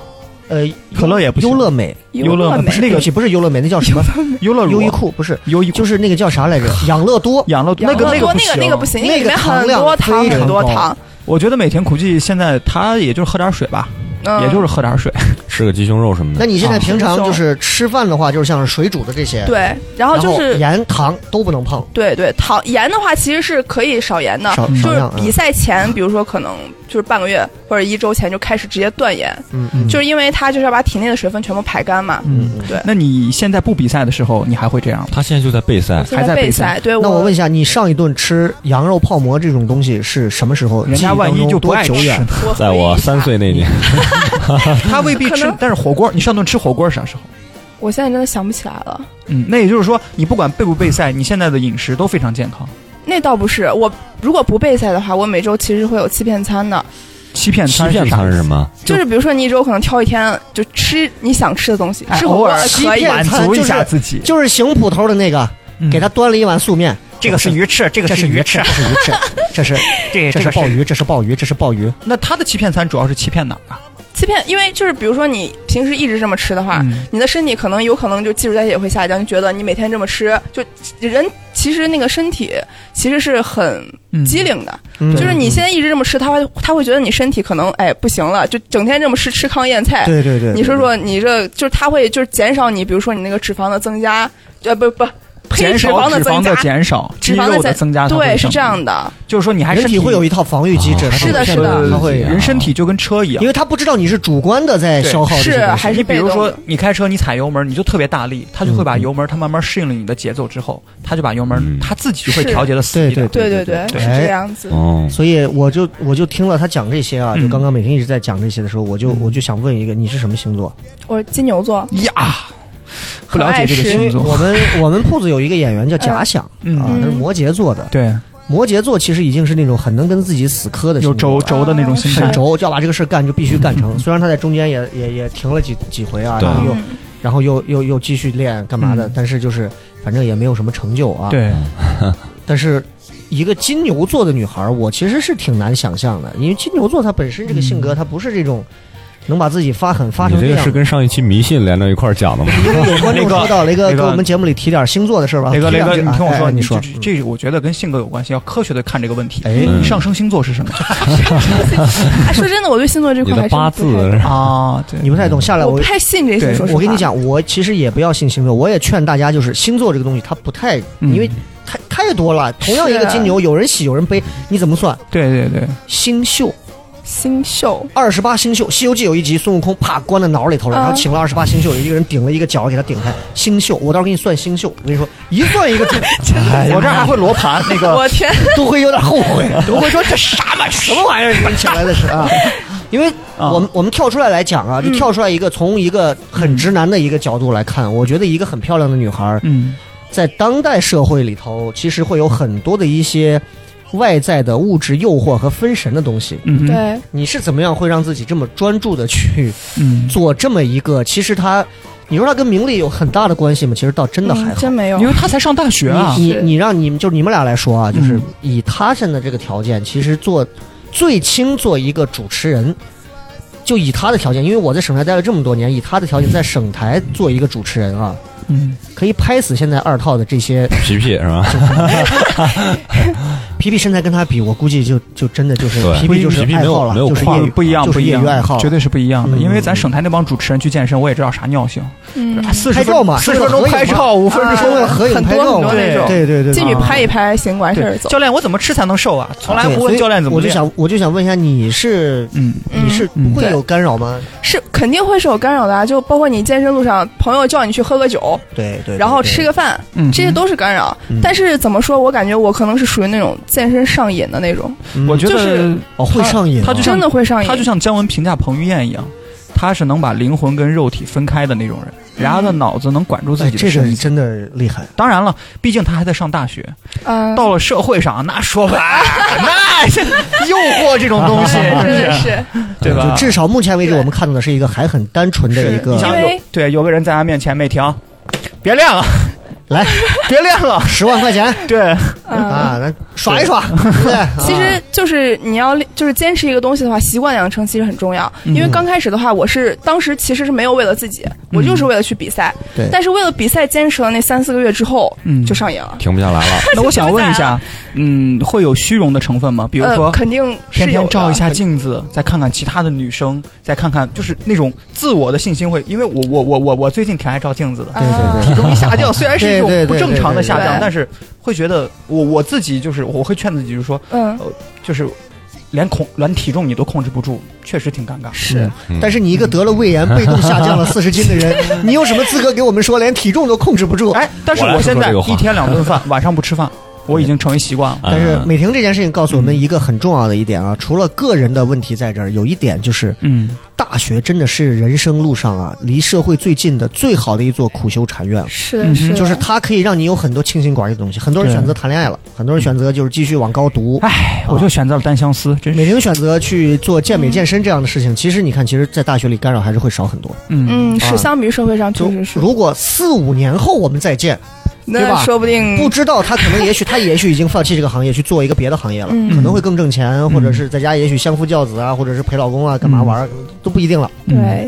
Speaker 1: 呃，
Speaker 3: 可乐也不行
Speaker 1: 优乐美，
Speaker 3: 优乐
Speaker 4: 美
Speaker 3: 不是那
Speaker 1: 对
Speaker 3: 个
Speaker 1: 不起，不是优乐美，那叫什么？
Speaker 3: 优乐乳、
Speaker 1: 优衣库不是，
Speaker 3: 优衣库
Speaker 1: 就是那个叫啥来着？养乐多。
Speaker 3: 养乐多
Speaker 4: 养
Speaker 3: 那
Speaker 4: 乐
Speaker 3: 个
Speaker 4: 多
Speaker 3: 那个不
Speaker 4: 那个
Speaker 3: 行
Speaker 4: 那个不行，
Speaker 1: 那
Speaker 4: 里
Speaker 1: 个
Speaker 4: 面
Speaker 1: 糖
Speaker 4: 很
Speaker 1: 量
Speaker 4: 多糖
Speaker 1: 非常
Speaker 4: 很多
Speaker 1: 高
Speaker 4: 糖，
Speaker 3: 我觉得每天估计现在他也就是喝点水吧，
Speaker 4: 嗯，
Speaker 3: 也就是喝点水。
Speaker 2: 吃个鸡胸肉什么
Speaker 1: 那
Speaker 2: 的，
Speaker 1: 你现在平常
Speaker 4: 啊
Speaker 1: 就是吃饭的话，就是像水煮的这些，，
Speaker 4: 对，然后
Speaker 1: 然
Speaker 4: 就
Speaker 1: 后
Speaker 4: 是
Speaker 1: 盐、糖都不能碰，
Speaker 4: 对对，糖盐的话其实是可以少盐的，
Speaker 1: 少
Speaker 3: 嗯
Speaker 1: 少
Speaker 4: 就是
Speaker 1: 量啊。
Speaker 4: 比赛前，比如说可能就是半个月或者一周前就开始直接断盐，
Speaker 1: 嗯嗯，
Speaker 4: 就是因为它就是要把体内的水分全部排干嘛。
Speaker 1: 嗯嗯。
Speaker 4: 对，
Speaker 3: 那你现在不比赛的时候，你还会这样吗？
Speaker 2: 他现在就在备赛，
Speaker 4: 现
Speaker 3: 还在
Speaker 4: 备
Speaker 3: 备
Speaker 4: 赛，对
Speaker 1: 那我问一下，你上一顿吃羊肉泡馍这种东西是什么时候？
Speaker 3: 人家万一就不
Speaker 1: 多
Speaker 3: 爱吃
Speaker 1: 久远？
Speaker 3: 呢，
Speaker 4: 我
Speaker 2: 在
Speaker 4: 回忆
Speaker 2: 我
Speaker 4: 一下
Speaker 2: 三，岁那年，
Speaker 3: 他未必
Speaker 4: 可
Speaker 3: 吃
Speaker 4: 能。
Speaker 3: 但是火锅，你上顿吃火锅是啥时候？
Speaker 4: 我现在真的想不起来了。
Speaker 3: 嗯，那也就是说，你不管备不备赛，你现在的饮食都非常健康。
Speaker 4: 那倒不是，我如果不备赛的话，我每周其实会有欺骗餐的，
Speaker 3: 欺骗
Speaker 2: 欺
Speaker 3: 餐
Speaker 2: 骗
Speaker 3: 啥
Speaker 2: 餐是
Speaker 3: 意思
Speaker 2: 什？么？
Speaker 4: 就是比如说你一周可能挑一天就吃你想吃的东西，
Speaker 3: 哎
Speaker 4: 吃火
Speaker 3: 偶
Speaker 4: 锅
Speaker 3: 尔
Speaker 4: 也可以
Speaker 1: 欺，骗
Speaker 3: 满足一下自己，
Speaker 1: 就是邢捕头的那个，给他端了一碗素面，
Speaker 3: 鱼翅，嗯这
Speaker 1: 这是鱼翅，这，是鱼翅，这是 [laughs]
Speaker 3: 这
Speaker 1: 这是鲍。鱼，这是鲍鱼，这是鲍鱼。
Speaker 3: 那他的欺骗餐主要是欺骗哪儿啊？
Speaker 4: 欺骗，因为就是比如说你平时一直这么吃的话，
Speaker 3: 嗯
Speaker 4: 你的身体可能有可能就基础代谢也会下降，就觉得你每天这么吃，就人其实那个身体其实是很
Speaker 3: 嗯
Speaker 4: 机灵的，
Speaker 1: 嗯
Speaker 4: 就是你现在一直这么吃，他会他会觉得你身体可能哎不行了，就整天这么吃吃糠咽菜。
Speaker 1: 对对对，
Speaker 4: 你说说你这就是他会就是减少你，比如说你那个脂肪的增加，呃不不。配
Speaker 3: 减
Speaker 4: 脂
Speaker 3: 少
Speaker 4: 肪
Speaker 3: 脂肪
Speaker 4: 增加
Speaker 3: 的，减少，
Speaker 4: 脂
Speaker 3: 肌
Speaker 4: 肪
Speaker 3: 肉
Speaker 4: 增
Speaker 3: 增加，
Speaker 4: 对，是这样
Speaker 3: 的。
Speaker 4: 的，
Speaker 3: 就是哦说你还
Speaker 1: 人
Speaker 3: 身
Speaker 1: 体会有一套防御机制，它
Speaker 4: 是的
Speaker 1: 会
Speaker 4: 是的
Speaker 1: 它会，
Speaker 3: 人身体就跟车一样
Speaker 1: 因。为他不知道你是主观的在消耗这些
Speaker 4: 是
Speaker 1: 东西
Speaker 4: 还是
Speaker 3: 你比
Speaker 4: 被
Speaker 3: 如
Speaker 4: 动
Speaker 3: 说
Speaker 4: 的，
Speaker 3: 你开车，你踩油门，你就特别大力，它就会把油门，它慢慢适应了你的节奏之后，它就把油门
Speaker 2: 嗯，
Speaker 3: 它自己就会
Speaker 4: 是
Speaker 3: 调节的死
Speaker 1: 对
Speaker 3: 一点。
Speaker 4: 对
Speaker 1: 对
Speaker 4: 对，
Speaker 1: 对
Speaker 4: 是
Speaker 1: 哎
Speaker 4: 这样子。
Speaker 2: 哦，
Speaker 1: 所以我就我就听了他讲这些啊，就
Speaker 3: 嗯
Speaker 1: 刚刚每天一直在讲这些的时候，我就我就想问一个，你是什么星
Speaker 3: [laughs]
Speaker 1: 座？
Speaker 4: 我金牛座，
Speaker 3: 呀，不了解这个
Speaker 4: 很爱吃
Speaker 3: 星
Speaker 1: 我
Speaker 3: 座，
Speaker 1: 们我们铺子有一个演员叫假想
Speaker 3: 嗯
Speaker 1: 啊，他是摩羯座的。
Speaker 3: 对，
Speaker 1: 摩羯座其实已经是那种很能跟自己死磕的
Speaker 3: 有
Speaker 1: 星座
Speaker 3: 轴嗯
Speaker 1: 了，
Speaker 3: 轴的那种星
Speaker 1: 很
Speaker 3: 座，
Speaker 1: 轴，就要把这个事儿干就必须干成。虽然他在中间也也也停了几几回啊，
Speaker 2: 对
Speaker 1: 然后又
Speaker 4: 嗯
Speaker 1: 然后又又又继续练干嘛的，
Speaker 3: 嗯
Speaker 1: 但是就是反正也没有什么成就啊。，
Speaker 3: 对，
Speaker 1: 但是一个金牛座的女孩儿，我其实是挺难想象的，因为金牛座她本身这个性格，她不是这种能把自己发狠发
Speaker 2: 你
Speaker 1: 成
Speaker 2: 这
Speaker 1: 样
Speaker 2: 个
Speaker 1: 的。
Speaker 2: 是跟上一期迷信连到一块儿讲的吗？
Speaker 1: 因为有观众
Speaker 3: 雷哥
Speaker 1: 说到雷哥
Speaker 3: 雷
Speaker 1: 给
Speaker 3: 哥
Speaker 1: 我们节目里提点星座的事儿吧，
Speaker 3: 雷哥，
Speaker 1: 提
Speaker 3: 雷
Speaker 1: 两
Speaker 3: 哥，
Speaker 1: 句
Speaker 3: 你
Speaker 1: 啊
Speaker 3: 听我
Speaker 1: 哎
Speaker 3: 说，
Speaker 1: 哎你
Speaker 3: 这
Speaker 1: 说，
Speaker 3: 这这个我觉得跟性格有关系，要科学的看这个问题。
Speaker 1: 哎
Speaker 3: 你上升星座是什么
Speaker 4: 哎，说真的，我对星座这
Speaker 2: 你
Speaker 4: 块还
Speaker 2: 的
Speaker 4: 是
Speaker 2: 八
Speaker 4: 不太
Speaker 2: 字
Speaker 3: 啊？对，
Speaker 1: 你不太懂，下来
Speaker 4: 我
Speaker 1: 我
Speaker 4: 不。太信这些，
Speaker 3: 对
Speaker 4: 说实话。
Speaker 1: 我跟你，讲，我其实也不要信星座，我也劝大家，就是星座这个东西，它不太，
Speaker 3: 嗯
Speaker 1: 因为太太多了。同样一个
Speaker 4: 是
Speaker 1: 金牛，有人喜有人悲，你怎么算？
Speaker 3: 对对对，
Speaker 1: 星宿
Speaker 4: 星宿
Speaker 1: 二十八星宿，《西游记》有一集，孙悟空啪关到脑里头了，
Speaker 4: 啊
Speaker 1: 然后请了二十八星宿，有一个人顶了一个角给他顶开。星宿，我到时候给你算星宿，我跟你说，一算一个准，哎
Speaker 3: 我这儿还会罗盘，那
Speaker 4: [laughs]
Speaker 3: 个
Speaker 4: 我天，
Speaker 1: 都会有点后悔，都会说这啥玩意儿，什么玩意儿，你请来的是啊？因为我们我们跳出来来讲啊，就跳出来一个从一个很直男的一个角度来看，我觉得一个很漂亮的女孩儿
Speaker 3: 嗯，
Speaker 1: 在当代社会里头，其实会有很多的一些外在的物质诱惑和分神的东西。
Speaker 3: 嗯，，
Speaker 4: 对，
Speaker 1: 你是怎么样会让自己这么专注的去
Speaker 3: 嗯，
Speaker 1: 做这么一个？其实它，你说它跟名利有很大的关系吗？其实倒真的还
Speaker 4: 嗯，
Speaker 1: 好。
Speaker 4: 真没有
Speaker 3: 因。为他才上大学啊，
Speaker 1: 你
Speaker 4: 是
Speaker 1: 你让你们就是你们俩来说啊，就是
Speaker 3: 嗯
Speaker 1: 以他现在这个条件，其实做最轻做一个主持人，就以他的条件，因为我在省台待了这么多年，以他的条件在省台做一个主持人啊，
Speaker 3: 嗯，
Speaker 1: 可以拍死现在二套的这些
Speaker 2: 皮皮是吧？
Speaker 1: 皮皮身材跟他比，我估计就就真的就是
Speaker 2: 对
Speaker 1: 皮皮就是
Speaker 2: 皮皮没
Speaker 1: 爱
Speaker 2: 有
Speaker 1: 好了，
Speaker 2: 没有
Speaker 1: 就是
Speaker 2: 跨
Speaker 1: 业
Speaker 2: 度
Speaker 1: 余
Speaker 3: 不一样，
Speaker 1: 就是
Speaker 3: 不一
Speaker 1: 业余
Speaker 3: 样
Speaker 1: 爱好，
Speaker 3: 绝对是不一样的。
Speaker 1: 嗯
Speaker 3: 因为咱省台那帮主持人去健身，我也知道啥尿性，
Speaker 4: 嗯，
Speaker 3: 四
Speaker 1: 拍
Speaker 3: 十
Speaker 1: 照
Speaker 3: 分
Speaker 1: 嘛
Speaker 3: 四
Speaker 1: 啊是
Speaker 3: 十
Speaker 1: 吧
Speaker 3: 分钟
Speaker 1: 合影嘛
Speaker 3: 拍
Speaker 1: 嗯
Speaker 3: 照，五分
Speaker 4: 啊
Speaker 3: 钟
Speaker 1: 是为了合影
Speaker 4: 很
Speaker 1: 拍
Speaker 4: 多
Speaker 1: 照
Speaker 4: 很
Speaker 1: 嘛
Speaker 4: 多那种
Speaker 1: 对对对，
Speaker 4: 进去
Speaker 1: 啊
Speaker 4: 拍一拍，行，完事儿走。
Speaker 3: 教练，我怎么吃才能瘦啊？从来
Speaker 1: 对
Speaker 3: 不
Speaker 1: 所
Speaker 3: 问
Speaker 1: 以
Speaker 3: 教练怎么
Speaker 1: 我就
Speaker 3: 练。
Speaker 1: 想我就想问一下，你是
Speaker 3: 嗯，
Speaker 4: 嗯
Speaker 1: 你是
Speaker 3: 嗯
Speaker 1: 会有干扰吗？
Speaker 4: 是肯定会是有干扰的啊，就包括你健身路上，朋友叫你去喝个酒，
Speaker 1: 对对对，
Speaker 4: 然后
Speaker 1: 对
Speaker 4: 吃个饭，
Speaker 3: 嗯
Speaker 4: 这些都是干扰。
Speaker 1: 嗯
Speaker 4: 但是怎么说，我感觉我可能是属于那种健身上瘾的那种，
Speaker 1: 嗯
Speaker 3: 我觉
Speaker 4: 就
Speaker 3: 得
Speaker 4: 是
Speaker 1: 哦会上瘾啊，
Speaker 3: 他就像
Speaker 4: 真的会上瘾。
Speaker 3: 他就像姜文评价彭于晏一样，他是能把灵魂跟肉体分开的那种人，然后他的脑子能管住
Speaker 1: 嗯
Speaker 3: 自
Speaker 1: 哎
Speaker 3: 己
Speaker 1: 这
Speaker 3: 的
Speaker 1: 个
Speaker 3: 身体。
Speaker 1: 真的厉害。
Speaker 3: 当然了，毕竟他还在上大学，
Speaker 4: 嗯，
Speaker 3: 到了社会上那
Speaker 1: [laughs]
Speaker 3: 说白了，那这诱惑这种东西，
Speaker 4: 真的
Speaker 3: 是
Speaker 4: 是，
Speaker 3: 对吧
Speaker 1: 就？至少目前为止，
Speaker 4: 对
Speaker 1: 我们看到的是一个还很单纯的一
Speaker 2: 嗯
Speaker 3: 你想
Speaker 1: 个，
Speaker 4: 因为
Speaker 3: 有对有个人在他面前没停，别练了，
Speaker 1: 来
Speaker 3: 别练了，
Speaker 1: 十万块钱
Speaker 3: 对，
Speaker 4: 嗯。
Speaker 1: 啊，咱耍一耍，对不对？啊
Speaker 4: 其实就是你要就是坚持一个东西的话，习惯养成其实很重要。因为刚开始的话，我是当时其实是没有为了自己，我就是为了去比赛。
Speaker 1: 对
Speaker 4: 但是为了比赛坚持了那三四个月之后，
Speaker 3: 嗯
Speaker 4: 就上瘾了。
Speaker 2: 停不下来
Speaker 4: [laughs]
Speaker 2: 了。
Speaker 3: [laughs] 那我想问一下，嗯，会有虚荣的成分吗？比如说
Speaker 4: 呃，肯定
Speaker 3: 天
Speaker 4: 是有
Speaker 3: 天照
Speaker 4: 的
Speaker 3: 一下镜子，再看看其他的女生，再看看就是那种自我的信心会，因为我我我我我最近挺爱照镜子的，
Speaker 4: 啊
Speaker 1: 对对
Speaker 3: 体
Speaker 1: 对，
Speaker 3: 重一 [laughs] 下降，虽然是
Speaker 1: 对对
Speaker 3: 一种
Speaker 1: 对
Speaker 3: 不正常的下降
Speaker 4: 对，
Speaker 3: 但是会觉得我我自己就是我会劝自己，就是说
Speaker 4: 嗯，
Speaker 3: 就是连控连体重你都控制不住，确实挺尴尬。
Speaker 1: 是
Speaker 2: 嗯。
Speaker 1: 但是你一个得了胃炎、被动下降了四十斤的人，你有什么资格给我们说连体重都控制不住？
Speaker 3: 哎，但是
Speaker 2: 我来
Speaker 3: 我现
Speaker 2: 说
Speaker 3: 在
Speaker 2: 这个话
Speaker 3: 一天两顿饭，晚上不吃饭，我已经成为习惯了。
Speaker 1: 但是
Speaker 2: 嗯
Speaker 1: 美婷这件事情告诉我们一个很重要的一点啊，除了个人的问题在这儿，有一点就是
Speaker 3: 嗯，
Speaker 1: 大学真的是人生路上啊，离社会最近的最好的一座苦修禅院了。啊
Speaker 4: 是
Speaker 3: 嗯
Speaker 4: 的，是的，
Speaker 1: 就是它可以让你有很多清心寡欲的东西。很多人
Speaker 3: 对
Speaker 1: 选择谈恋爱了，很多人选择就是继续往高读。
Speaker 3: 哎，我就选择了单相思，真
Speaker 1: 美
Speaker 3: 是，
Speaker 1: 玲选择去做健美健身这样的事情，其实你看，其实，在大学里干扰还是会少很多。
Speaker 3: 嗯，
Speaker 4: 嗯，
Speaker 1: 啊
Speaker 4: 是相比于社会上确
Speaker 1: 就
Speaker 4: 实是，
Speaker 1: 如果四五年后我们再见，对
Speaker 4: 那
Speaker 1: 吧
Speaker 4: 说不定
Speaker 1: 不知道他可能也许他也许已经放弃这个行业，去做一个别的行业了，
Speaker 4: 嗯嗯
Speaker 1: 可能会更挣钱，或者是在家也许相夫教子啊，或者是陪老公啊，干嘛玩儿都不一定了。
Speaker 4: 对，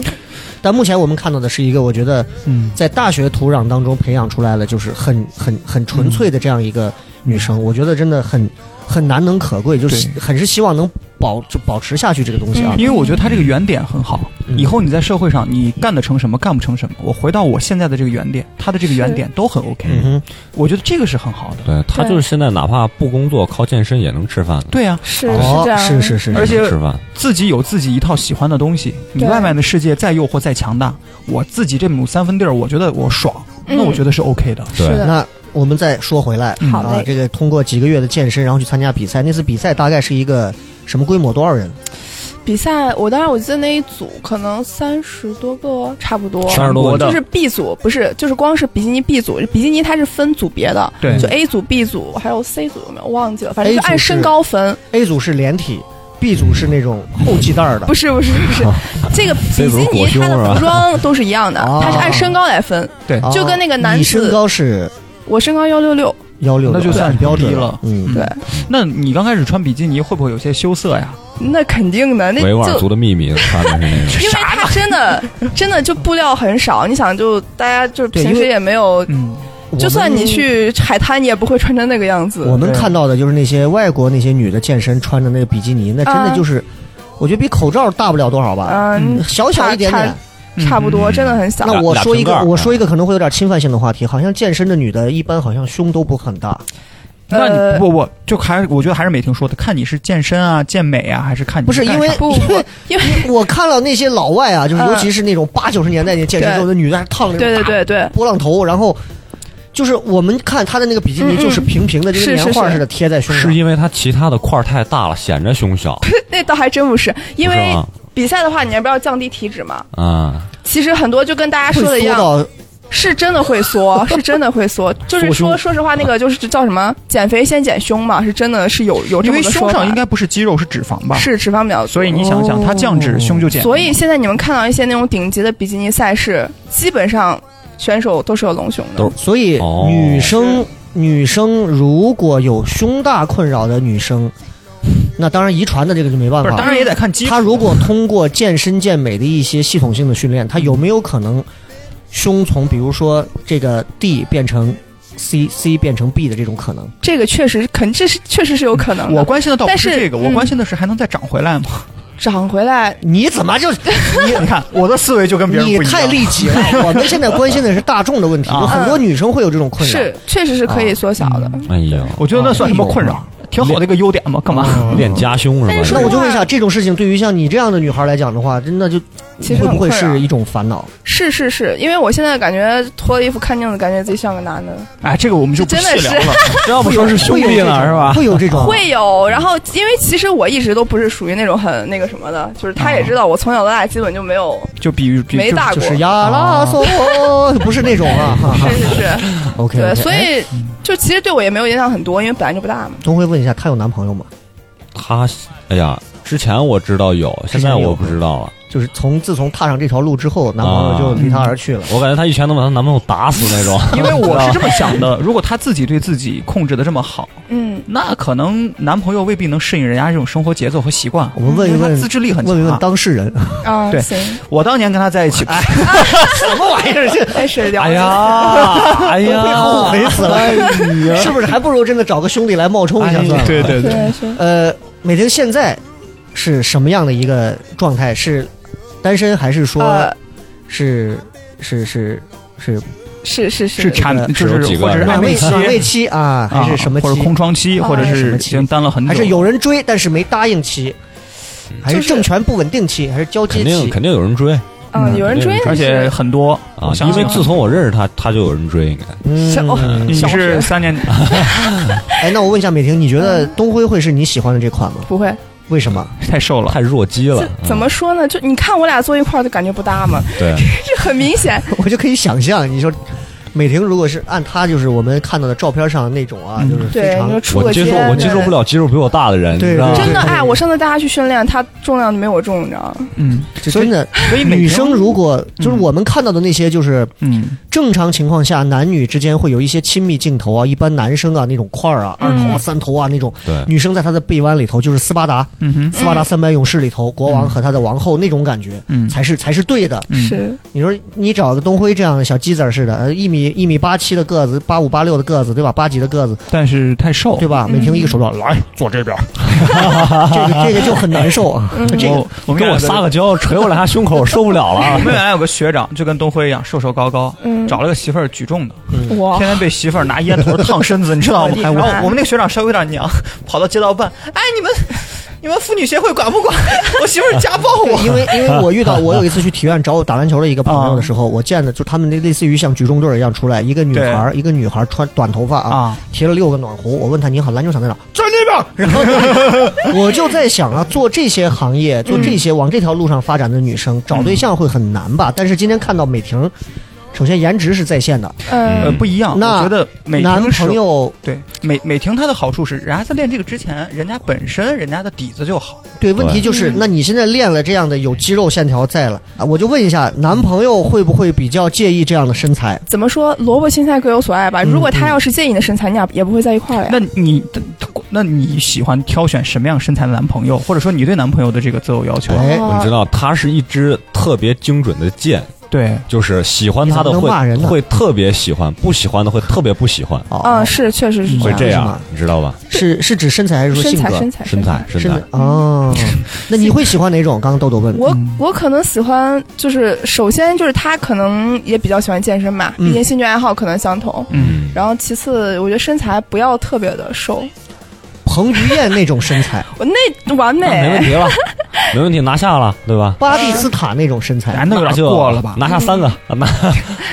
Speaker 1: 但目前我们看到的是一个，我觉得
Speaker 3: 嗯，
Speaker 1: 在大学土壤当中培养出来了，就是很很很纯粹的这样一个女生，我觉得真的很很难能可贵，就是
Speaker 3: 嗯对
Speaker 1: 很是希望能保就保持下去这个东西啊。
Speaker 4: 嗯
Speaker 3: 因为我觉得他这个原点很好，以后你在社会上你干得成什么，干不成什么，我回到我现在的这个原点，他的这个原点都很 OK，
Speaker 1: 嗯哼，
Speaker 3: 我觉得这个是很好的。
Speaker 2: 对他就是现在哪怕不工作，靠健身也能吃饭，
Speaker 3: 对呀、
Speaker 4: 是
Speaker 1: 哦
Speaker 4: 这，样，
Speaker 1: 是是是，
Speaker 3: 而且
Speaker 2: 也能吃饭，
Speaker 3: 自己有自己一套喜欢的东西，你
Speaker 4: 对
Speaker 3: 外面的世界再诱惑再强大，我自己这亩三分地儿，我觉得我爽，
Speaker 4: 嗯
Speaker 3: 那我觉得是 OK 的。
Speaker 4: 是
Speaker 2: 对
Speaker 4: 的，
Speaker 1: 那我们再说回来，
Speaker 4: 好
Speaker 1: 啊
Speaker 4: 嘞，
Speaker 1: 这个通过几个月的健身，然后去参加比赛，那次比赛大概是一个什么规模？多少人？
Speaker 4: 比赛，我当时我记得那一组可能三十多个，差不多。
Speaker 2: 30多个
Speaker 4: 就是 B 组，不是，就是光是比基尼 B 组，比基尼它是分组别的，
Speaker 3: 对
Speaker 4: 就 A 组、B 组，还有 C 组有没有忘记了？反正
Speaker 1: A
Speaker 4: 就
Speaker 1: 组
Speaker 4: 按身
Speaker 1: 是啊
Speaker 4: 高分，
Speaker 1: A 组是连体，B 组是那种
Speaker 3: 嗯
Speaker 1: 后系带儿的
Speaker 4: 不。是不是不是，这个比
Speaker 2: C 组
Speaker 4: 基
Speaker 2: 是
Speaker 4: 尼
Speaker 2: 裹胸
Speaker 4: 它
Speaker 2: 是
Speaker 4: 的
Speaker 2: 吧
Speaker 4: 服装都是一样的，
Speaker 1: 哦
Speaker 4: 它是按身高来分。
Speaker 3: 对，
Speaker 1: 啊
Speaker 4: 就跟那个男
Speaker 1: 你
Speaker 4: 子
Speaker 1: 身高是
Speaker 4: 我身高幺六六，
Speaker 1: 幺六，
Speaker 3: 那就算
Speaker 1: 很标准
Speaker 3: 低了
Speaker 1: 嗯，
Speaker 4: 对，
Speaker 3: 那你刚开始穿比基尼会不会有些羞涩呀？
Speaker 4: 那肯定的，那
Speaker 2: 维吾尔
Speaker 4: 就
Speaker 2: 族的秘密穿的是那个。
Speaker 4: [laughs] 因为它真的真的就布料很少，你想就大家就是
Speaker 1: 对
Speaker 4: 平
Speaker 1: 因
Speaker 4: 时
Speaker 1: 为
Speaker 4: 也没有，
Speaker 3: 嗯，
Speaker 1: 我
Speaker 4: 就算你
Speaker 1: 们。
Speaker 4: 去海滩，你也不会穿成那个样
Speaker 1: 我
Speaker 4: 子。
Speaker 1: 们
Speaker 3: 对
Speaker 1: 看到的就是那些外国那些女的健身穿着那个比基尼，那真的
Speaker 4: 啊
Speaker 1: 就是，我觉得比口罩大不了多少吧，
Speaker 4: 嗯，
Speaker 1: 小小一点点
Speaker 4: 差。差不
Speaker 3: 嗯
Speaker 4: 多，真的很小。
Speaker 1: 那我
Speaker 2: 俩
Speaker 1: 说一
Speaker 2: 俩瓶盖
Speaker 1: 个，
Speaker 4: 啊
Speaker 2: 儿
Speaker 1: 我说一个可能会有点侵犯性的话题，好像健身的女的，一般好像胸都不很大。
Speaker 3: 那你、
Speaker 4: 呃
Speaker 3: 不不就还是我觉得还是美婷说的，看你是健身啊、健美啊，还是看你
Speaker 1: 不是
Speaker 3: 干
Speaker 1: 因为
Speaker 3: 啥
Speaker 4: 不不
Speaker 1: [laughs]
Speaker 4: 不，因为
Speaker 1: 我看了那些老外啊，就是
Speaker 4: 嗯
Speaker 1: 尤其是那种八九十年代那健身时候的女的，还烫那
Speaker 4: 对
Speaker 1: 种
Speaker 4: 对
Speaker 1: 大
Speaker 4: 对对， [laughs]
Speaker 1: 波浪头，然后就是我们看她的那个比基尼
Speaker 4: 嗯嗯
Speaker 1: 就是平平的，就跟
Speaker 4: 是是
Speaker 1: 棉花
Speaker 4: 是
Speaker 1: 似的贴在胸上
Speaker 2: 是。因为他其他的块儿太大了，显着胸小，
Speaker 4: 那倒还真不是，因
Speaker 2: 不是
Speaker 4: 为
Speaker 2: 吗
Speaker 4: 比赛的话，你要不要降低体脂嘛？
Speaker 2: 啊，
Speaker 4: 其实很多就跟大家
Speaker 1: 会
Speaker 4: 说的一
Speaker 1: 缩
Speaker 4: 样，
Speaker 1: 到
Speaker 4: 是真的会
Speaker 3: [laughs]
Speaker 4: 缩，是真的会缩。就是
Speaker 2: 缩
Speaker 4: 说，
Speaker 2: 胸
Speaker 4: 说实话，那个就是叫什么“减肥先减胸”嘛，是真的是有有这
Speaker 3: 因
Speaker 4: 么
Speaker 3: 为
Speaker 4: 个
Speaker 3: 胸
Speaker 4: 说法
Speaker 3: 上应该不是肌肉是哦脂肪吧？，
Speaker 4: 是脂肪比较多，
Speaker 3: 所以你想想，它降脂胸就减。
Speaker 4: 所以现在你们看到一些那种顶级的比基尼赛事，基本上选手都是有隆胸的
Speaker 2: 都。
Speaker 1: 所以
Speaker 2: 哦
Speaker 1: 女生女生如果有胸大困扰的女生，那当然遗传的这个就没办
Speaker 3: 不是，嗯
Speaker 1: 法
Speaker 3: 当。然也得看肌。
Speaker 1: 她如果通过健身健美的一些系统性的训练，她有没有可能胸从比如说这个 D 变成 C，C 变成 B 的这种可能？
Speaker 4: 这个确实肯，这是确实是有可能
Speaker 3: 我
Speaker 4: 的。
Speaker 3: 关心的倒不
Speaker 4: 但是
Speaker 3: 这个，我
Speaker 4: 嗯
Speaker 3: 关心的是还能再长回来 [laughs] 吗？
Speaker 4: 长回来，
Speaker 1: 你怎
Speaker 3: [laughs]
Speaker 1: 么就
Speaker 3: 你看我的思维就跟别人
Speaker 1: 你
Speaker 3: 不一样。
Speaker 1: 太利己了？
Speaker 3: [laughs]
Speaker 1: 我们现在关心的是大众的问题，
Speaker 3: 啊
Speaker 1: 有很多女生会有这种困扰。
Speaker 4: 是确实是可以缩小的。
Speaker 2: 哎呀，
Speaker 3: 我觉得那算什么困扰？挺好的一个优点嘛，干嘛？
Speaker 1: 嗯
Speaker 2: 练夹胸
Speaker 4: 但
Speaker 2: 是
Speaker 4: 是
Speaker 1: 那
Speaker 2: 吧？
Speaker 1: 我就问一下，这种事情对于像你这样的女孩来讲的话，真的就
Speaker 4: 其实
Speaker 1: 会
Speaker 4: 很
Speaker 1: 不会
Speaker 4: 困扰
Speaker 1: 是一种烦恼？
Speaker 4: 是是是，因为我现在感觉脱了衣服看镜子，感觉自己像个男的。
Speaker 3: 哎，这个我们就不细聊了。
Speaker 2: 要哦不说是兄弟了是吧？
Speaker 1: 会有这种，
Speaker 4: 会有，然后因为其实我一直都不是属于那种很那个什么的，就是他也知道我从小到大基本就没有，
Speaker 3: 就比喻，比
Speaker 4: 没
Speaker 3: 就是
Speaker 4: 大
Speaker 1: 就
Speaker 4: 过，
Speaker 1: 是呀啦嗦，不是那种
Speaker 2: [laughs]
Speaker 1: 啊。哈哈
Speaker 4: 是是是，
Speaker 1: OK，
Speaker 4: 对，所以就其实对我也没有影响很多，因为本来就不大嘛。
Speaker 1: 总会问一下，她有男朋友吗？
Speaker 2: 他，哎呀，之前我知道有，现在我不知道了。
Speaker 1: 就是从自从踏上这条路之后，男朋友就离她而去了。
Speaker 2: 我感觉她一拳能把她男朋友打死那种。
Speaker 3: 因为我是这么想的，啊 [laughs] 如果她自己对自己控制的这么好，
Speaker 4: 嗯，
Speaker 3: 那可能男朋友未必能适应人家这种生活节奏和习惯。
Speaker 1: 我们问一
Speaker 3: 因为
Speaker 1: 问
Speaker 3: 她自，制力很强啊。
Speaker 1: 问一问当事人，
Speaker 4: 啊，
Speaker 3: 对
Speaker 4: 行，
Speaker 3: 我当年跟他在一起， [laughs]
Speaker 1: 什么玩意儿？这
Speaker 4: [laughs] 开始聊。
Speaker 2: 哎呀， [laughs] 哎
Speaker 1: 被后
Speaker 2: 呀，
Speaker 1: 悔死
Speaker 2: [laughs]
Speaker 1: 了，是不是？还不如真的找个兄弟来冒充一下
Speaker 3: 哎
Speaker 1: 算了。
Speaker 3: 对对 [laughs] 对，
Speaker 4: 对，是
Speaker 1: 呃，美婷现在是什么样的一个状态？是单身还是说
Speaker 4: 呃，
Speaker 1: 是是是是
Speaker 4: 是是
Speaker 3: 是产
Speaker 1: 这个
Speaker 3: 就是
Speaker 2: 是有几个
Speaker 3: 或者是
Speaker 2: 人
Speaker 3: 暧
Speaker 1: 暖
Speaker 3: 昧
Speaker 1: 胃
Speaker 3: 期，
Speaker 1: 暖胃期啊，还是什么
Speaker 3: 啊
Speaker 1: 期？
Speaker 3: 或者空窗期，
Speaker 4: 啊
Speaker 3: 或者
Speaker 1: 还是什
Speaker 3: 是
Speaker 1: 么
Speaker 3: 已
Speaker 1: 期
Speaker 3: 经单了很久，
Speaker 1: 还是有人追，但是没答应期，还是政权不稳定期，还是交接
Speaker 2: 肯定
Speaker 1: 期？
Speaker 2: 肯定有人追
Speaker 4: 嗯，
Speaker 3: 嗯
Speaker 4: 有人追，
Speaker 3: 而且很多
Speaker 2: 啊
Speaker 3: 我！想
Speaker 2: 因为
Speaker 3: 想
Speaker 2: 自从我认识她，她就有人追，应该
Speaker 4: 小
Speaker 1: 嗯，
Speaker 3: 你
Speaker 4: 小
Speaker 3: 是
Speaker 4: 学
Speaker 3: 三
Speaker 1: [laughs]
Speaker 3: 年，
Speaker 1: 哎，那我问一下美婷，你觉得东辉会是你喜欢的这款吗？ [laughs]
Speaker 4: 不会，
Speaker 1: 为什么？
Speaker 3: 太瘦了，
Speaker 2: 太弱鸡了
Speaker 4: 这。怎么说呢？就你看我俩坐一块儿，就感觉不搭嘛，
Speaker 2: 嗯
Speaker 4: [laughs]
Speaker 2: 对？
Speaker 4: 这很明显。
Speaker 1: 我就可以想象，你说美婷如果是按她就是我们看到的照片上那种啊，
Speaker 3: 嗯
Speaker 1: 就是非
Speaker 4: 对，你
Speaker 1: 常
Speaker 4: 说出
Speaker 2: 我
Speaker 4: 啊个
Speaker 2: 接
Speaker 4: 街，
Speaker 2: 受我接受不
Speaker 4: 了。
Speaker 2: 了肌肉比我大的人，你
Speaker 1: 对
Speaker 2: 知道吗？
Speaker 4: 真的
Speaker 1: 对
Speaker 4: 哎，我上次带他去训练，他重量没我重，你知道吗？
Speaker 3: 嗯，
Speaker 1: 就真的
Speaker 3: 所以每
Speaker 1: 女
Speaker 3: 天
Speaker 1: 生如果就是我们看到的那些，就是
Speaker 3: 嗯
Speaker 1: 正常情况下男女之间会有一些亲密镜头啊，一般男生啊那种块儿啊，二
Speaker 4: 嗯
Speaker 1: 头啊、三头啊那种，
Speaker 2: 对
Speaker 1: 女生在她的臂弯里头，就是斯巴达
Speaker 3: 嗯哼
Speaker 1: 斯巴达三百勇士里头，国王和他的王后那种感觉
Speaker 3: 嗯
Speaker 1: 才是才是对的。
Speaker 3: 嗯
Speaker 4: 是，
Speaker 1: 你说你找个东辉这样的小鸡子儿似的，呃一米米一米八七的个子，八五八六的个子，对吧？八几的个子，
Speaker 3: 但是太瘦
Speaker 1: 对。吧？每凭一个手段，嗯来坐这边， [laughs] 这个这个就很难受啊。这个
Speaker 3: 我我们
Speaker 2: 给
Speaker 3: 原来
Speaker 2: 我
Speaker 3: 有个
Speaker 2: 撒个娇，捶过来他胸口，我受不了了
Speaker 3: 我
Speaker 2: 啊。
Speaker 3: 们原来有个学长，就跟东辉一样，瘦瘦高高，
Speaker 4: 嗯
Speaker 3: 找了个媳妇儿举重的，
Speaker 1: 啊
Speaker 4: 哇
Speaker 3: 天，天被媳妇儿拿烟头烫身子，你知道吗？
Speaker 4: 我
Speaker 3: 然后我们那个学长稍微有点娘，跑到街道办，哎，你们你们妇女协会管不管？ [laughs] 我媳妇儿家暴
Speaker 1: 对
Speaker 3: 我。
Speaker 1: 因
Speaker 3: [laughs]
Speaker 1: 为因为我遇到我有一次去体院找我打篮球的一个朋友的时
Speaker 3: 啊
Speaker 1: 候，我见的就他们那类似于像举重队儿一样出来，一个女孩儿一个女孩儿穿短头发啊
Speaker 3: 啊，
Speaker 1: 提了六个暖壶。我问她你好，篮球场在
Speaker 3: [laughs]
Speaker 1: 哪？在那边。然后我就在想啊，做这些行业，做这些往这条路上发展的女生，找对象会很难吧？但是今天看到美婷，首先颜值是在线的，
Speaker 4: 嗯
Speaker 3: 呃，不一样，我
Speaker 1: 那
Speaker 3: 觉得美
Speaker 1: 男
Speaker 3: 婷是
Speaker 1: 朋友
Speaker 3: 对美美婷她的好处是，人家在练这个之前，人家本身人家的底子就好，
Speaker 1: 对，问题就是，那你现在练了这样的有肌肉线条在了啊，我就问一下，男朋友会不会比较介意这样的身材？
Speaker 4: 怎么说？萝卜青菜各有所爱吧。如果他要是介意你的身材，你俩也不会在一块儿呀。
Speaker 3: 那你那你喜欢挑选什么样身材的男朋友，或者说你对男朋友的这个择偶要求？啊
Speaker 1: 哎，
Speaker 4: [laughs] 哦
Speaker 2: 你知道，它是一支特别精准的箭，
Speaker 3: 对，
Speaker 2: 就是喜欢他的
Speaker 1: 你怎么
Speaker 2: 会
Speaker 1: 能骂人呢
Speaker 2: 会特别喜欢，不喜欢的会特别不喜欢，
Speaker 1: 哦
Speaker 4: 嗯，是确实是
Speaker 3: 嗯
Speaker 4: 这
Speaker 2: 会
Speaker 4: 样。
Speaker 2: 这
Speaker 1: 为什么
Speaker 2: 样，你知道吧？
Speaker 1: 是是指身材还是说
Speaker 4: 身
Speaker 1: 性
Speaker 4: 材，
Speaker 1: 格？
Speaker 4: 身材，
Speaker 2: 身材，身
Speaker 1: 身
Speaker 2: 材
Speaker 1: 材，哦，那你会喜欢哪种？刚刚豆豆问，
Speaker 4: 我我可能喜欢，就是首先就是他可能也比较喜欢健身嘛，
Speaker 1: 嗯
Speaker 4: 毕竟兴趣爱好可能相同。
Speaker 3: 嗯，
Speaker 4: 然后其次，我觉得身材不要特别的瘦，
Speaker 1: 彭于晏那种身
Speaker 4: [laughs]
Speaker 1: 材，
Speaker 4: 我那完
Speaker 2: 那啊没问
Speaker 4: 美。
Speaker 1: [laughs]
Speaker 2: 题了，没问题，拿下了，对吧？
Speaker 1: 巴蒂斯塔那种身材，
Speaker 3: 男的有
Speaker 2: 那
Speaker 3: 点
Speaker 2: 就
Speaker 3: 过了吧？
Speaker 2: 拿下三个，
Speaker 1: 嗯
Speaker 2: 拿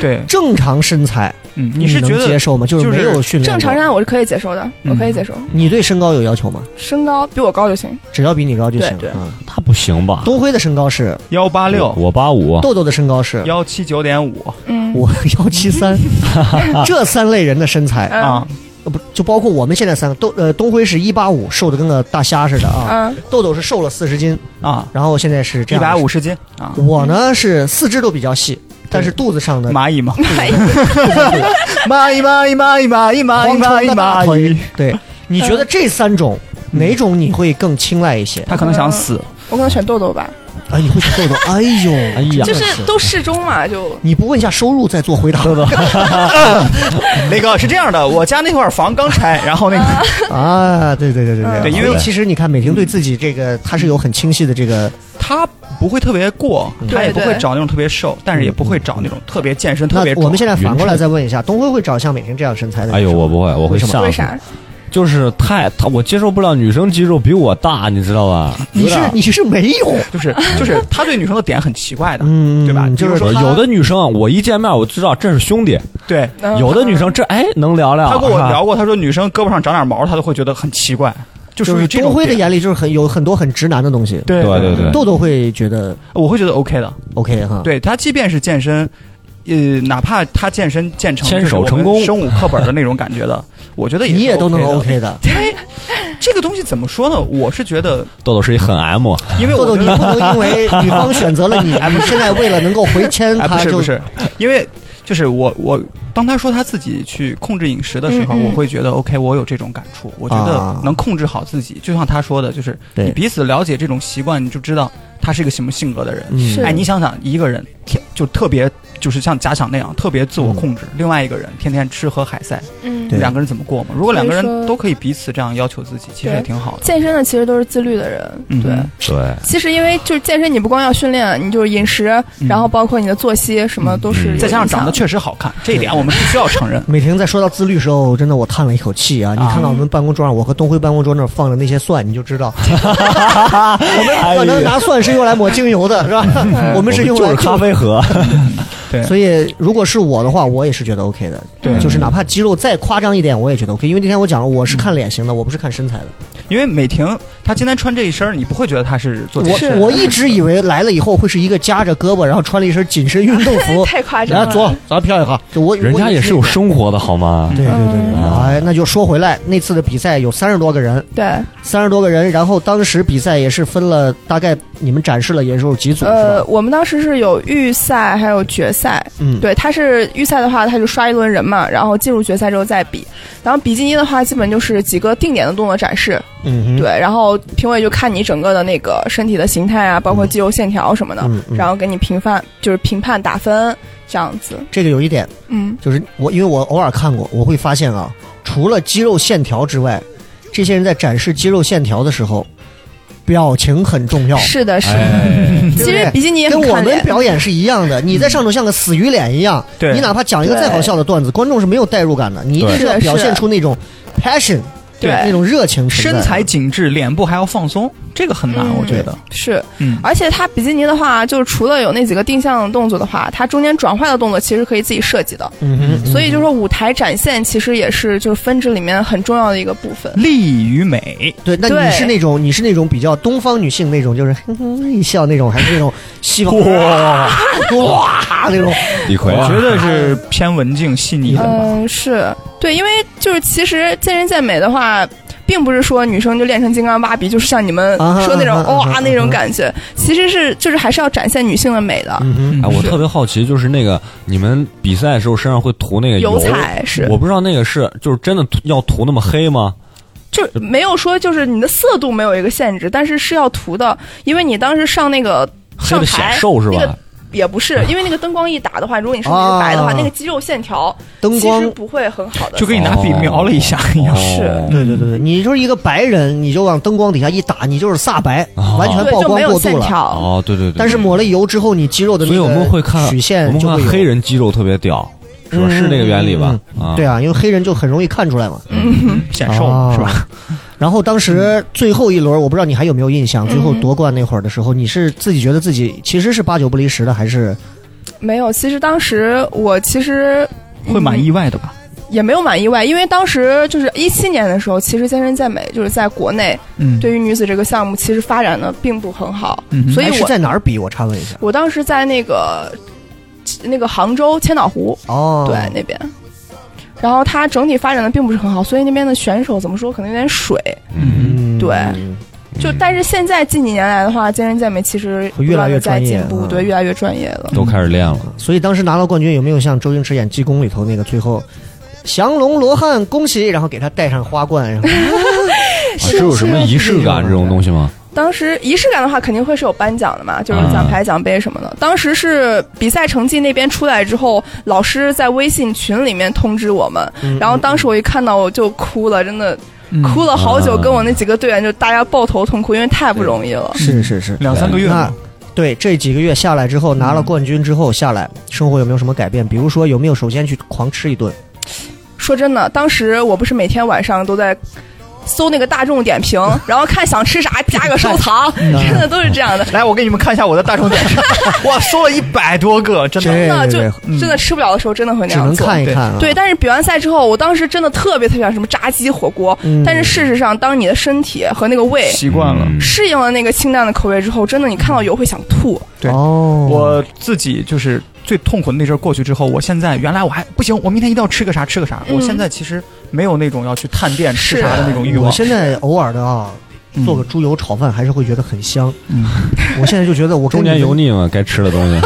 Speaker 3: 对，
Speaker 1: 正常身材，
Speaker 3: 嗯，你是
Speaker 1: 能
Speaker 3: 觉得
Speaker 1: 接受吗？就是
Speaker 3: 就是
Speaker 1: 没有训练过，
Speaker 4: 正常啊身材我是可以接受的，
Speaker 3: 嗯
Speaker 4: 我可以接受。
Speaker 1: 你对身高有要求吗？
Speaker 4: 身高比我高就行，
Speaker 1: 只要比你高就行
Speaker 4: 对对
Speaker 1: 啊。
Speaker 2: 他不行吧？
Speaker 1: 东辉的身高是，
Speaker 3: 幺八六、
Speaker 2: 我八五，
Speaker 1: 豆豆的身高是
Speaker 3: 幺七九点五
Speaker 4: 嗯，
Speaker 1: 我 [laughs] 幺七
Speaker 3: [laughs]
Speaker 1: 三，这三类人的身材
Speaker 4: [laughs] 嗯
Speaker 3: 啊？
Speaker 1: 呃，不就包括我们现在三个都呃，东辉是一八五，瘦的跟个大虾似的啊。
Speaker 4: 嗯，
Speaker 1: 豆豆是瘦了四十斤，
Speaker 3: 啊，
Speaker 1: 然后现在是这
Speaker 3: 一
Speaker 1: 样。
Speaker 3: 百五。十斤啊，
Speaker 1: 我呢是四肢都比较细，但是肚子上的
Speaker 3: 蚂蚁
Speaker 1: [laughs]
Speaker 3: 嘛，
Speaker 4: 哎
Speaker 3: 蚂蚁蚂蚁蚂蚁蚂蚁蚂蚁
Speaker 1: 黄
Speaker 3: 蚂
Speaker 1: 长
Speaker 3: 蚁
Speaker 1: 的大
Speaker 3: 蚂
Speaker 1: 腿
Speaker 3: 蚁，。 [laughs] 嗯
Speaker 1: 对，你觉得这三种哪种你会更青睐一些？
Speaker 3: 他可能想死，
Speaker 4: 我可能选豆豆吧，
Speaker 1: 哎，你会选豆豆？ [laughs] 哎呦，
Speaker 2: 哎呀
Speaker 4: 就
Speaker 1: 真的
Speaker 4: 是都适中嘛，就
Speaker 1: 你不问一下收入再做回答？豆
Speaker 3: [laughs]
Speaker 1: 豆，嗯
Speaker 3: 那个是这样的，我家那块儿房刚拆，然后那
Speaker 1: [laughs]
Speaker 3: 个
Speaker 1: 啊，对对对对对，
Speaker 3: 嗯对因为
Speaker 1: 所以其实你看，美婷对自己这个，她是有很清晰的这个，
Speaker 3: 他不会特别过，
Speaker 2: 嗯
Speaker 3: 他也不
Speaker 4: 对
Speaker 3: 会
Speaker 4: 对
Speaker 3: 找那种特别瘦，但是也不会找那种特别健身、特
Speaker 1: 那
Speaker 3: 别壮。
Speaker 1: 我们现在反过来再问一下，东辉会找像美婷这样身材的？
Speaker 2: 哎呦，我不会，我会
Speaker 1: 为什么
Speaker 2: 下
Speaker 4: 为啥？
Speaker 2: 就是太他，我接受不了女生肌肉比我大，你知道吧？
Speaker 1: 你是
Speaker 2: 有点
Speaker 1: 你是没有，
Speaker 3: 就是就是他对女生的点很奇怪的，
Speaker 1: 嗯
Speaker 3: 对吧？
Speaker 1: 嗯
Speaker 3: 比
Speaker 1: 就是
Speaker 3: 如说
Speaker 1: 他
Speaker 2: 有的女生啊，我一见面我知道这是兄弟，
Speaker 3: 对。
Speaker 4: 嗯
Speaker 2: 有的女生这哎能聊聊。
Speaker 3: 他跟我
Speaker 2: 是吧
Speaker 3: 聊过，他说女生胳膊上长点毛，他都会觉得很奇怪，就
Speaker 1: 就
Speaker 3: 属于
Speaker 1: 是
Speaker 3: 这
Speaker 1: 东
Speaker 3: 种
Speaker 1: 辉的
Speaker 3: 点。
Speaker 1: 眼里就是很有很多很直男的东西，
Speaker 3: 对
Speaker 2: 对对对
Speaker 1: 豆豆会觉得
Speaker 3: 我会觉得 OK 的。
Speaker 1: OK 哈，
Speaker 3: 对他，即便是健身，呃，哪怕他健身健成
Speaker 2: 牵
Speaker 3: 就是
Speaker 2: 手
Speaker 3: 我们
Speaker 2: 成功
Speaker 3: 生武课本的那种感觉
Speaker 2: [laughs]
Speaker 3: 的，我觉得
Speaker 1: 你
Speaker 3: 也
Speaker 1: 也
Speaker 3: 是
Speaker 1: 都能
Speaker 3: OK 的。
Speaker 1: OK 的。
Speaker 3: [laughs] 这个东西怎么说呢？我是觉得，
Speaker 2: 豆豆是一很 M，啊
Speaker 1: [laughs]
Speaker 3: 因为
Speaker 1: 豆豆，
Speaker 3: 我觉
Speaker 1: 你
Speaker 3: 得
Speaker 1: 不能因为女方选择了你，你现在为了能够回迁
Speaker 3: 哎，不
Speaker 1: 她
Speaker 3: 是
Speaker 1: 就
Speaker 3: 不是，因为就是我我当他说他自己去控制饮食的时候，
Speaker 4: 嗯嗯
Speaker 3: 我会觉得 OK，我有这种感触，我觉
Speaker 1: 啊
Speaker 3: 得能控制好自己，就像他说的，就是
Speaker 1: 对
Speaker 3: 你彼此了解这种习惯，你就知道他是一个什么性格的人。
Speaker 1: 嗯
Speaker 4: 是
Speaker 3: 哎，你想想，一个人天就特别就是像假想那样特别自我控制，另外一个人天天吃喝海塞，
Speaker 4: 嗯
Speaker 1: 嗯对。
Speaker 3: 两个人怎么过嘛？如果两个人
Speaker 4: 所以说
Speaker 3: 都可以彼此这样要求自己，其实
Speaker 4: 对
Speaker 3: 也挺好的。
Speaker 4: 健身的其实都是自律的人，
Speaker 3: 嗯
Speaker 4: 对。
Speaker 2: 对，
Speaker 4: 其实因为就是健身，你不光要训练，你就是饮食，然后包括你的作息什么都是有影响。
Speaker 3: 再加上长得确实好看，这一点我们必须要承认
Speaker 1: 美婷在说到自律时候，真的我叹了一口气啊！你看看我们办公桌上，我和东辉办公桌那儿放着那些蒜，你就知道， [laughs] 我们可能拿蒜是用来抹精油的，是吧？ [laughs] 我们是用
Speaker 2: 就
Speaker 1: 来
Speaker 2: 是咖啡
Speaker 3: [laughs]
Speaker 2: 盒，
Speaker 3: 对
Speaker 1: 所以，如果是我的话，我也是觉得 OK 的。
Speaker 3: 对
Speaker 1: 就是哪怕肌肉再夸张一点，我也觉得 OK。因为那天我讲了，我是看脸型的，我不是看身材的。
Speaker 3: 因为美婷她今天穿这一身儿，你不会觉得她是做健身
Speaker 1: 我我一直以为来了以后会是一个夹着胳膊，然后穿了一身紧身运动
Speaker 3: [laughs]
Speaker 1: 服，
Speaker 4: 太夸张
Speaker 1: 来
Speaker 4: 了。
Speaker 1: 走，咱漂一下。就我
Speaker 2: 人家也是有。生活的好吗
Speaker 1: 我？对对对，
Speaker 2: 嗯
Speaker 1: 哎，那就说回来，那次的比赛有三十多个人，
Speaker 4: 对，
Speaker 1: 三十多个人，然后当时比赛也是分了大概你们展示了野兽几组是
Speaker 4: 呃，
Speaker 1: 吧？
Speaker 4: 我们当时是有预赛还有决赛，
Speaker 1: 嗯，
Speaker 4: 对，它是预赛的话，它就刷一轮人嘛，然后进入决赛之后再比。然后比基尼的话，基本就是几个定点的动作展示，
Speaker 1: 嗯哼，
Speaker 4: 对，然后评委就看你整个的那个身体的形态啊，包括肌肉线条什么的，
Speaker 1: 嗯嗯
Speaker 4: 然后给你评判，就是评判打分这样子。
Speaker 1: 这个有一点
Speaker 4: 嗯，
Speaker 1: 就是我，因为我偶尔看过，我会发现啊，除了肌肉线条之外，这些人在展示肌肉线条的时候，表情很重要。
Speaker 4: 是的，是的。
Speaker 2: 哎，
Speaker 1: 对
Speaker 4: 其实
Speaker 1: 不对
Speaker 4: 比基尼也
Speaker 1: 跟
Speaker 4: 很
Speaker 1: 我
Speaker 4: 看
Speaker 1: 们
Speaker 4: 脸，
Speaker 1: 表演是一样的，你在上头像个死鱼脸一样，
Speaker 3: 对
Speaker 1: 你哪怕讲一个再好笑的段子，观众是没有代入感的，你一定
Speaker 4: 对
Speaker 1: 要表
Speaker 4: 是
Speaker 1: 现
Speaker 4: 的
Speaker 1: 出那种 passion，
Speaker 4: 对
Speaker 1: 那种热情存在
Speaker 3: 身材紧致，脸部还要放松，这个很难，
Speaker 4: 嗯
Speaker 3: 我觉得。
Speaker 4: 是，
Speaker 3: 嗯，
Speaker 4: 而且它比基尼的话，就是除了有那几个定向的动作的话，它中间转换的动作其实可以自己设计的，
Speaker 1: 嗯哼，
Speaker 4: 所以就是说舞台展现其实也是就是分支里面很重要的一个部分。
Speaker 3: 力与美，
Speaker 1: 对，那
Speaker 4: 对
Speaker 1: 你是那种你是那种比较东方女性那种，就是 [laughs] 哼哼一笑那种，还是那种西方哇哇那种？
Speaker 2: 李逵
Speaker 3: 我
Speaker 2: 啊，
Speaker 3: 觉得是偏文静细腻的吧。
Speaker 4: 嗯，是对，因为就是其实健身健美的话，并不是说女生就练成金刚芭比，就是像你们
Speaker 1: 啊哈
Speaker 4: 说那种
Speaker 1: 啊哈啊
Speaker 4: 哇
Speaker 1: 哈
Speaker 4: 那种感觉，其实是就是还是要展现女性的美的。
Speaker 1: 嗯哼，
Speaker 3: 嗯
Speaker 2: 哎，我特别好奇，就是那个你们比赛的时候身上会涂那个
Speaker 4: 油彩是
Speaker 2: 我不知道那个是就是真的涂要涂那么黑吗？
Speaker 4: 就没有说就是你的色度没有一个限制，但是是要涂的，因为你当时上那个
Speaker 2: 黑
Speaker 4: 上
Speaker 2: 的
Speaker 4: 台
Speaker 2: 显瘦是
Speaker 4: 那
Speaker 2: 吧
Speaker 4: 个？也不是，因为那个灯光一打的话，如果你身体是白的话，
Speaker 1: 啊
Speaker 4: 那个肌肉线条
Speaker 1: 灯
Speaker 4: 其实
Speaker 1: 光。
Speaker 4: 不会很好的。
Speaker 3: 就跟你拿笔描了一下一样。
Speaker 4: 是
Speaker 2: 哦
Speaker 1: 对对对对，你就是一个白人，你就往灯光底下一打，你就是煞白，
Speaker 2: 哦
Speaker 1: 完全
Speaker 4: 对，
Speaker 1: 曝
Speaker 4: 就
Speaker 1: 光
Speaker 4: 没有
Speaker 1: 过
Speaker 4: 线
Speaker 1: 度了。
Speaker 4: 条。
Speaker 2: 哦，对对对，对
Speaker 1: 但是抹了油之后，你肌肉的那
Speaker 2: 所以
Speaker 1: 个
Speaker 2: 我们会看
Speaker 1: 曲线
Speaker 2: 我们
Speaker 1: 就会
Speaker 2: 看
Speaker 1: 有
Speaker 2: 黑。人肌肉特别屌，是吧？
Speaker 1: 嗯
Speaker 2: 是那个原理吧？啊，嗯
Speaker 1: 对啊，因为黑人就很容易看出来嘛，
Speaker 3: 嗯显瘦
Speaker 1: 哦
Speaker 3: 是吧？
Speaker 1: 然后当时最后一轮，我不知道你还有没有印象，最后夺冠那会儿的时候，你是自己觉得自己其实是八九不离十的，还是
Speaker 4: 没有，其实当时我其实
Speaker 3: 会蛮意外的吧？
Speaker 4: 也没有蛮意外，因为当时就是一七年的时候，其实健身健美就是在国内
Speaker 3: 嗯，
Speaker 4: 对于女子这个项目其实发展的并不很好，
Speaker 3: 嗯哼
Speaker 4: 所以
Speaker 1: 还是
Speaker 4: 我
Speaker 1: 在哪儿比？我插问一下。
Speaker 4: 我当时在那个那个杭州千岛湖
Speaker 1: 哦，
Speaker 4: 对那边，然后它整体发展的并不是很好，所以那边的选手怎么说可能有点水，
Speaker 2: 嗯，
Speaker 1: 嗯，
Speaker 4: 对
Speaker 1: 嗯
Speaker 4: 就但是现在近几年来的话，健身健美其实
Speaker 1: 会越来越
Speaker 4: 不断地在进
Speaker 1: 专业
Speaker 4: 步，
Speaker 1: 嗯
Speaker 4: 对，越来越专业了。
Speaker 2: 都开始练了，
Speaker 1: 所以当时拿到冠军，有没有像周星驰演《济公》里头那个最后降龙罗汉恭喜，然后给他戴上花冠，
Speaker 4: [laughs]
Speaker 1: 然后
Speaker 2: 啊是有什么仪式感这种东西吗？
Speaker 4: 当时仪式感的话，肯定会是有颁奖的嘛，就是
Speaker 1: 嗯
Speaker 2: 啊
Speaker 4: 奖牌、奖杯什么的。当时是比赛成绩那边出来之后，老师在微信群里面通知我们，
Speaker 1: 嗯
Speaker 4: 然后当时我一看到我就哭了，真的
Speaker 3: 嗯
Speaker 4: 哭了好久，
Speaker 2: 啊
Speaker 4: 跟我那几个队员就大家抱头痛哭，因为太不容易了。
Speaker 1: 是是是，
Speaker 3: 两三个月
Speaker 1: 那
Speaker 3: 嘛，
Speaker 1: 对这几个月下来之后，拿了冠军之后下来，生活有没有什么改变？比如说有没有首先去狂吃一顿？
Speaker 4: 说真的，当时我不是每天晚上都在。搜那个大众
Speaker 1: [laughs]
Speaker 4: 点评，然后看想吃啥加个收藏，
Speaker 1: 嗯
Speaker 4: 真的都是这样的。
Speaker 3: 来，我给你们看一下我的大众点评，哇，搜了一百多个，真的。
Speaker 1: 对
Speaker 4: 那
Speaker 1: 对
Speaker 4: 就
Speaker 1: 对，
Speaker 3: 嗯
Speaker 4: 真的吃不了的时候，真的会
Speaker 1: 只
Speaker 4: 那样
Speaker 1: 能
Speaker 4: 做。
Speaker 1: 看一看啊。
Speaker 4: 对，但是比完赛之后，我当时真的特别特别想什么炸鸡火锅，
Speaker 1: 嗯
Speaker 4: 但是事实上，当你的身体和那个胃
Speaker 3: 习惯了。
Speaker 2: 嗯
Speaker 4: 适应了那个清淡的口味之后，真的你看到油会想吐。
Speaker 3: 对
Speaker 1: 哦，
Speaker 3: 我自己就是最痛苦的那阵儿过去之后，我现在原来我还不行，我明天一定要吃个啥吃个啥。
Speaker 4: 嗯
Speaker 3: 我现在其实没有那种要去探店吃
Speaker 4: 是
Speaker 3: 啥的那种欲
Speaker 1: 我
Speaker 3: 望。
Speaker 1: 现在偶尔的啊，
Speaker 3: 嗯
Speaker 1: 做个猪油炒饭还是会觉得很香。
Speaker 3: 嗯
Speaker 1: 我现在就觉得我跟
Speaker 2: 中
Speaker 1: 你
Speaker 2: 年
Speaker 1: 们
Speaker 2: 油，腻嘛，该吃的
Speaker 1: [laughs]
Speaker 2: 东西。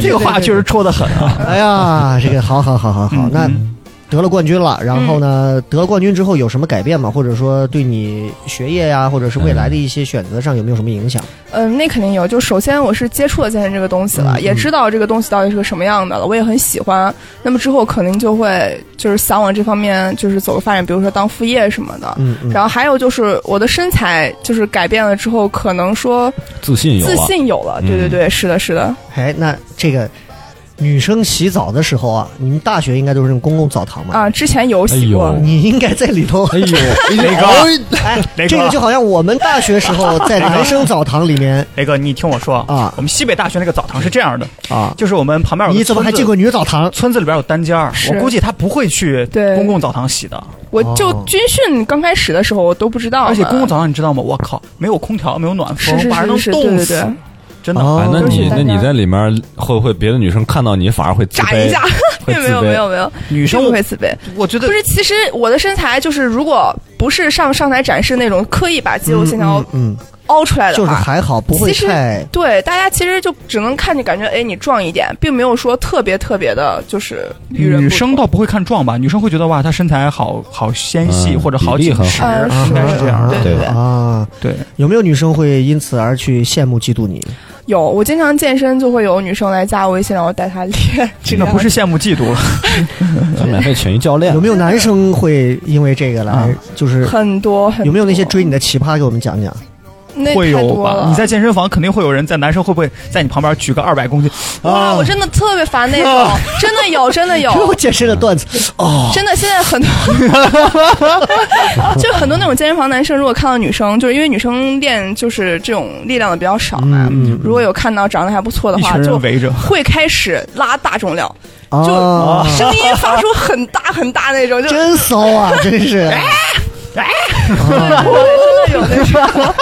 Speaker 3: 这个话确实戳得很啊。
Speaker 1: 哎呀，这个好好好好好，
Speaker 3: 嗯
Speaker 1: 那
Speaker 3: 嗯
Speaker 1: 得了冠军了，然后呢，得了冠军之后有什么改变吗？或者说对你学业呀，或者是未来的一些选择上有没有什么影响？
Speaker 4: 嗯，那肯定有。就首先我是接触了健身这个东西了，
Speaker 1: 嗯
Speaker 4: 也知道这个东西到底是个什么样的了，我也很喜欢。那么之后肯定就会就是想往这方面就是走个发展，比如说当副业什么的。
Speaker 1: 嗯嗯，
Speaker 4: 然后还有就是我的身材就是改变了之后，可能说
Speaker 2: 自信有
Speaker 4: 自
Speaker 1: 啊
Speaker 2: 了，
Speaker 4: 信有了。
Speaker 2: 嗯
Speaker 4: 对对对，是的，是的。
Speaker 1: 哎，那这个女生洗澡的时候啊，你们大学应该都是用公共澡堂吧？
Speaker 4: 啊，之前有洗过。
Speaker 2: 哎呦
Speaker 1: 你应该在里头。
Speaker 2: 哎呦，
Speaker 3: [laughs] 雷哥，
Speaker 1: 哎，
Speaker 3: 雷哥
Speaker 1: 这个就好像我们大学时候在男生澡堂里面
Speaker 3: 雷哥，你听我说
Speaker 1: 啊
Speaker 3: 我们西北大学那个澡堂是这样的，
Speaker 1: 啊，
Speaker 3: 就是我们旁边有个
Speaker 1: 你怎么还
Speaker 3: 村子
Speaker 1: 进过女澡堂？
Speaker 3: 村子里边有单间儿，
Speaker 4: 是
Speaker 3: 我估计他不会去
Speaker 4: 对
Speaker 3: 公共澡堂洗的。
Speaker 4: 我就军训刚开始的时候，我都不知道呢。
Speaker 3: 而且公共澡堂你知道吗？我靠，没有空调，没有暖
Speaker 4: 是
Speaker 3: 风，
Speaker 4: 是
Speaker 3: 把人能
Speaker 4: 是是，对
Speaker 3: 冻
Speaker 4: 对
Speaker 3: 死，
Speaker 4: 对，
Speaker 3: 真的。
Speaker 1: 哦
Speaker 2: 哎，那
Speaker 4: 就是
Speaker 2: 你
Speaker 4: 大
Speaker 2: 那你
Speaker 4: 家
Speaker 2: 在里面会不会别的女生看到你反而会自
Speaker 4: [laughs] 炸
Speaker 2: 卑
Speaker 4: 一下？
Speaker 2: 会
Speaker 4: 没
Speaker 2: 自
Speaker 4: 有 [laughs] 没
Speaker 2: 卑
Speaker 4: 有没有没有，
Speaker 3: 女生
Speaker 4: 并不会自卑。
Speaker 3: 我觉得
Speaker 4: 不是，其实我的身材就是，如果不是上上台展示那种刻意把肌肉线条
Speaker 1: 嗯嗯，
Speaker 4: 凹出来的
Speaker 1: 就是
Speaker 4: 嘛。
Speaker 1: 还好，不会
Speaker 4: 其实
Speaker 1: 太
Speaker 4: 对，大家其实就只能看着感觉，哎，你壮一点，并没有说特别特别的，就是与人不
Speaker 3: 女生
Speaker 4: 同
Speaker 3: 倒不会看壮吧，女生会觉得哇，她身材好好纤细
Speaker 2: 嗯
Speaker 3: 或者好
Speaker 2: 比例
Speaker 3: 紧
Speaker 2: 很
Speaker 3: 实，
Speaker 4: 好呃
Speaker 3: 应该是这样的。
Speaker 4: 对对对
Speaker 1: 啊，
Speaker 3: 对，
Speaker 1: 有没有女生会因此而去羡慕嫉妒
Speaker 4: [laughs]
Speaker 1: 你？
Speaker 4: 有，我经常健身就会有女生来加我微信，然后带她练。
Speaker 3: 这个不是羡慕嫉妒了，
Speaker 2: 咱免费请一教练
Speaker 1: 有，没有男生会因为这个来
Speaker 3: 啊
Speaker 1: 就是？
Speaker 4: 很多，很多
Speaker 1: 有没有那些追你的奇葩给我们讲讲？
Speaker 4: 那
Speaker 3: 会
Speaker 4: 太
Speaker 3: 有
Speaker 4: 多
Speaker 3: 吧？
Speaker 4: 了。
Speaker 3: 你在健身房肯定会有人在，男生会不会在你旁边举个二百公斤？啊
Speaker 4: 哇，我真的特别烦那种，真的有，真的
Speaker 1: [laughs]
Speaker 4: [laughs] 有，
Speaker 1: 又健身的段
Speaker 4: [laughs]
Speaker 1: 子哦，
Speaker 4: 真的，现
Speaker 1: [laughs]
Speaker 4: 在很多，就很多那种健身房男生，如果看到女生，就是因为女生练就是这种力量的比较少嘛，
Speaker 1: 嗯嗯
Speaker 4: 如果有看到长得还不错的
Speaker 3: 一
Speaker 4: 话，
Speaker 3: 群
Speaker 4: 就
Speaker 3: 人围着。
Speaker 4: 会开始拉大重量，
Speaker 1: 啊，
Speaker 4: 声音发出很大很大那种，就对，
Speaker 1: 真骚
Speaker 4: [laughs]
Speaker 1: 啊，真是。
Speaker 4: 真的有那种，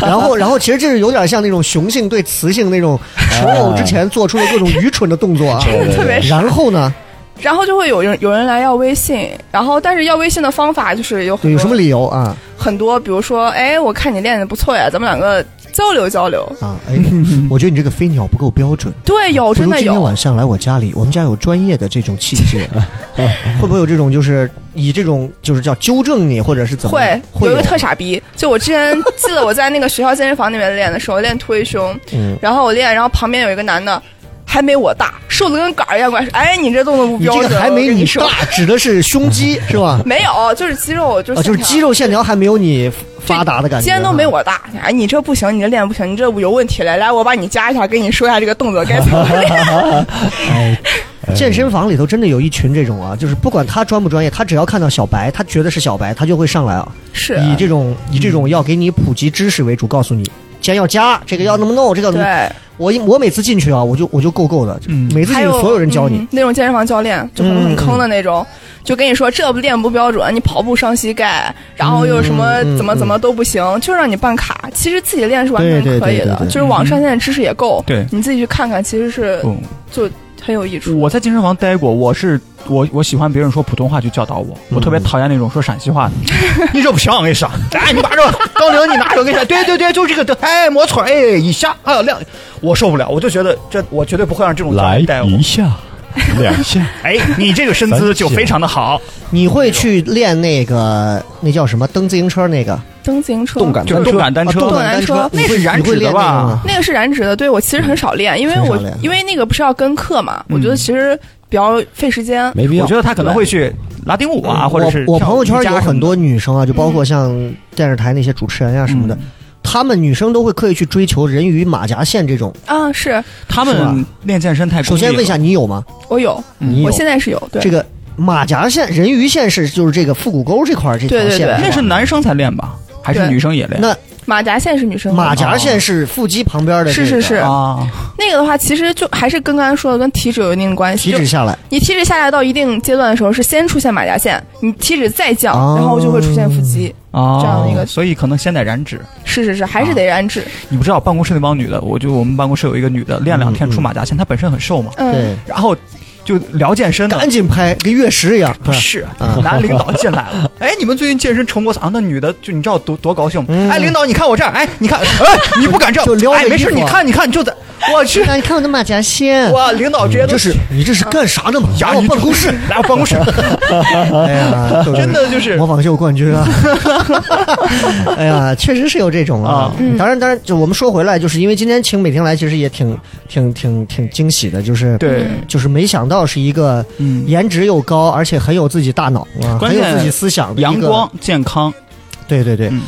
Speaker 1: 然后，然后其实这是有点像那种雄性对雌性那种求偶之前做出的各种愚蠢的动作啊。
Speaker 4: 真的啊 [laughs] 特别
Speaker 1: 然后呢，
Speaker 4: 然后就会有人有人来要微信，然后但是要微信的方法就是有
Speaker 1: 对，
Speaker 4: 很
Speaker 1: 有什么
Speaker 4: 多
Speaker 1: 理由啊？
Speaker 4: 很多，比如说，哎，我看你练的不错呀，咱们两个交流交流。
Speaker 1: 啊，
Speaker 4: [laughs]
Speaker 1: 哎，我觉得你这个飞鸟不够标准。
Speaker 4: 对，有
Speaker 1: 不
Speaker 4: 真
Speaker 1: 如
Speaker 4: 的
Speaker 1: 今天
Speaker 4: 有，
Speaker 1: 晚上来我家里，我们家有专业的这种器
Speaker 4: [laughs]
Speaker 1: 械，会不会有这种就是以这种就是叫纠正你，或者是怎么
Speaker 4: 会
Speaker 1: 样？
Speaker 4: 有一个
Speaker 1: 有
Speaker 4: 特，傻逼，就我之前记得我在那个学校健身房那边练的时候，练推胸，
Speaker 1: 嗯，
Speaker 4: 然后我练，然后旁边有一个男的。还没我大，瘦的跟杆儿一样，管说，哎，你这动作不
Speaker 1: 你
Speaker 4: 标
Speaker 1: 这
Speaker 4: 准。
Speaker 1: 个还没
Speaker 4: 我跟
Speaker 1: 你
Speaker 4: 你说，
Speaker 1: 大，指的是胸
Speaker 4: [laughs]
Speaker 1: 肌是吧？
Speaker 4: 没有，就是肌肉，就是
Speaker 1: 啊，就是
Speaker 4: 线条
Speaker 1: 肌肉线条还没有你发达的感觉，啊
Speaker 4: 肩都
Speaker 1: 哈
Speaker 4: 没。我大。哎，你这不行，你这练不行，你这有问题了。来，我把你加一下，跟你说一下这个动作该怎么
Speaker 1: [laughs]
Speaker 4: 练。
Speaker 1: 哎健身房里头真的有一群这种啊，就是不管他专不专业，他只要看到小白，他觉得是小白，他就会上来啊，
Speaker 4: 是，
Speaker 1: 以这种以这种要给你普及知识为主，告诉你。先要加这个要那么弄，这个要怎么
Speaker 4: 对，
Speaker 1: 我一我每次进去啊，我就我就够够的，就
Speaker 3: 嗯
Speaker 1: 每次进
Speaker 4: 还
Speaker 1: 去
Speaker 4: 有
Speaker 1: 所有人教你，
Speaker 4: 嗯那种健身房教练，就很
Speaker 1: 嗯
Speaker 4: 很坑的那种，就跟你说这不练不标准，你跑步伤膝盖，然后又什么
Speaker 1: 嗯嗯
Speaker 4: 怎么
Speaker 1: 嗯
Speaker 4: 怎么都不行，就让你办卡。其实自己练是完全
Speaker 1: 对对
Speaker 4: 可以
Speaker 1: 对对嗯
Speaker 4: 的
Speaker 1: 对，
Speaker 4: 就是网上现在知识也够，
Speaker 3: 对
Speaker 4: 你自己去看看，其实是
Speaker 3: 嗯，
Speaker 4: 就很有益
Speaker 1: 嗯
Speaker 4: 处。
Speaker 3: 我在健身房待过，我是我我喜欢别人说普通话去教导我，我
Speaker 2: 嗯
Speaker 3: 特别讨厌那种说陕西话的。 [laughs] 你这不行，我跟你说，哎，你把这杠铃你拿着，我跟你说，对对对，就这个，对哎，没错，哎，一下，哎呀，亮，我受不了，我就觉得这我绝对不会让这种教
Speaker 2: 来
Speaker 3: 练带我。
Speaker 1: [laughs]
Speaker 2: 一下，两下，
Speaker 3: 哎，你这个身姿就非常的好，
Speaker 1: 你会去练那个那叫什么蹬自行车那个
Speaker 4: 蹬自行车
Speaker 2: 动感
Speaker 3: 就是动感单
Speaker 1: 啊动
Speaker 3: 车。
Speaker 1: 感单
Speaker 4: 动感单车
Speaker 1: 你会
Speaker 3: 那是燃
Speaker 1: 你会
Speaker 3: 脂的
Speaker 1: 练那
Speaker 3: 吧
Speaker 1: 个吗
Speaker 4: 那个是燃脂的，对我其实很少练，因为
Speaker 1: 嗯很少
Speaker 4: 我
Speaker 1: 练
Speaker 4: 因为那个不是要跟课嘛，我
Speaker 3: 嗯
Speaker 4: 觉得其实比较费时间。
Speaker 2: 没必要。
Speaker 3: 我觉得他可能会去拉丁舞啊，或者是
Speaker 1: 我我
Speaker 3: 跳
Speaker 1: 朋友圈
Speaker 3: 瑜伽
Speaker 1: 有
Speaker 3: 什么
Speaker 1: 很
Speaker 3: 的
Speaker 1: 多女生啊，就包括
Speaker 4: 嗯
Speaker 1: 像电视台那些主持人啊什么的
Speaker 3: 嗯，
Speaker 1: 她们女生都会刻意去追求人鱼马甲线这种。
Speaker 4: 啊，是
Speaker 3: 他
Speaker 1: 是吧
Speaker 3: 们练健身太
Speaker 1: 首先
Speaker 3: 功利
Speaker 1: 问一
Speaker 3: 了
Speaker 1: 下，你有吗？
Speaker 4: 我有，
Speaker 3: 嗯
Speaker 1: 你有
Speaker 4: 我现在是有，对
Speaker 1: 这，个马甲线、人鱼线是就是这个腹股沟这块儿这条
Speaker 4: 对对
Speaker 1: 线
Speaker 4: 对
Speaker 1: 吧，
Speaker 3: 那是男生才练吧，还是
Speaker 4: 对
Speaker 3: 女生也练？
Speaker 1: 那
Speaker 4: 马甲线是女生的
Speaker 1: 马甲线是腹肌旁边的这
Speaker 4: 是
Speaker 1: 个，
Speaker 4: 是是，
Speaker 3: 啊，
Speaker 4: 那个的话，其实就还是跟刚才说的，跟体脂有一定关系。
Speaker 1: 体脂
Speaker 4: 就
Speaker 1: 下来。
Speaker 4: 你体脂下来到一定阶段的时候，是先出现马甲线，你体脂再降，
Speaker 1: 哦
Speaker 4: 然后就会出现腹肌。
Speaker 3: 哦
Speaker 4: 这样的一个
Speaker 3: 所以可能先得燃脂。
Speaker 4: 是是是，还是得燃脂。
Speaker 1: 啊
Speaker 3: 你不知道办公室那帮女的，我就我们办公室有一个女的练两
Speaker 1: 嗯
Speaker 3: 天出马甲线，她本身很瘦嘛，
Speaker 4: 嗯，
Speaker 1: 对，
Speaker 3: 然后就聊健身 [laughs] 的
Speaker 1: 赶。紧拍，跟月食一 [laughs] 样。
Speaker 3: 不 [laughs] 是
Speaker 1: 嗯，
Speaker 3: 男领导进来
Speaker 1: [laughs]
Speaker 3: 了，哎，你们最近健身成果咋啊样？那女的就你知道多多高兴吗？
Speaker 1: 嗯
Speaker 3: 哎，领导，你看我这儿，哎，你看，哎，你不敢这
Speaker 1: 就撩
Speaker 3: 样，
Speaker 1: 着
Speaker 3: 哎，没
Speaker 1: 衣
Speaker 3: 事，
Speaker 1: 服啊
Speaker 3: 你看，你看，你就在，我去，
Speaker 1: 那你哎看我的马甲线，
Speaker 3: 哇，领导直接
Speaker 1: 你
Speaker 3: 都
Speaker 1: 这是你这是干啥呢嘛？
Speaker 3: 呀
Speaker 1: 来我
Speaker 3: 啊你
Speaker 1: 办公室。
Speaker 3: 来我办
Speaker 1: [laughs]
Speaker 3: 公室，
Speaker 1: 哎
Speaker 3: [laughs]
Speaker 1: 呀，都是
Speaker 3: 真的就是
Speaker 1: 模仿秀冠军
Speaker 3: [laughs]
Speaker 1: 啊！哎呀，确实是有这种啊
Speaker 3: 啊。
Speaker 1: 当然，当然，就我们说回来，就是因为今天请每天来，其实也挺挺挺挺惊喜的，就是
Speaker 3: 对，
Speaker 4: 嗯
Speaker 1: 就是没想到是一个
Speaker 3: 嗯，
Speaker 1: 颜值又高，而且很有自己大脑啊，
Speaker 3: 关
Speaker 1: 很有
Speaker 3: 键
Speaker 1: 自己思想的一个
Speaker 3: 阳光。健康，
Speaker 1: 对对对
Speaker 3: 嗯，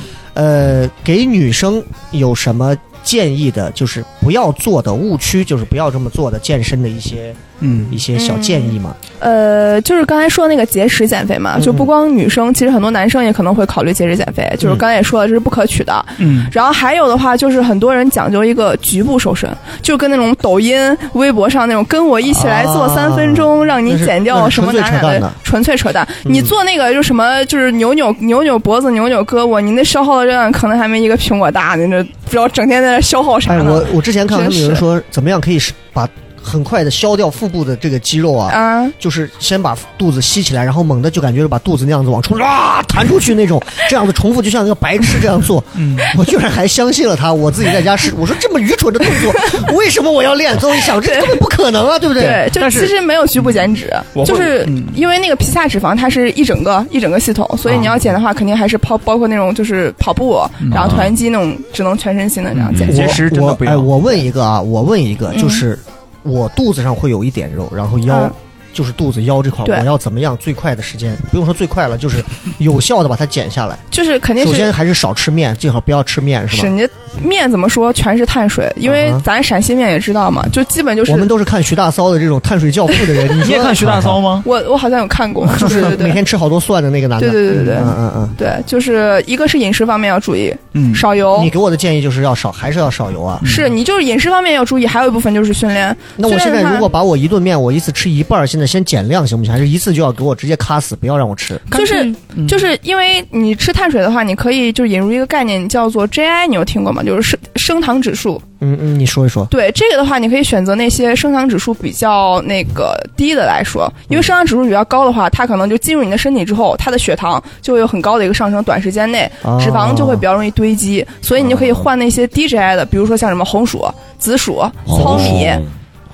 Speaker 1: 呃，给女生有什么建议的？就是不要做的误区，就是不要这么做的健身的一些
Speaker 3: 嗯
Speaker 1: 一些小建议嘛。
Speaker 4: 呃，就是刚才说的那个节食减肥嘛，
Speaker 1: 嗯嗯
Speaker 4: 就不光女生，其实很多男生也可能会考虑节食减肥，就是刚才也说了，这是不可取的。
Speaker 3: 嗯，
Speaker 4: 然后还有的话，就是很多人讲究一个局部瘦身，就跟那种抖音、微博上那种“跟我一起来做三分钟，让你减掉什么哪哪的”，纯粹扯淡。
Speaker 3: 嗯
Speaker 4: 你做那个就什么，就是扭扭扭扭脖子、扭扭胳膊，你那消耗的热量可能还没一个苹果大，你这不知道整天在那消耗啥
Speaker 1: 哎，
Speaker 4: 呢。
Speaker 1: 我我之前看到他们有人说，怎么样可以是把很快的消掉腹部的这个肌肉
Speaker 3: 哎
Speaker 1: 啊，
Speaker 4: 啊，
Speaker 1: 就是先把肚子吸起来，然后猛的就感觉是把肚子那样子往出拉弹出去那 [laughs] 种，这样子重复，就像一个白痴这样做。
Speaker 3: 嗯，
Speaker 1: [laughs] 我居然还相信了他，我自己在家试，我说这么愚蠢的动作，为什么我要练？最后一想，这根本不可能啊，对不对？
Speaker 4: 对，就
Speaker 3: 但是
Speaker 4: 其实没有局部减脂
Speaker 3: 我，会
Speaker 4: 就是
Speaker 3: 嗯
Speaker 4: 因为那个皮下脂肪它是一整个一整个系统，所以你要减的话，肯定还是包包括那种就是跑步，然后团肌那种只能全身性的这样减
Speaker 3: 嗯。
Speaker 1: 我
Speaker 3: 节食真的不
Speaker 1: 我
Speaker 3: 要
Speaker 1: 哎，我问一个啊，我问一个，
Speaker 4: 嗯
Speaker 1: 就是我肚子上会有一点肉，然后腰。
Speaker 4: 嗯
Speaker 1: 就是肚子腰这块，
Speaker 4: 对
Speaker 1: 我要怎么样最快的时间？不用说最快了，就是有效的把它减下来。
Speaker 4: [laughs] 就是肯定
Speaker 1: 首
Speaker 4: 是
Speaker 1: 先还是少吃面，最好不要吃面，是
Speaker 4: 是
Speaker 1: 吧？
Speaker 4: 你这面怎么说全是碳水，因为
Speaker 1: 嗯哼
Speaker 4: 咱陕西面也知道嘛，就基本就是
Speaker 1: 我们都是看徐大骚的这种碳水教父的人，你
Speaker 3: [laughs] 你也
Speaker 1: 说
Speaker 3: 看徐大骚吗？
Speaker 4: 我我好像有看过，
Speaker 1: [laughs] 就
Speaker 4: 对
Speaker 1: 是
Speaker 4: 对
Speaker 1: [laughs] 每
Speaker 4: 对
Speaker 1: 天吃好多蒜的那个男的，
Speaker 4: 对对对对对
Speaker 1: 嗯嗯
Speaker 4: 对，就是一个是饮食方面要注意，
Speaker 3: 嗯，
Speaker 4: 少
Speaker 1: 嗯。
Speaker 4: 油
Speaker 1: 你。给我的建议就是要少，还是要少油啊？
Speaker 4: 哦是你就是饮食方面要注意，还有一部分就是训练。
Speaker 1: 那我
Speaker 4: 虽
Speaker 1: 现
Speaker 4: 然
Speaker 1: 在
Speaker 4: 它
Speaker 1: 如果把我一顿面，我一次吃一半儿，现在先减量行不行？还是一次就要给我直接卡死，不要让我吃？
Speaker 4: 就是
Speaker 1: 嗯
Speaker 4: 就是因为你吃碳水的话，你可以就是引入一个概念，叫做 GI，你有听过吗？就是升升糖指数。
Speaker 1: 嗯嗯，你说一说。
Speaker 4: 对这个的话，你可以选择那些升糖指数比较那个低的来说，因为升糖指数比较高的话，它可能就进入你的身体之后，它的血糖就会有很高的一个上升，短时间内
Speaker 1: 啊
Speaker 4: 脂肪就会比较容易堆积，所以你就可以换那些低 GI 的，比如说像什么红薯、紫薯、糙米、
Speaker 2: 哦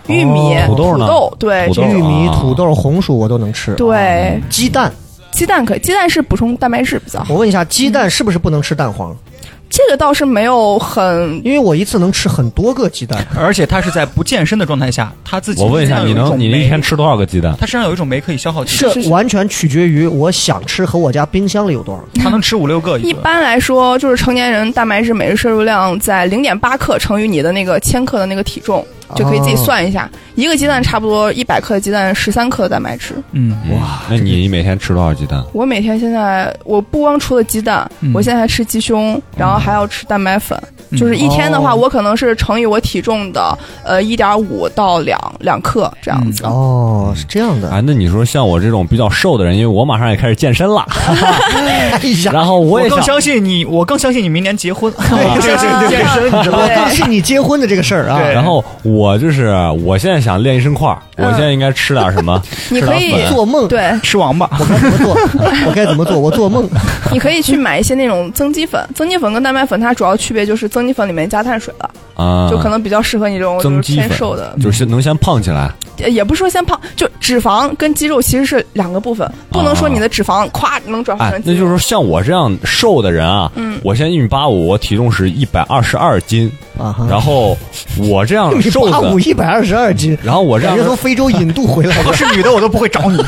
Speaker 4: 玉米、
Speaker 2: 土豆呢
Speaker 4: 对
Speaker 2: 土豆
Speaker 1: 玉米、
Speaker 2: 啊
Speaker 1: 土豆、红薯我都能吃。
Speaker 4: 对，
Speaker 1: 鸡蛋，
Speaker 4: 鸡蛋可以，鸡蛋是补充蛋白质比较好。
Speaker 1: 我问一下，鸡蛋是不是不能吃蛋黄？
Speaker 4: 这个倒是没有很
Speaker 1: 因为我一次能吃很多个鸡蛋。
Speaker 3: 而且他是在不健身的状态下，他自己
Speaker 2: 我问一
Speaker 3: 身
Speaker 2: 下，
Speaker 3: 上
Speaker 2: 你
Speaker 3: 有
Speaker 2: 能
Speaker 3: 种
Speaker 2: 你
Speaker 3: 酶
Speaker 2: 一天，吃多少个鸡蛋？
Speaker 3: 他身上有一种酶可以消耗
Speaker 4: [laughs] 是
Speaker 3: 掉，
Speaker 1: 这完全取决于我想吃和我家冰箱里有多少。
Speaker 4: 嗯
Speaker 3: 他能吃五六个
Speaker 4: 一
Speaker 3: 个。
Speaker 4: 般来说，就是成年人蛋白质每日摄入量在零点八克乘以你的那个千克的那个体重，就可以自己算一下。一个鸡蛋差不多一百克的鸡蛋十三克的蛋白质。
Speaker 3: 嗯，
Speaker 2: 哇，那你每天吃多少鸡蛋？
Speaker 4: 我每天现在我不光除了鸡蛋，
Speaker 3: 嗯
Speaker 4: 我现在还吃鸡胸，然后还要吃蛋白粉。
Speaker 3: 嗯
Speaker 4: 就是一天的话，
Speaker 1: 哦
Speaker 4: 我可能是乘以我体重的呃一点五到两两克这样子。
Speaker 1: 哦，是这样的。
Speaker 2: 啊，那你说像我这种比较瘦的人，因为我马上也开始健身了，
Speaker 1: [laughs] 哎呀，
Speaker 2: 然后我
Speaker 3: 我
Speaker 2: 也
Speaker 3: 更
Speaker 2: 想
Speaker 3: 相信你，我更相信你明年结婚。
Speaker 2: 对
Speaker 3: 这个这个健身，你知道吗？
Speaker 1: 我更是你结婚的这个事儿啊。
Speaker 3: 对
Speaker 2: 然后我就是，我现在想练一身块儿，我
Speaker 4: 嗯
Speaker 2: 现在应该吃点什么？
Speaker 4: 你
Speaker 2: 吃
Speaker 4: 可
Speaker 2: 点
Speaker 4: 以
Speaker 2: 粉。
Speaker 1: 做梦，
Speaker 4: 对，
Speaker 3: 吃王 [laughs] 八，
Speaker 1: 我该怎么做？
Speaker 4: [laughs]
Speaker 1: 我该怎么做？我做梦。
Speaker 4: 你可以去买一些那种增肌粉，增肌粉跟蛋白粉它主要区别就是增肌粉里面加碳水了，
Speaker 2: 啊，
Speaker 4: 就可能比较适合你这种就
Speaker 2: 增
Speaker 4: 是
Speaker 2: 肌
Speaker 4: 偏
Speaker 2: 粉
Speaker 4: 瘦的，
Speaker 2: 就是能先胖起来。
Speaker 4: 呃也不是说先胖，就脂肪跟肌肉其实是两个部分，不能说你的脂肪咵能转化
Speaker 2: 哎
Speaker 4: 成，嗯肌
Speaker 2: 那
Speaker 4: 肉。
Speaker 2: 就是说像我这样瘦的人啊，
Speaker 4: 嗯
Speaker 2: 我现在一米八五，我体重是一百二十二斤，
Speaker 1: 啊哈，
Speaker 2: 然后我这样瘦
Speaker 1: 八五
Speaker 2: 的，
Speaker 1: [laughs] 一百二十二斤，
Speaker 2: 然后我这
Speaker 1: 感
Speaker 2: 样
Speaker 1: 觉从非洲引渡回来
Speaker 3: [laughs]
Speaker 1: 的。
Speaker 3: 是女的我都不会 [laughs] 找你。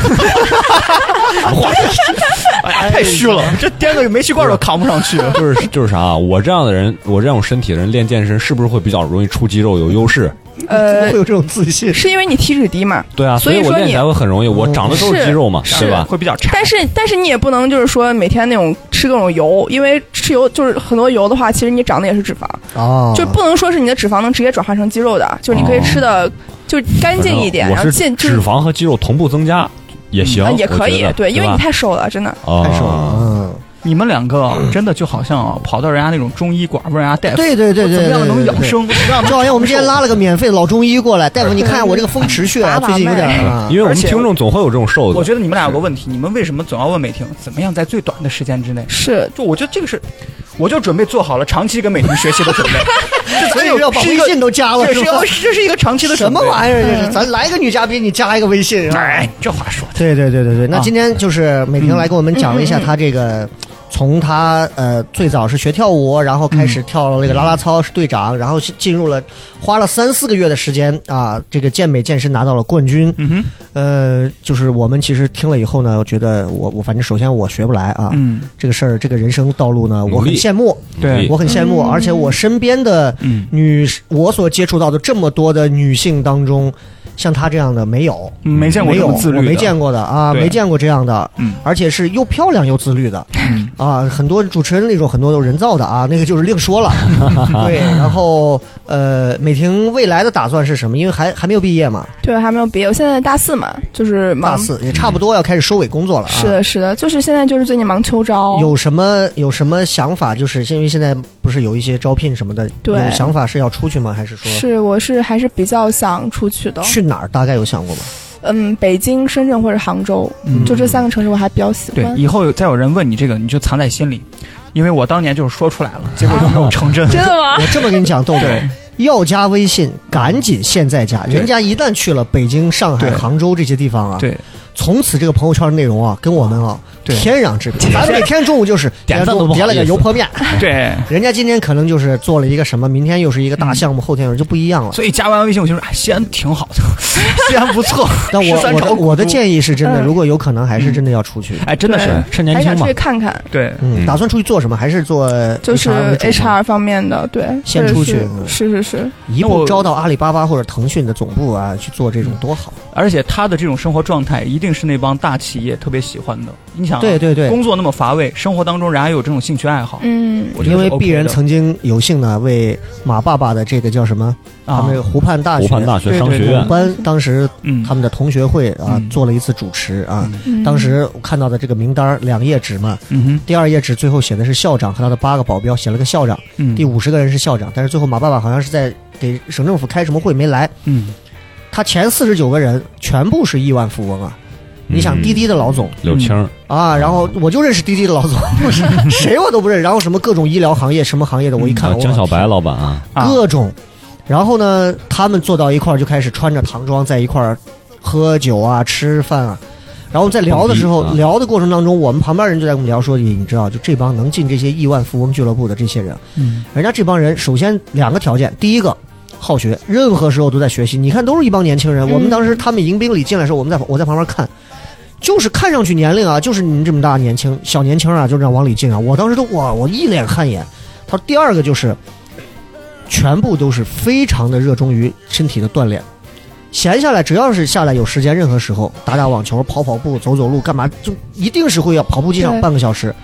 Speaker 3: 哎呀，太虚了，这掂个煤气罐都扛不上去。
Speaker 2: 就是就是啥啊，我这样的人，我这种身体的人练健身是不是会比较容易出肌肉有优势？
Speaker 4: 呃
Speaker 1: 会，有这种自信，
Speaker 4: 是因为你体脂低嘛？
Speaker 2: 对啊，
Speaker 4: 所以
Speaker 2: 我
Speaker 4: 说
Speaker 2: 练
Speaker 4: 你
Speaker 2: 起来会很容易，我长的都是
Speaker 4: 是
Speaker 2: 肌肉嘛，
Speaker 4: 是
Speaker 2: 对吧？
Speaker 3: 会比较差。
Speaker 4: 但是但是你也不能就是说每天那种吃各种油，因为吃油就是很多油的话，其实你长的也是脂肪，
Speaker 1: 哦
Speaker 4: 就不能说是你的脂肪能直接转化成肌肉的，就是你可以吃的就干净一点，
Speaker 2: 反正哦我是
Speaker 4: 然后健就
Speaker 2: 脂
Speaker 4: 是
Speaker 2: 肪和肌肉同步增加也行
Speaker 4: 啊，也可以
Speaker 2: 我觉得，
Speaker 4: 对，因为你
Speaker 2: 吧
Speaker 4: 太瘦了，真的。
Speaker 1: 太瘦了。
Speaker 2: 哦
Speaker 1: 嗯，
Speaker 3: 你们两个真的就好像啊跑到人家那种中医馆问人家大夫，
Speaker 1: 对对对对
Speaker 3: 怎么
Speaker 1: 对，
Speaker 3: 样能养
Speaker 1: 对。对
Speaker 3: 生？怎么样能
Speaker 1: 就好啊像我们今天拉了个免费老中医过来，大夫，你看我这个风池穴
Speaker 3: [laughs]
Speaker 1: 啊
Speaker 4: 把把
Speaker 1: 最近有点
Speaker 4: 脉
Speaker 1: 啊
Speaker 2: 因，为我
Speaker 3: 而
Speaker 2: 们
Speaker 3: 且
Speaker 2: 听众总会有这种瘦
Speaker 3: 我
Speaker 2: 子，
Speaker 3: 觉得你们俩有个问题，你们为什么总要问美婷怎么样在最短的时间之内？
Speaker 4: 是，
Speaker 3: 就我觉得这个是，我就准备做好了长期跟美婷学习的
Speaker 1: [laughs]
Speaker 3: 准备。这
Speaker 1: 所
Speaker 3: 才
Speaker 1: 以
Speaker 3: 有
Speaker 1: 要把
Speaker 3: 哎是一
Speaker 1: 微
Speaker 3: 个
Speaker 1: 信都加了，
Speaker 3: 这
Speaker 1: 是
Speaker 3: 是
Speaker 1: 吧
Speaker 3: 要？这是一个长期的
Speaker 1: 什么
Speaker 3: 意
Speaker 1: 玩意儿？这是咱来个女嘉宾，你加一个微信啊？
Speaker 3: 哎，这话说的，
Speaker 1: 对对对对对，那
Speaker 3: 啊嗯
Speaker 1: 今天就是美萍来给我们讲了一下她这个。从她呃最早是学跳舞，然后开
Speaker 3: 嗯
Speaker 1: 始跳了那个啦啦操是队长，然后进入了花了三四个月的时间啊，这个健美健身拿到了冠军。
Speaker 3: 嗯哼，
Speaker 1: 呃，就是我们其实听了以后呢，我觉得我我反正首先我学不来啊，
Speaker 3: 嗯，
Speaker 1: 这个事儿这个人生道路呢，我
Speaker 2: 努
Speaker 1: 很
Speaker 2: 力
Speaker 1: 羡慕，
Speaker 3: 对
Speaker 1: 我很羡慕，而且我身边的
Speaker 3: 嗯
Speaker 1: 女我所接触到的这么多的女性当中，像她这样的没有，
Speaker 3: 没见过
Speaker 1: 没
Speaker 3: 这
Speaker 1: 有，
Speaker 3: 么自律 [laughs]
Speaker 1: 我
Speaker 3: 的，
Speaker 1: 没见过的啊，
Speaker 3: 对
Speaker 1: 没见过这样的，
Speaker 3: 嗯
Speaker 1: 而且是又漂亮又自律的，
Speaker 3: 嗯
Speaker 1: 啊，很多主持人那种很多都是人造的啊，那个就是另
Speaker 2: [laughs]
Speaker 1: 说了。对，然后呃，美婷未来的打算是什么？因为还还没有毕业嘛，
Speaker 4: 对，还没有毕业，我现在大四嘛，就是忙
Speaker 1: 大。四也差不多要开始收尾工作了啊。
Speaker 4: 是的，是的，就是现在就是最近忙秋招，
Speaker 1: 有什么有什么想法？就是因为现在不是有一些招聘什么的，
Speaker 4: 对
Speaker 1: 有想法是要出去吗？还是说
Speaker 4: 是我是还是比较想出去的，
Speaker 1: 去哪儿？大概有想过吗？
Speaker 4: 嗯，北京、深圳或者杭州，
Speaker 3: 嗯
Speaker 4: 就这三个城市我还比较喜
Speaker 3: 对，
Speaker 4: 欢。
Speaker 3: 以后有再有人问你这个，你就藏在心里，因为我当年就是说出来了，结果就没有
Speaker 1: [laughs]
Speaker 3: 成真。
Speaker 4: 真的吗？
Speaker 1: 我这么跟你讲，豆豆
Speaker 3: 对，
Speaker 1: 要加微信，赶紧现在加。
Speaker 3: 对
Speaker 1: 人家一旦去了北京、上海、
Speaker 3: 对
Speaker 1: 杭州这些地方啊，
Speaker 3: 对，
Speaker 1: 从此这个朋友圈内容啊，跟我们啊
Speaker 3: 对
Speaker 1: 天壤之别。咱们每天中午就是
Speaker 2: 点赞
Speaker 1: 人家
Speaker 2: 都
Speaker 1: 中午
Speaker 2: 不好
Speaker 1: 点了
Speaker 2: 意
Speaker 1: 个
Speaker 2: 思
Speaker 1: 油泼面，
Speaker 3: 对，
Speaker 1: 人家今天可能就是做了一个什么，明天又是一个大项目，后天又是就不一样了。
Speaker 3: 所以加完微信我就说，哎，西安挺好的，西安不错。 [laughs]
Speaker 1: [laughs] 但我
Speaker 3: 13
Speaker 1: 我的
Speaker 3: 朝古
Speaker 1: 我的
Speaker 3: 都
Speaker 1: 建议是真的，
Speaker 4: 嗯
Speaker 1: 如果有可能，还是真的要出去。
Speaker 3: 哎，真的是
Speaker 4: 对
Speaker 2: 趁年
Speaker 4: 还
Speaker 2: 轻
Speaker 4: 想
Speaker 2: 嘛
Speaker 4: 出去，看看，
Speaker 3: 对，
Speaker 1: 嗯，打算出去做什么？还是做
Speaker 4: 就是
Speaker 1: 为主吗
Speaker 4: HR 方面的，对，
Speaker 1: 先
Speaker 4: 这
Speaker 1: 出
Speaker 4: 是
Speaker 1: 去嗯
Speaker 4: 是是是，
Speaker 1: 一
Speaker 3: 那
Speaker 1: 步
Speaker 3: 我嗯
Speaker 1: 招到阿里巴巴或者腾讯的总部啊，去做这种多好。
Speaker 3: 而且他的这种生活状态，一定是那帮大企业特别喜欢的。你想啊，
Speaker 1: 对对对，
Speaker 3: 工作那么乏味，生活当中人还有这种兴趣爱好，
Speaker 4: 嗯，
Speaker 3: 我觉
Speaker 1: 因
Speaker 3: 得
Speaker 1: 为
Speaker 3: 是 OK
Speaker 1: 鄙人
Speaker 3: 的
Speaker 1: 曾经有幸呢，为马爸爸的这个叫什么？他
Speaker 3: 啊
Speaker 1: 们，湖畔大学
Speaker 2: 湖畔大学
Speaker 1: 对
Speaker 2: 商
Speaker 1: 对
Speaker 2: 学
Speaker 1: 对
Speaker 2: 院
Speaker 1: 鲁班当时
Speaker 3: 嗯，
Speaker 1: 他们的同学会啊
Speaker 3: 嗯
Speaker 1: 做了一次主持啊。
Speaker 4: 嗯
Speaker 1: 当时我看到的这个名单儿两页纸嘛，
Speaker 3: 嗯哼，
Speaker 1: 第二页纸最后写的是校长和他的八个保镖，写了个校长，
Speaker 3: 嗯，
Speaker 1: 第五十个人是校长，但是最后马爸爸好像是在给省政府开什么会没来，
Speaker 3: 嗯，
Speaker 1: 他前四十九个人全部是亿万富翁啊！你想
Speaker 2: 嗯
Speaker 1: 滴滴的老总
Speaker 2: 柳青儿，
Speaker 1: 啊，然后我就认识滴滴的老
Speaker 2: [laughs]
Speaker 1: 总，谁我都不认识，然后什么各种医疗行业什么行业的，我一看
Speaker 2: 啊
Speaker 1: 我
Speaker 2: 江小白老板啊，
Speaker 3: 啊
Speaker 1: 各种，然后呢，他们坐到一块儿就开始穿着唐装在一块儿喝酒啊、吃饭啊，然后在聊的时候
Speaker 2: 蹦，迪啊
Speaker 1: 聊的过程当中，我们旁边人就在跟我们聊说，你知道，就这帮能进这些亿万富翁俱乐部的这些人，
Speaker 3: 嗯
Speaker 1: 人家这帮人首先两个条件，第一个。好学，任何时候都在学习。你看，都是一帮年轻人。
Speaker 4: 嗯
Speaker 1: 我们当时他们迎宾礼进来的时候，我们在我在旁边看，就是看上去年龄啊，就是你们这么大年轻小年轻啊，就这样往里进啊。我当时都哇，我一脸汗颜。他说第二个就是，全部都是非常的热衷于身体的锻炼。闲下来，只要是下来有时间，任何时候打打网球、跑跑步、走走路，干嘛就一定是会要跑步机上
Speaker 4: 对
Speaker 1: 半个小时。
Speaker 2: 嗯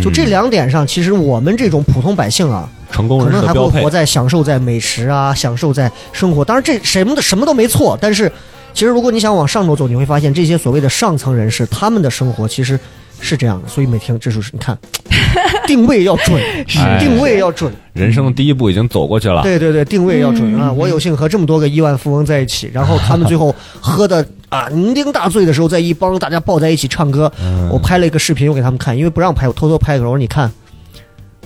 Speaker 1: 就这两点上，其实我们这种普通百姓啊，
Speaker 2: 成功
Speaker 1: 可
Speaker 2: 人士
Speaker 1: 能
Speaker 2: 的
Speaker 1: 还
Speaker 2: 标
Speaker 1: 会
Speaker 2: 配
Speaker 1: 活，在享受在美食啊，享受在生活。当然，这什么的什么都没错，但是其实如果你想往上头走，你会发现这些所谓的上层人士，他们的生活其实是这样的。所以每天这就是你看， [laughs] 定位要准，
Speaker 2: 哎
Speaker 1: 定位要准，
Speaker 2: 人生的第一步已经走过去了，
Speaker 1: 对对对，定位要
Speaker 3: 嗯
Speaker 1: 准啊！我有幸和这么多个亿万富翁在一
Speaker 3: [laughs]
Speaker 1: 起，然后他们最后喝的啊酩酊大醉的时候，在一帮大家抱在一起唱歌。
Speaker 3: 嗯
Speaker 1: 我拍了一个视频，我给他们看，因为不让拍，我偷偷拍给我说：“你看，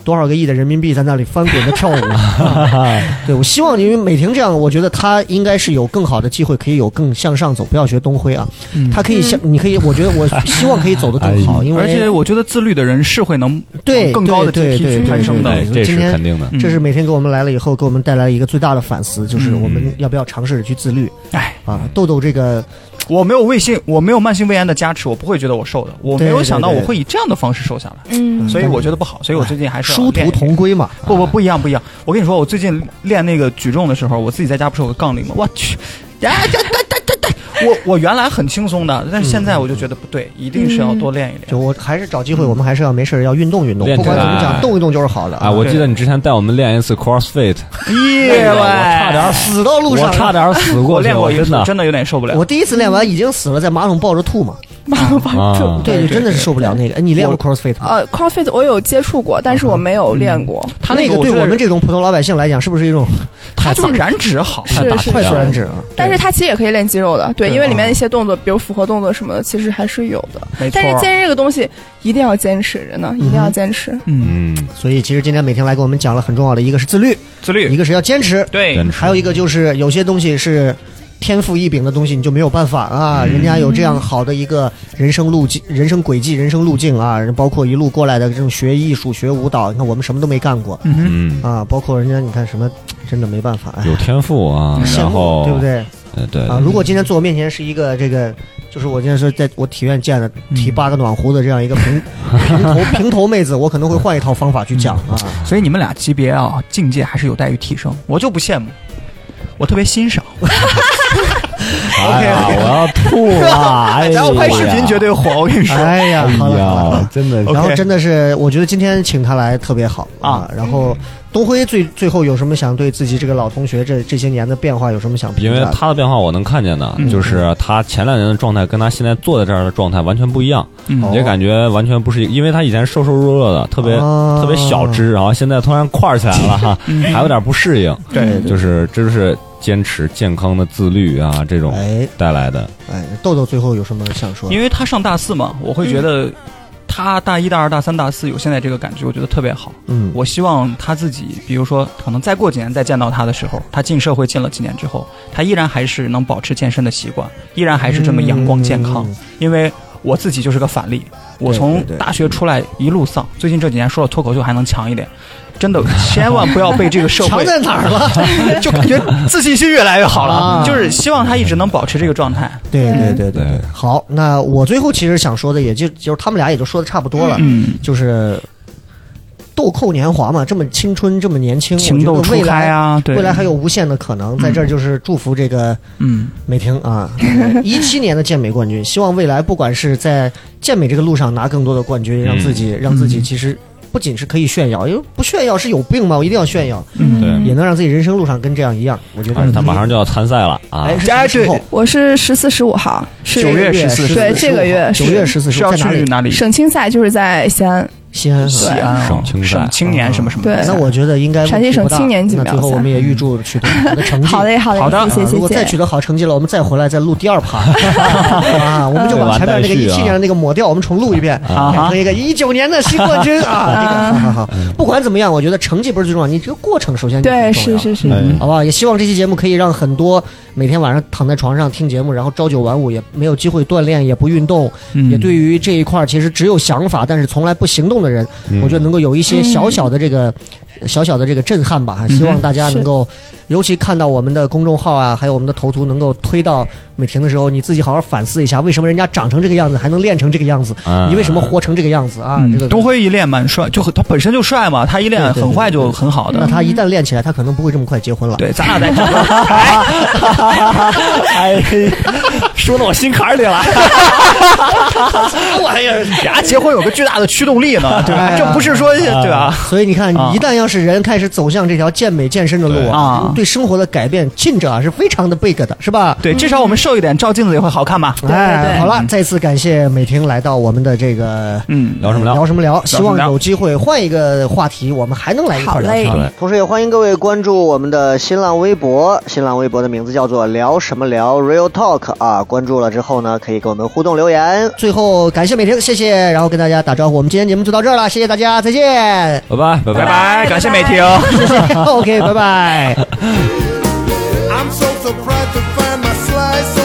Speaker 1: 多少个亿的人民币在那里翻滚着跳舞。”啊
Speaker 3: [laughs]
Speaker 1: 对，我希望因为美婷这样，我觉得她应该是有更好的机会，可以有更向上走，不要学东辉啊，
Speaker 3: 嗯
Speaker 1: 她可以向，你可以，我觉得我希望可以走得更好，因为
Speaker 3: 而且我觉得自律的人是会能
Speaker 1: 对
Speaker 3: 往更高的阶
Speaker 1: 对
Speaker 3: 梯
Speaker 1: 对
Speaker 3: 去
Speaker 1: 对
Speaker 3: 攀升
Speaker 1: 对
Speaker 3: 的
Speaker 2: 哎。
Speaker 1: 对
Speaker 2: 这
Speaker 1: 今
Speaker 2: 是
Speaker 1: 天
Speaker 2: 肯定的。
Speaker 3: 嗯
Speaker 1: 这是每天给我们来了以后，给我们带来一个最大的反思，就是我们要不要尝试着去自律
Speaker 3: 哎，
Speaker 1: 啊？豆豆这个，
Speaker 3: 我没有胃性，我没有慢性胃炎的加持，我不会觉得我瘦的，我没
Speaker 1: 对
Speaker 3: 有
Speaker 1: 对
Speaker 3: 想到
Speaker 1: 对哎
Speaker 3: 我会以这样的方式瘦下来，
Speaker 4: 嗯，
Speaker 3: 所以我觉得不好，所以我最近还是要
Speaker 1: 殊
Speaker 3: 练
Speaker 1: 途
Speaker 3: 一练
Speaker 1: 同归嘛。
Speaker 3: 不不不一样不一样，我跟你说，我最近练那个举重的时候，我自己在家不是有个杠铃吗？我去，呀呀呀呀呀呀！我我原来很轻松的，但是现在我就觉得不对，一定是要多练一
Speaker 1: 就
Speaker 3: 练。
Speaker 1: 我还是找机会，我们还是要没事儿要运动运动，
Speaker 2: 练
Speaker 1: 不
Speaker 2: 起
Speaker 1: 管怎么讲，
Speaker 2: 来
Speaker 1: 动一动就是好的
Speaker 2: 啊，我记得你之前带我们练一次 CrossFit，
Speaker 1: 嗯
Speaker 3: 耶
Speaker 2: 我差点
Speaker 3: 喂！
Speaker 1: 死到路
Speaker 2: 我
Speaker 1: 上，
Speaker 2: 差点死过
Speaker 1: [laughs]
Speaker 3: 我
Speaker 2: 去，
Speaker 3: 练过一
Speaker 2: 真
Speaker 3: 次
Speaker 2: 的，
Speaker 3: 真的有点受不了
Speaker 1: 我。第一次练完已经死了，在马桶抱着吐嘛。
Speaker 2: 啊，
Speaker 1: 对，真的是受不了那个。哎你练过 CrossFit 吗？
Speaker 4: 呃，CrossFit 我有接触过，但是我没有练过。
Speaker 3: 他
Speaker 1: 那
Speaker 3: 个
Speaker 1: 对
Speaker 3: 觉得
Speaker 1: 我们这种普通老百姓来讲，是不是一种
Speaker 3: 他就是燃脂好，
Speaker 4: 是
Speaker 3: 太大
Speaker 4: 是
Speaker 1: 快
Speaker 4: 是
Speaker 1: 速燃脂啊？
Speaker 4: 但是它其实也可以练肌肉的，对，
Speaker 3: 对
Speaker 4: 因为里面一些动作，比如复合动作什么的，其实还是有的。
Speaker 3: 没错
Speaker 4: 但是健身这个东西一定要坚持着呢，一定要坚持。
Speaker 3: 嗯，
Speaker 2: 嗯，
Speaker 1: 所以其实今天每天来给我们讲了很重要的，一个是自律，
Speaker 3: 自
Speaker 1: 一
Speaker 3: 律
Speaker 1: 个是要坚持，
Speaker 3: 对
Speaker 2: 真
Speaker 1: 还有一个就是有些东西是天赋异禀的东西，你就没有办法啊。人家有这样好的一个人生路径、人生轨迹、人生路径啊，包括一路过来的这种学艺术、学舞蹈，你看我们什么都没干过
Speaker 2: 嗯，
Speaker 1: 啊，包括人家你看什么，真的没办法，哎
Speaker 2: 有，天赋啊，
Speaker 1: 羡慕
Speaker 2: 然后
Speaker 1: 对不？对
Speaker 2: 呃对，
Speaker 1: 啊？如果今天坐我面前是一个这个。就是我今天说，在我体院见的提八个暖壶的这样一个平平头 [laughs] 平头妹子，我可能会换一套方法去讲啊。
Speaker 3: 所以你们俩级别啊，境界还是有待于提升，我就不羡慕，我特别欣赏。
Speaker 2: 哎呀，我要吐了！哎
Speaker 3: 咱
Speaker 2: 呀，
Speaker 3: 要拍视频绝对火，我跟你说。
Speaker 1: 哎呀，好了好
Speaker 2: 哎
Speaker 1: 了
Speaker 2: 呀，。真的
Speaker 3: OK
Speaker 1: 然后真的是，我觉得今天请他来特别好
Speaker 3: 啊
Speaker 1: 啊。然后东辉最最后有什么想对自己这个老同学这这些年的变化有什么想
Speaker 2: 因
Speaker 1: 评
Speaker 2: 为
Speaker 1: 价的？
Speaker 2: 他的变化我能看见的，就是他前两年的状态跟他现在坐在这儿的状态完全不一样，
Speaker 1: 哦
Speaker 3: 嗯
Speaker 2: 也感觉完全不是一个，因为他以前瘦瘦弱弱的，特别、
Speaker 1: 啊
Speaker 2: 特别小只，然后现在突然块儿起来了哈， [laughs] 还有点不适应，
Speaker 3: 对
Speaker 2: 就是这就是坚持、健康的自律啊这种
Speaker 1: 哎
Speaker 2: 带来的。
Speaker 1: 哎，豆豆最后有什么想说的？
Speaker 3: 因为他上大四嘛，我会觉得他大一、大二、大三、大四有现在这个感觉，我觉得特别好。
Speaker 1: 嗯，
Speaker 3: 我希望他自己，比如说，可能再过几年再见到他的时候，他进社会进了几年之后，他依然还是能保持健身的习惯，依然还是这么阳光健康。
Speaker 1: 嗯
Speaker 3: 因为我自己就是个反例，我
Speaker 1: 对
Speaker 3: 从
Speaker 1: 对对
Speaker 3: 大学出来一路丧，最近这几年说了脱口秀还能强一点，真的千万不要被这
Speaker 1: [laughs]
Speaker 3: 个社
Speaker 1: 强
Speaker 3: 会
Speaker 1: 在哪儿了？
Speaker 3: [laughs] 就感觉自信心越来越好
Speaker 1: 啊
Speaker 3: 了，就是希望他一直能保持这个状态。
Speaker 1: 对对对对
Speaker 2: 对
Speaker 1: 对，好，那我最后其实想说的，也就就是他们俩也就说的差不多了，
Speaker 3: 嗯，
Speaker 1: 就是豆蔻年华嘛，这么青春，这么年轻，
Speaker 3: 嗯情窦
Speaker 1: 我觉得未
Speaker 3: 初开
Speaker 1: 来、
Speaker 3: 啊，对，
Speaker 1: 未来还有无限的可能，在这儿就是祝福这个
Speaker 3: 嗯，
Speaker 1: 美婷啊， [laughs] 一七年的健美冠军，希望未来不管是在健美这个路上拿更多的冠军，让自己让自己其实不仅是可以炫耀，因为不炫耀是有病嘛，我一定要炫耀，
Speaker 4: 嗯
Speaker 2: 对
Speaker 1: 也能让自己人生路上跟这样一样，我觉
Speaker 2: 而
Speaker 1: 得
Speaker 2: 且啊他马上就要参赛了嗯啊！
Speaker 1: 嗯哎，是什么时候？
Speaker 4: 我是十四、十五号，是
Speaker 3: 九月
Speaker 1: 14
Speaker 3: 14
Speaker 4: 对这个月
Speaker 1: 九
Speaker 4: 是
Speaker 1: 月十四
Speaker 3: 是
Speaker 1: 号
Speaker 3: 要
Speaker 1: 在哪
Speaker 3: 去
Speaker 1: 里？
Speaker 3: 哪里？
Speaker 4: 省青赛，就是在西安。
Speaker 1: 西安是
Speaker 3: 西
Speaker 1: 吧。
Speaker 3: 安哦
Speaker 2: 省青赛
Speaker 3: 省青年什么什么。
Speaker 4: 对
Speaker 1: 那我觉得应该问题
Speaker 4: 陕西省
Speaker 1: 不大
Speaker 4: 青年锦
Speaker 1: 那
Speaker 4: 标
Speaker 1: 最后我
Speaker 4: 赛
Speaker 1: 们也预祝取得好的成绩。
Speaker 4: 好嘞，好嘞，
Speaker 3: 好的
Speaker 4: 谢
Speaker 1: 啊
Speaker 4: 谢，
Speaker 1: 如果
Speaker 4: 谢
Speaker 1: 再取
Speaker 4: 谢。
Speaker 1: 得好成绩了，我们再回来再录第二
Speaker 4: [laughs]
Speaker 1: 趴啊，我们就
Speaker 2: 对
Speaker 1: 把
Speaker 2: 吧
Speaker 1: 前面那个
Speaker 2: 待续
Speaker 1: 一
Speaker 2: 啊
Speaker 1: 七年的那个抹掉，我们重录一遍，
Speaker 3: 啊
Speaker 1: 改成一个一九年的新冠军
Speaker 4: [laughs]
Speaker 1: 啊。这个好好好，不管怎么样，我觉得成绩不是最重要，你这个过程首先就很
Speaker 4: 对，
Speaker 1: 重
Speaker 4: 是
Speaker 1: 要，
Speaker 4: 是是，
Speaker 2: 哎
Speaker 1: 好不好？也希望这期节目可以让很多每天晚上躺在床上听节目，然后朝九晚五也没有机会锻炼，也不运动，
Speaker 3: 嗯
Speaker 1: 也对于这一块儿其实只有想法但是从来不行动的人，
Speaker 2: 嗯
Speaker 1: 我觉得能够有一些小小的这个、
Speaker 3: 嗯
Speaker 1: 小小的这个震撼吧。希望大家能够，尤其看到我们的公众号啊，还有我们的头图能够推到美婷的时候，你自己好好反思一下，为什么人家长成这个样子还能练成这个样子，
Speaker 3: 啊
Speaker 2: 嗯
Speaker 1: 你为什么活成这个样子啊？这个
Speaker 3: 东辉一练蛮帅，就很他本身就帅嘛，他一练很快就很好
Speaker 1: 那
Speaker 3: 的。
Speaker 1: 他一旦练起来，他可能不会这么快结婚了。
Speaker 3: 对，咱俩在 [laughs] 这儿，哎，说到我心坎里了。玩意儿， [laughs] 俩结婚有个巨大的驱动力呢，对啊吧？
Speaker 1: 哎呀
Speaker 3: 这不是说对吧？
Speaker 1: 所以你看，
Speaker 3: 啊
Speaker 1: 一旦要是人开始走向这条健美健身的路
Speaker 3: 对啊
Speaker 1: 对生活的改变，进者啊是非常的 big 的，是吧？
Speaker 3: 对，至少我们瘦一点，照镜子也会好看嘛。
Speaker 1: 哎，
Speaker 4: 对
Speaker 1: 好了，再次感谢美婷来到我们的这个
Speaker 3: 嗯，
Speaker 2: 聊什么聊？
Speaker 1: 聊什么聊，希望有机会换一个话题，我们还能来一块儿聊天。
Speaker 2: 好嘞
Speaker 1: 同时也欢迎各位关注我们的新浪微博，新浪微博的名字叫做“聊什么聊 Real Talk” 啊，关注了之后呢，可以给我们互动留言。最后感谢美婷，谢谢，然后跟大家打招呼，我们今天节目就到这儿了，谢谢大家，再
Speaker 4: [laughs]
Speaker 1: 见
Speaker 2: 拜拜拜
Speaker 3: 拜
Speaker 2: 拜。
Speaker 3: 拜，感谢美婷。
Speaker 1: ，OK，拜拜。
Speaker 5: I'm so surprised to find my slice of Oh,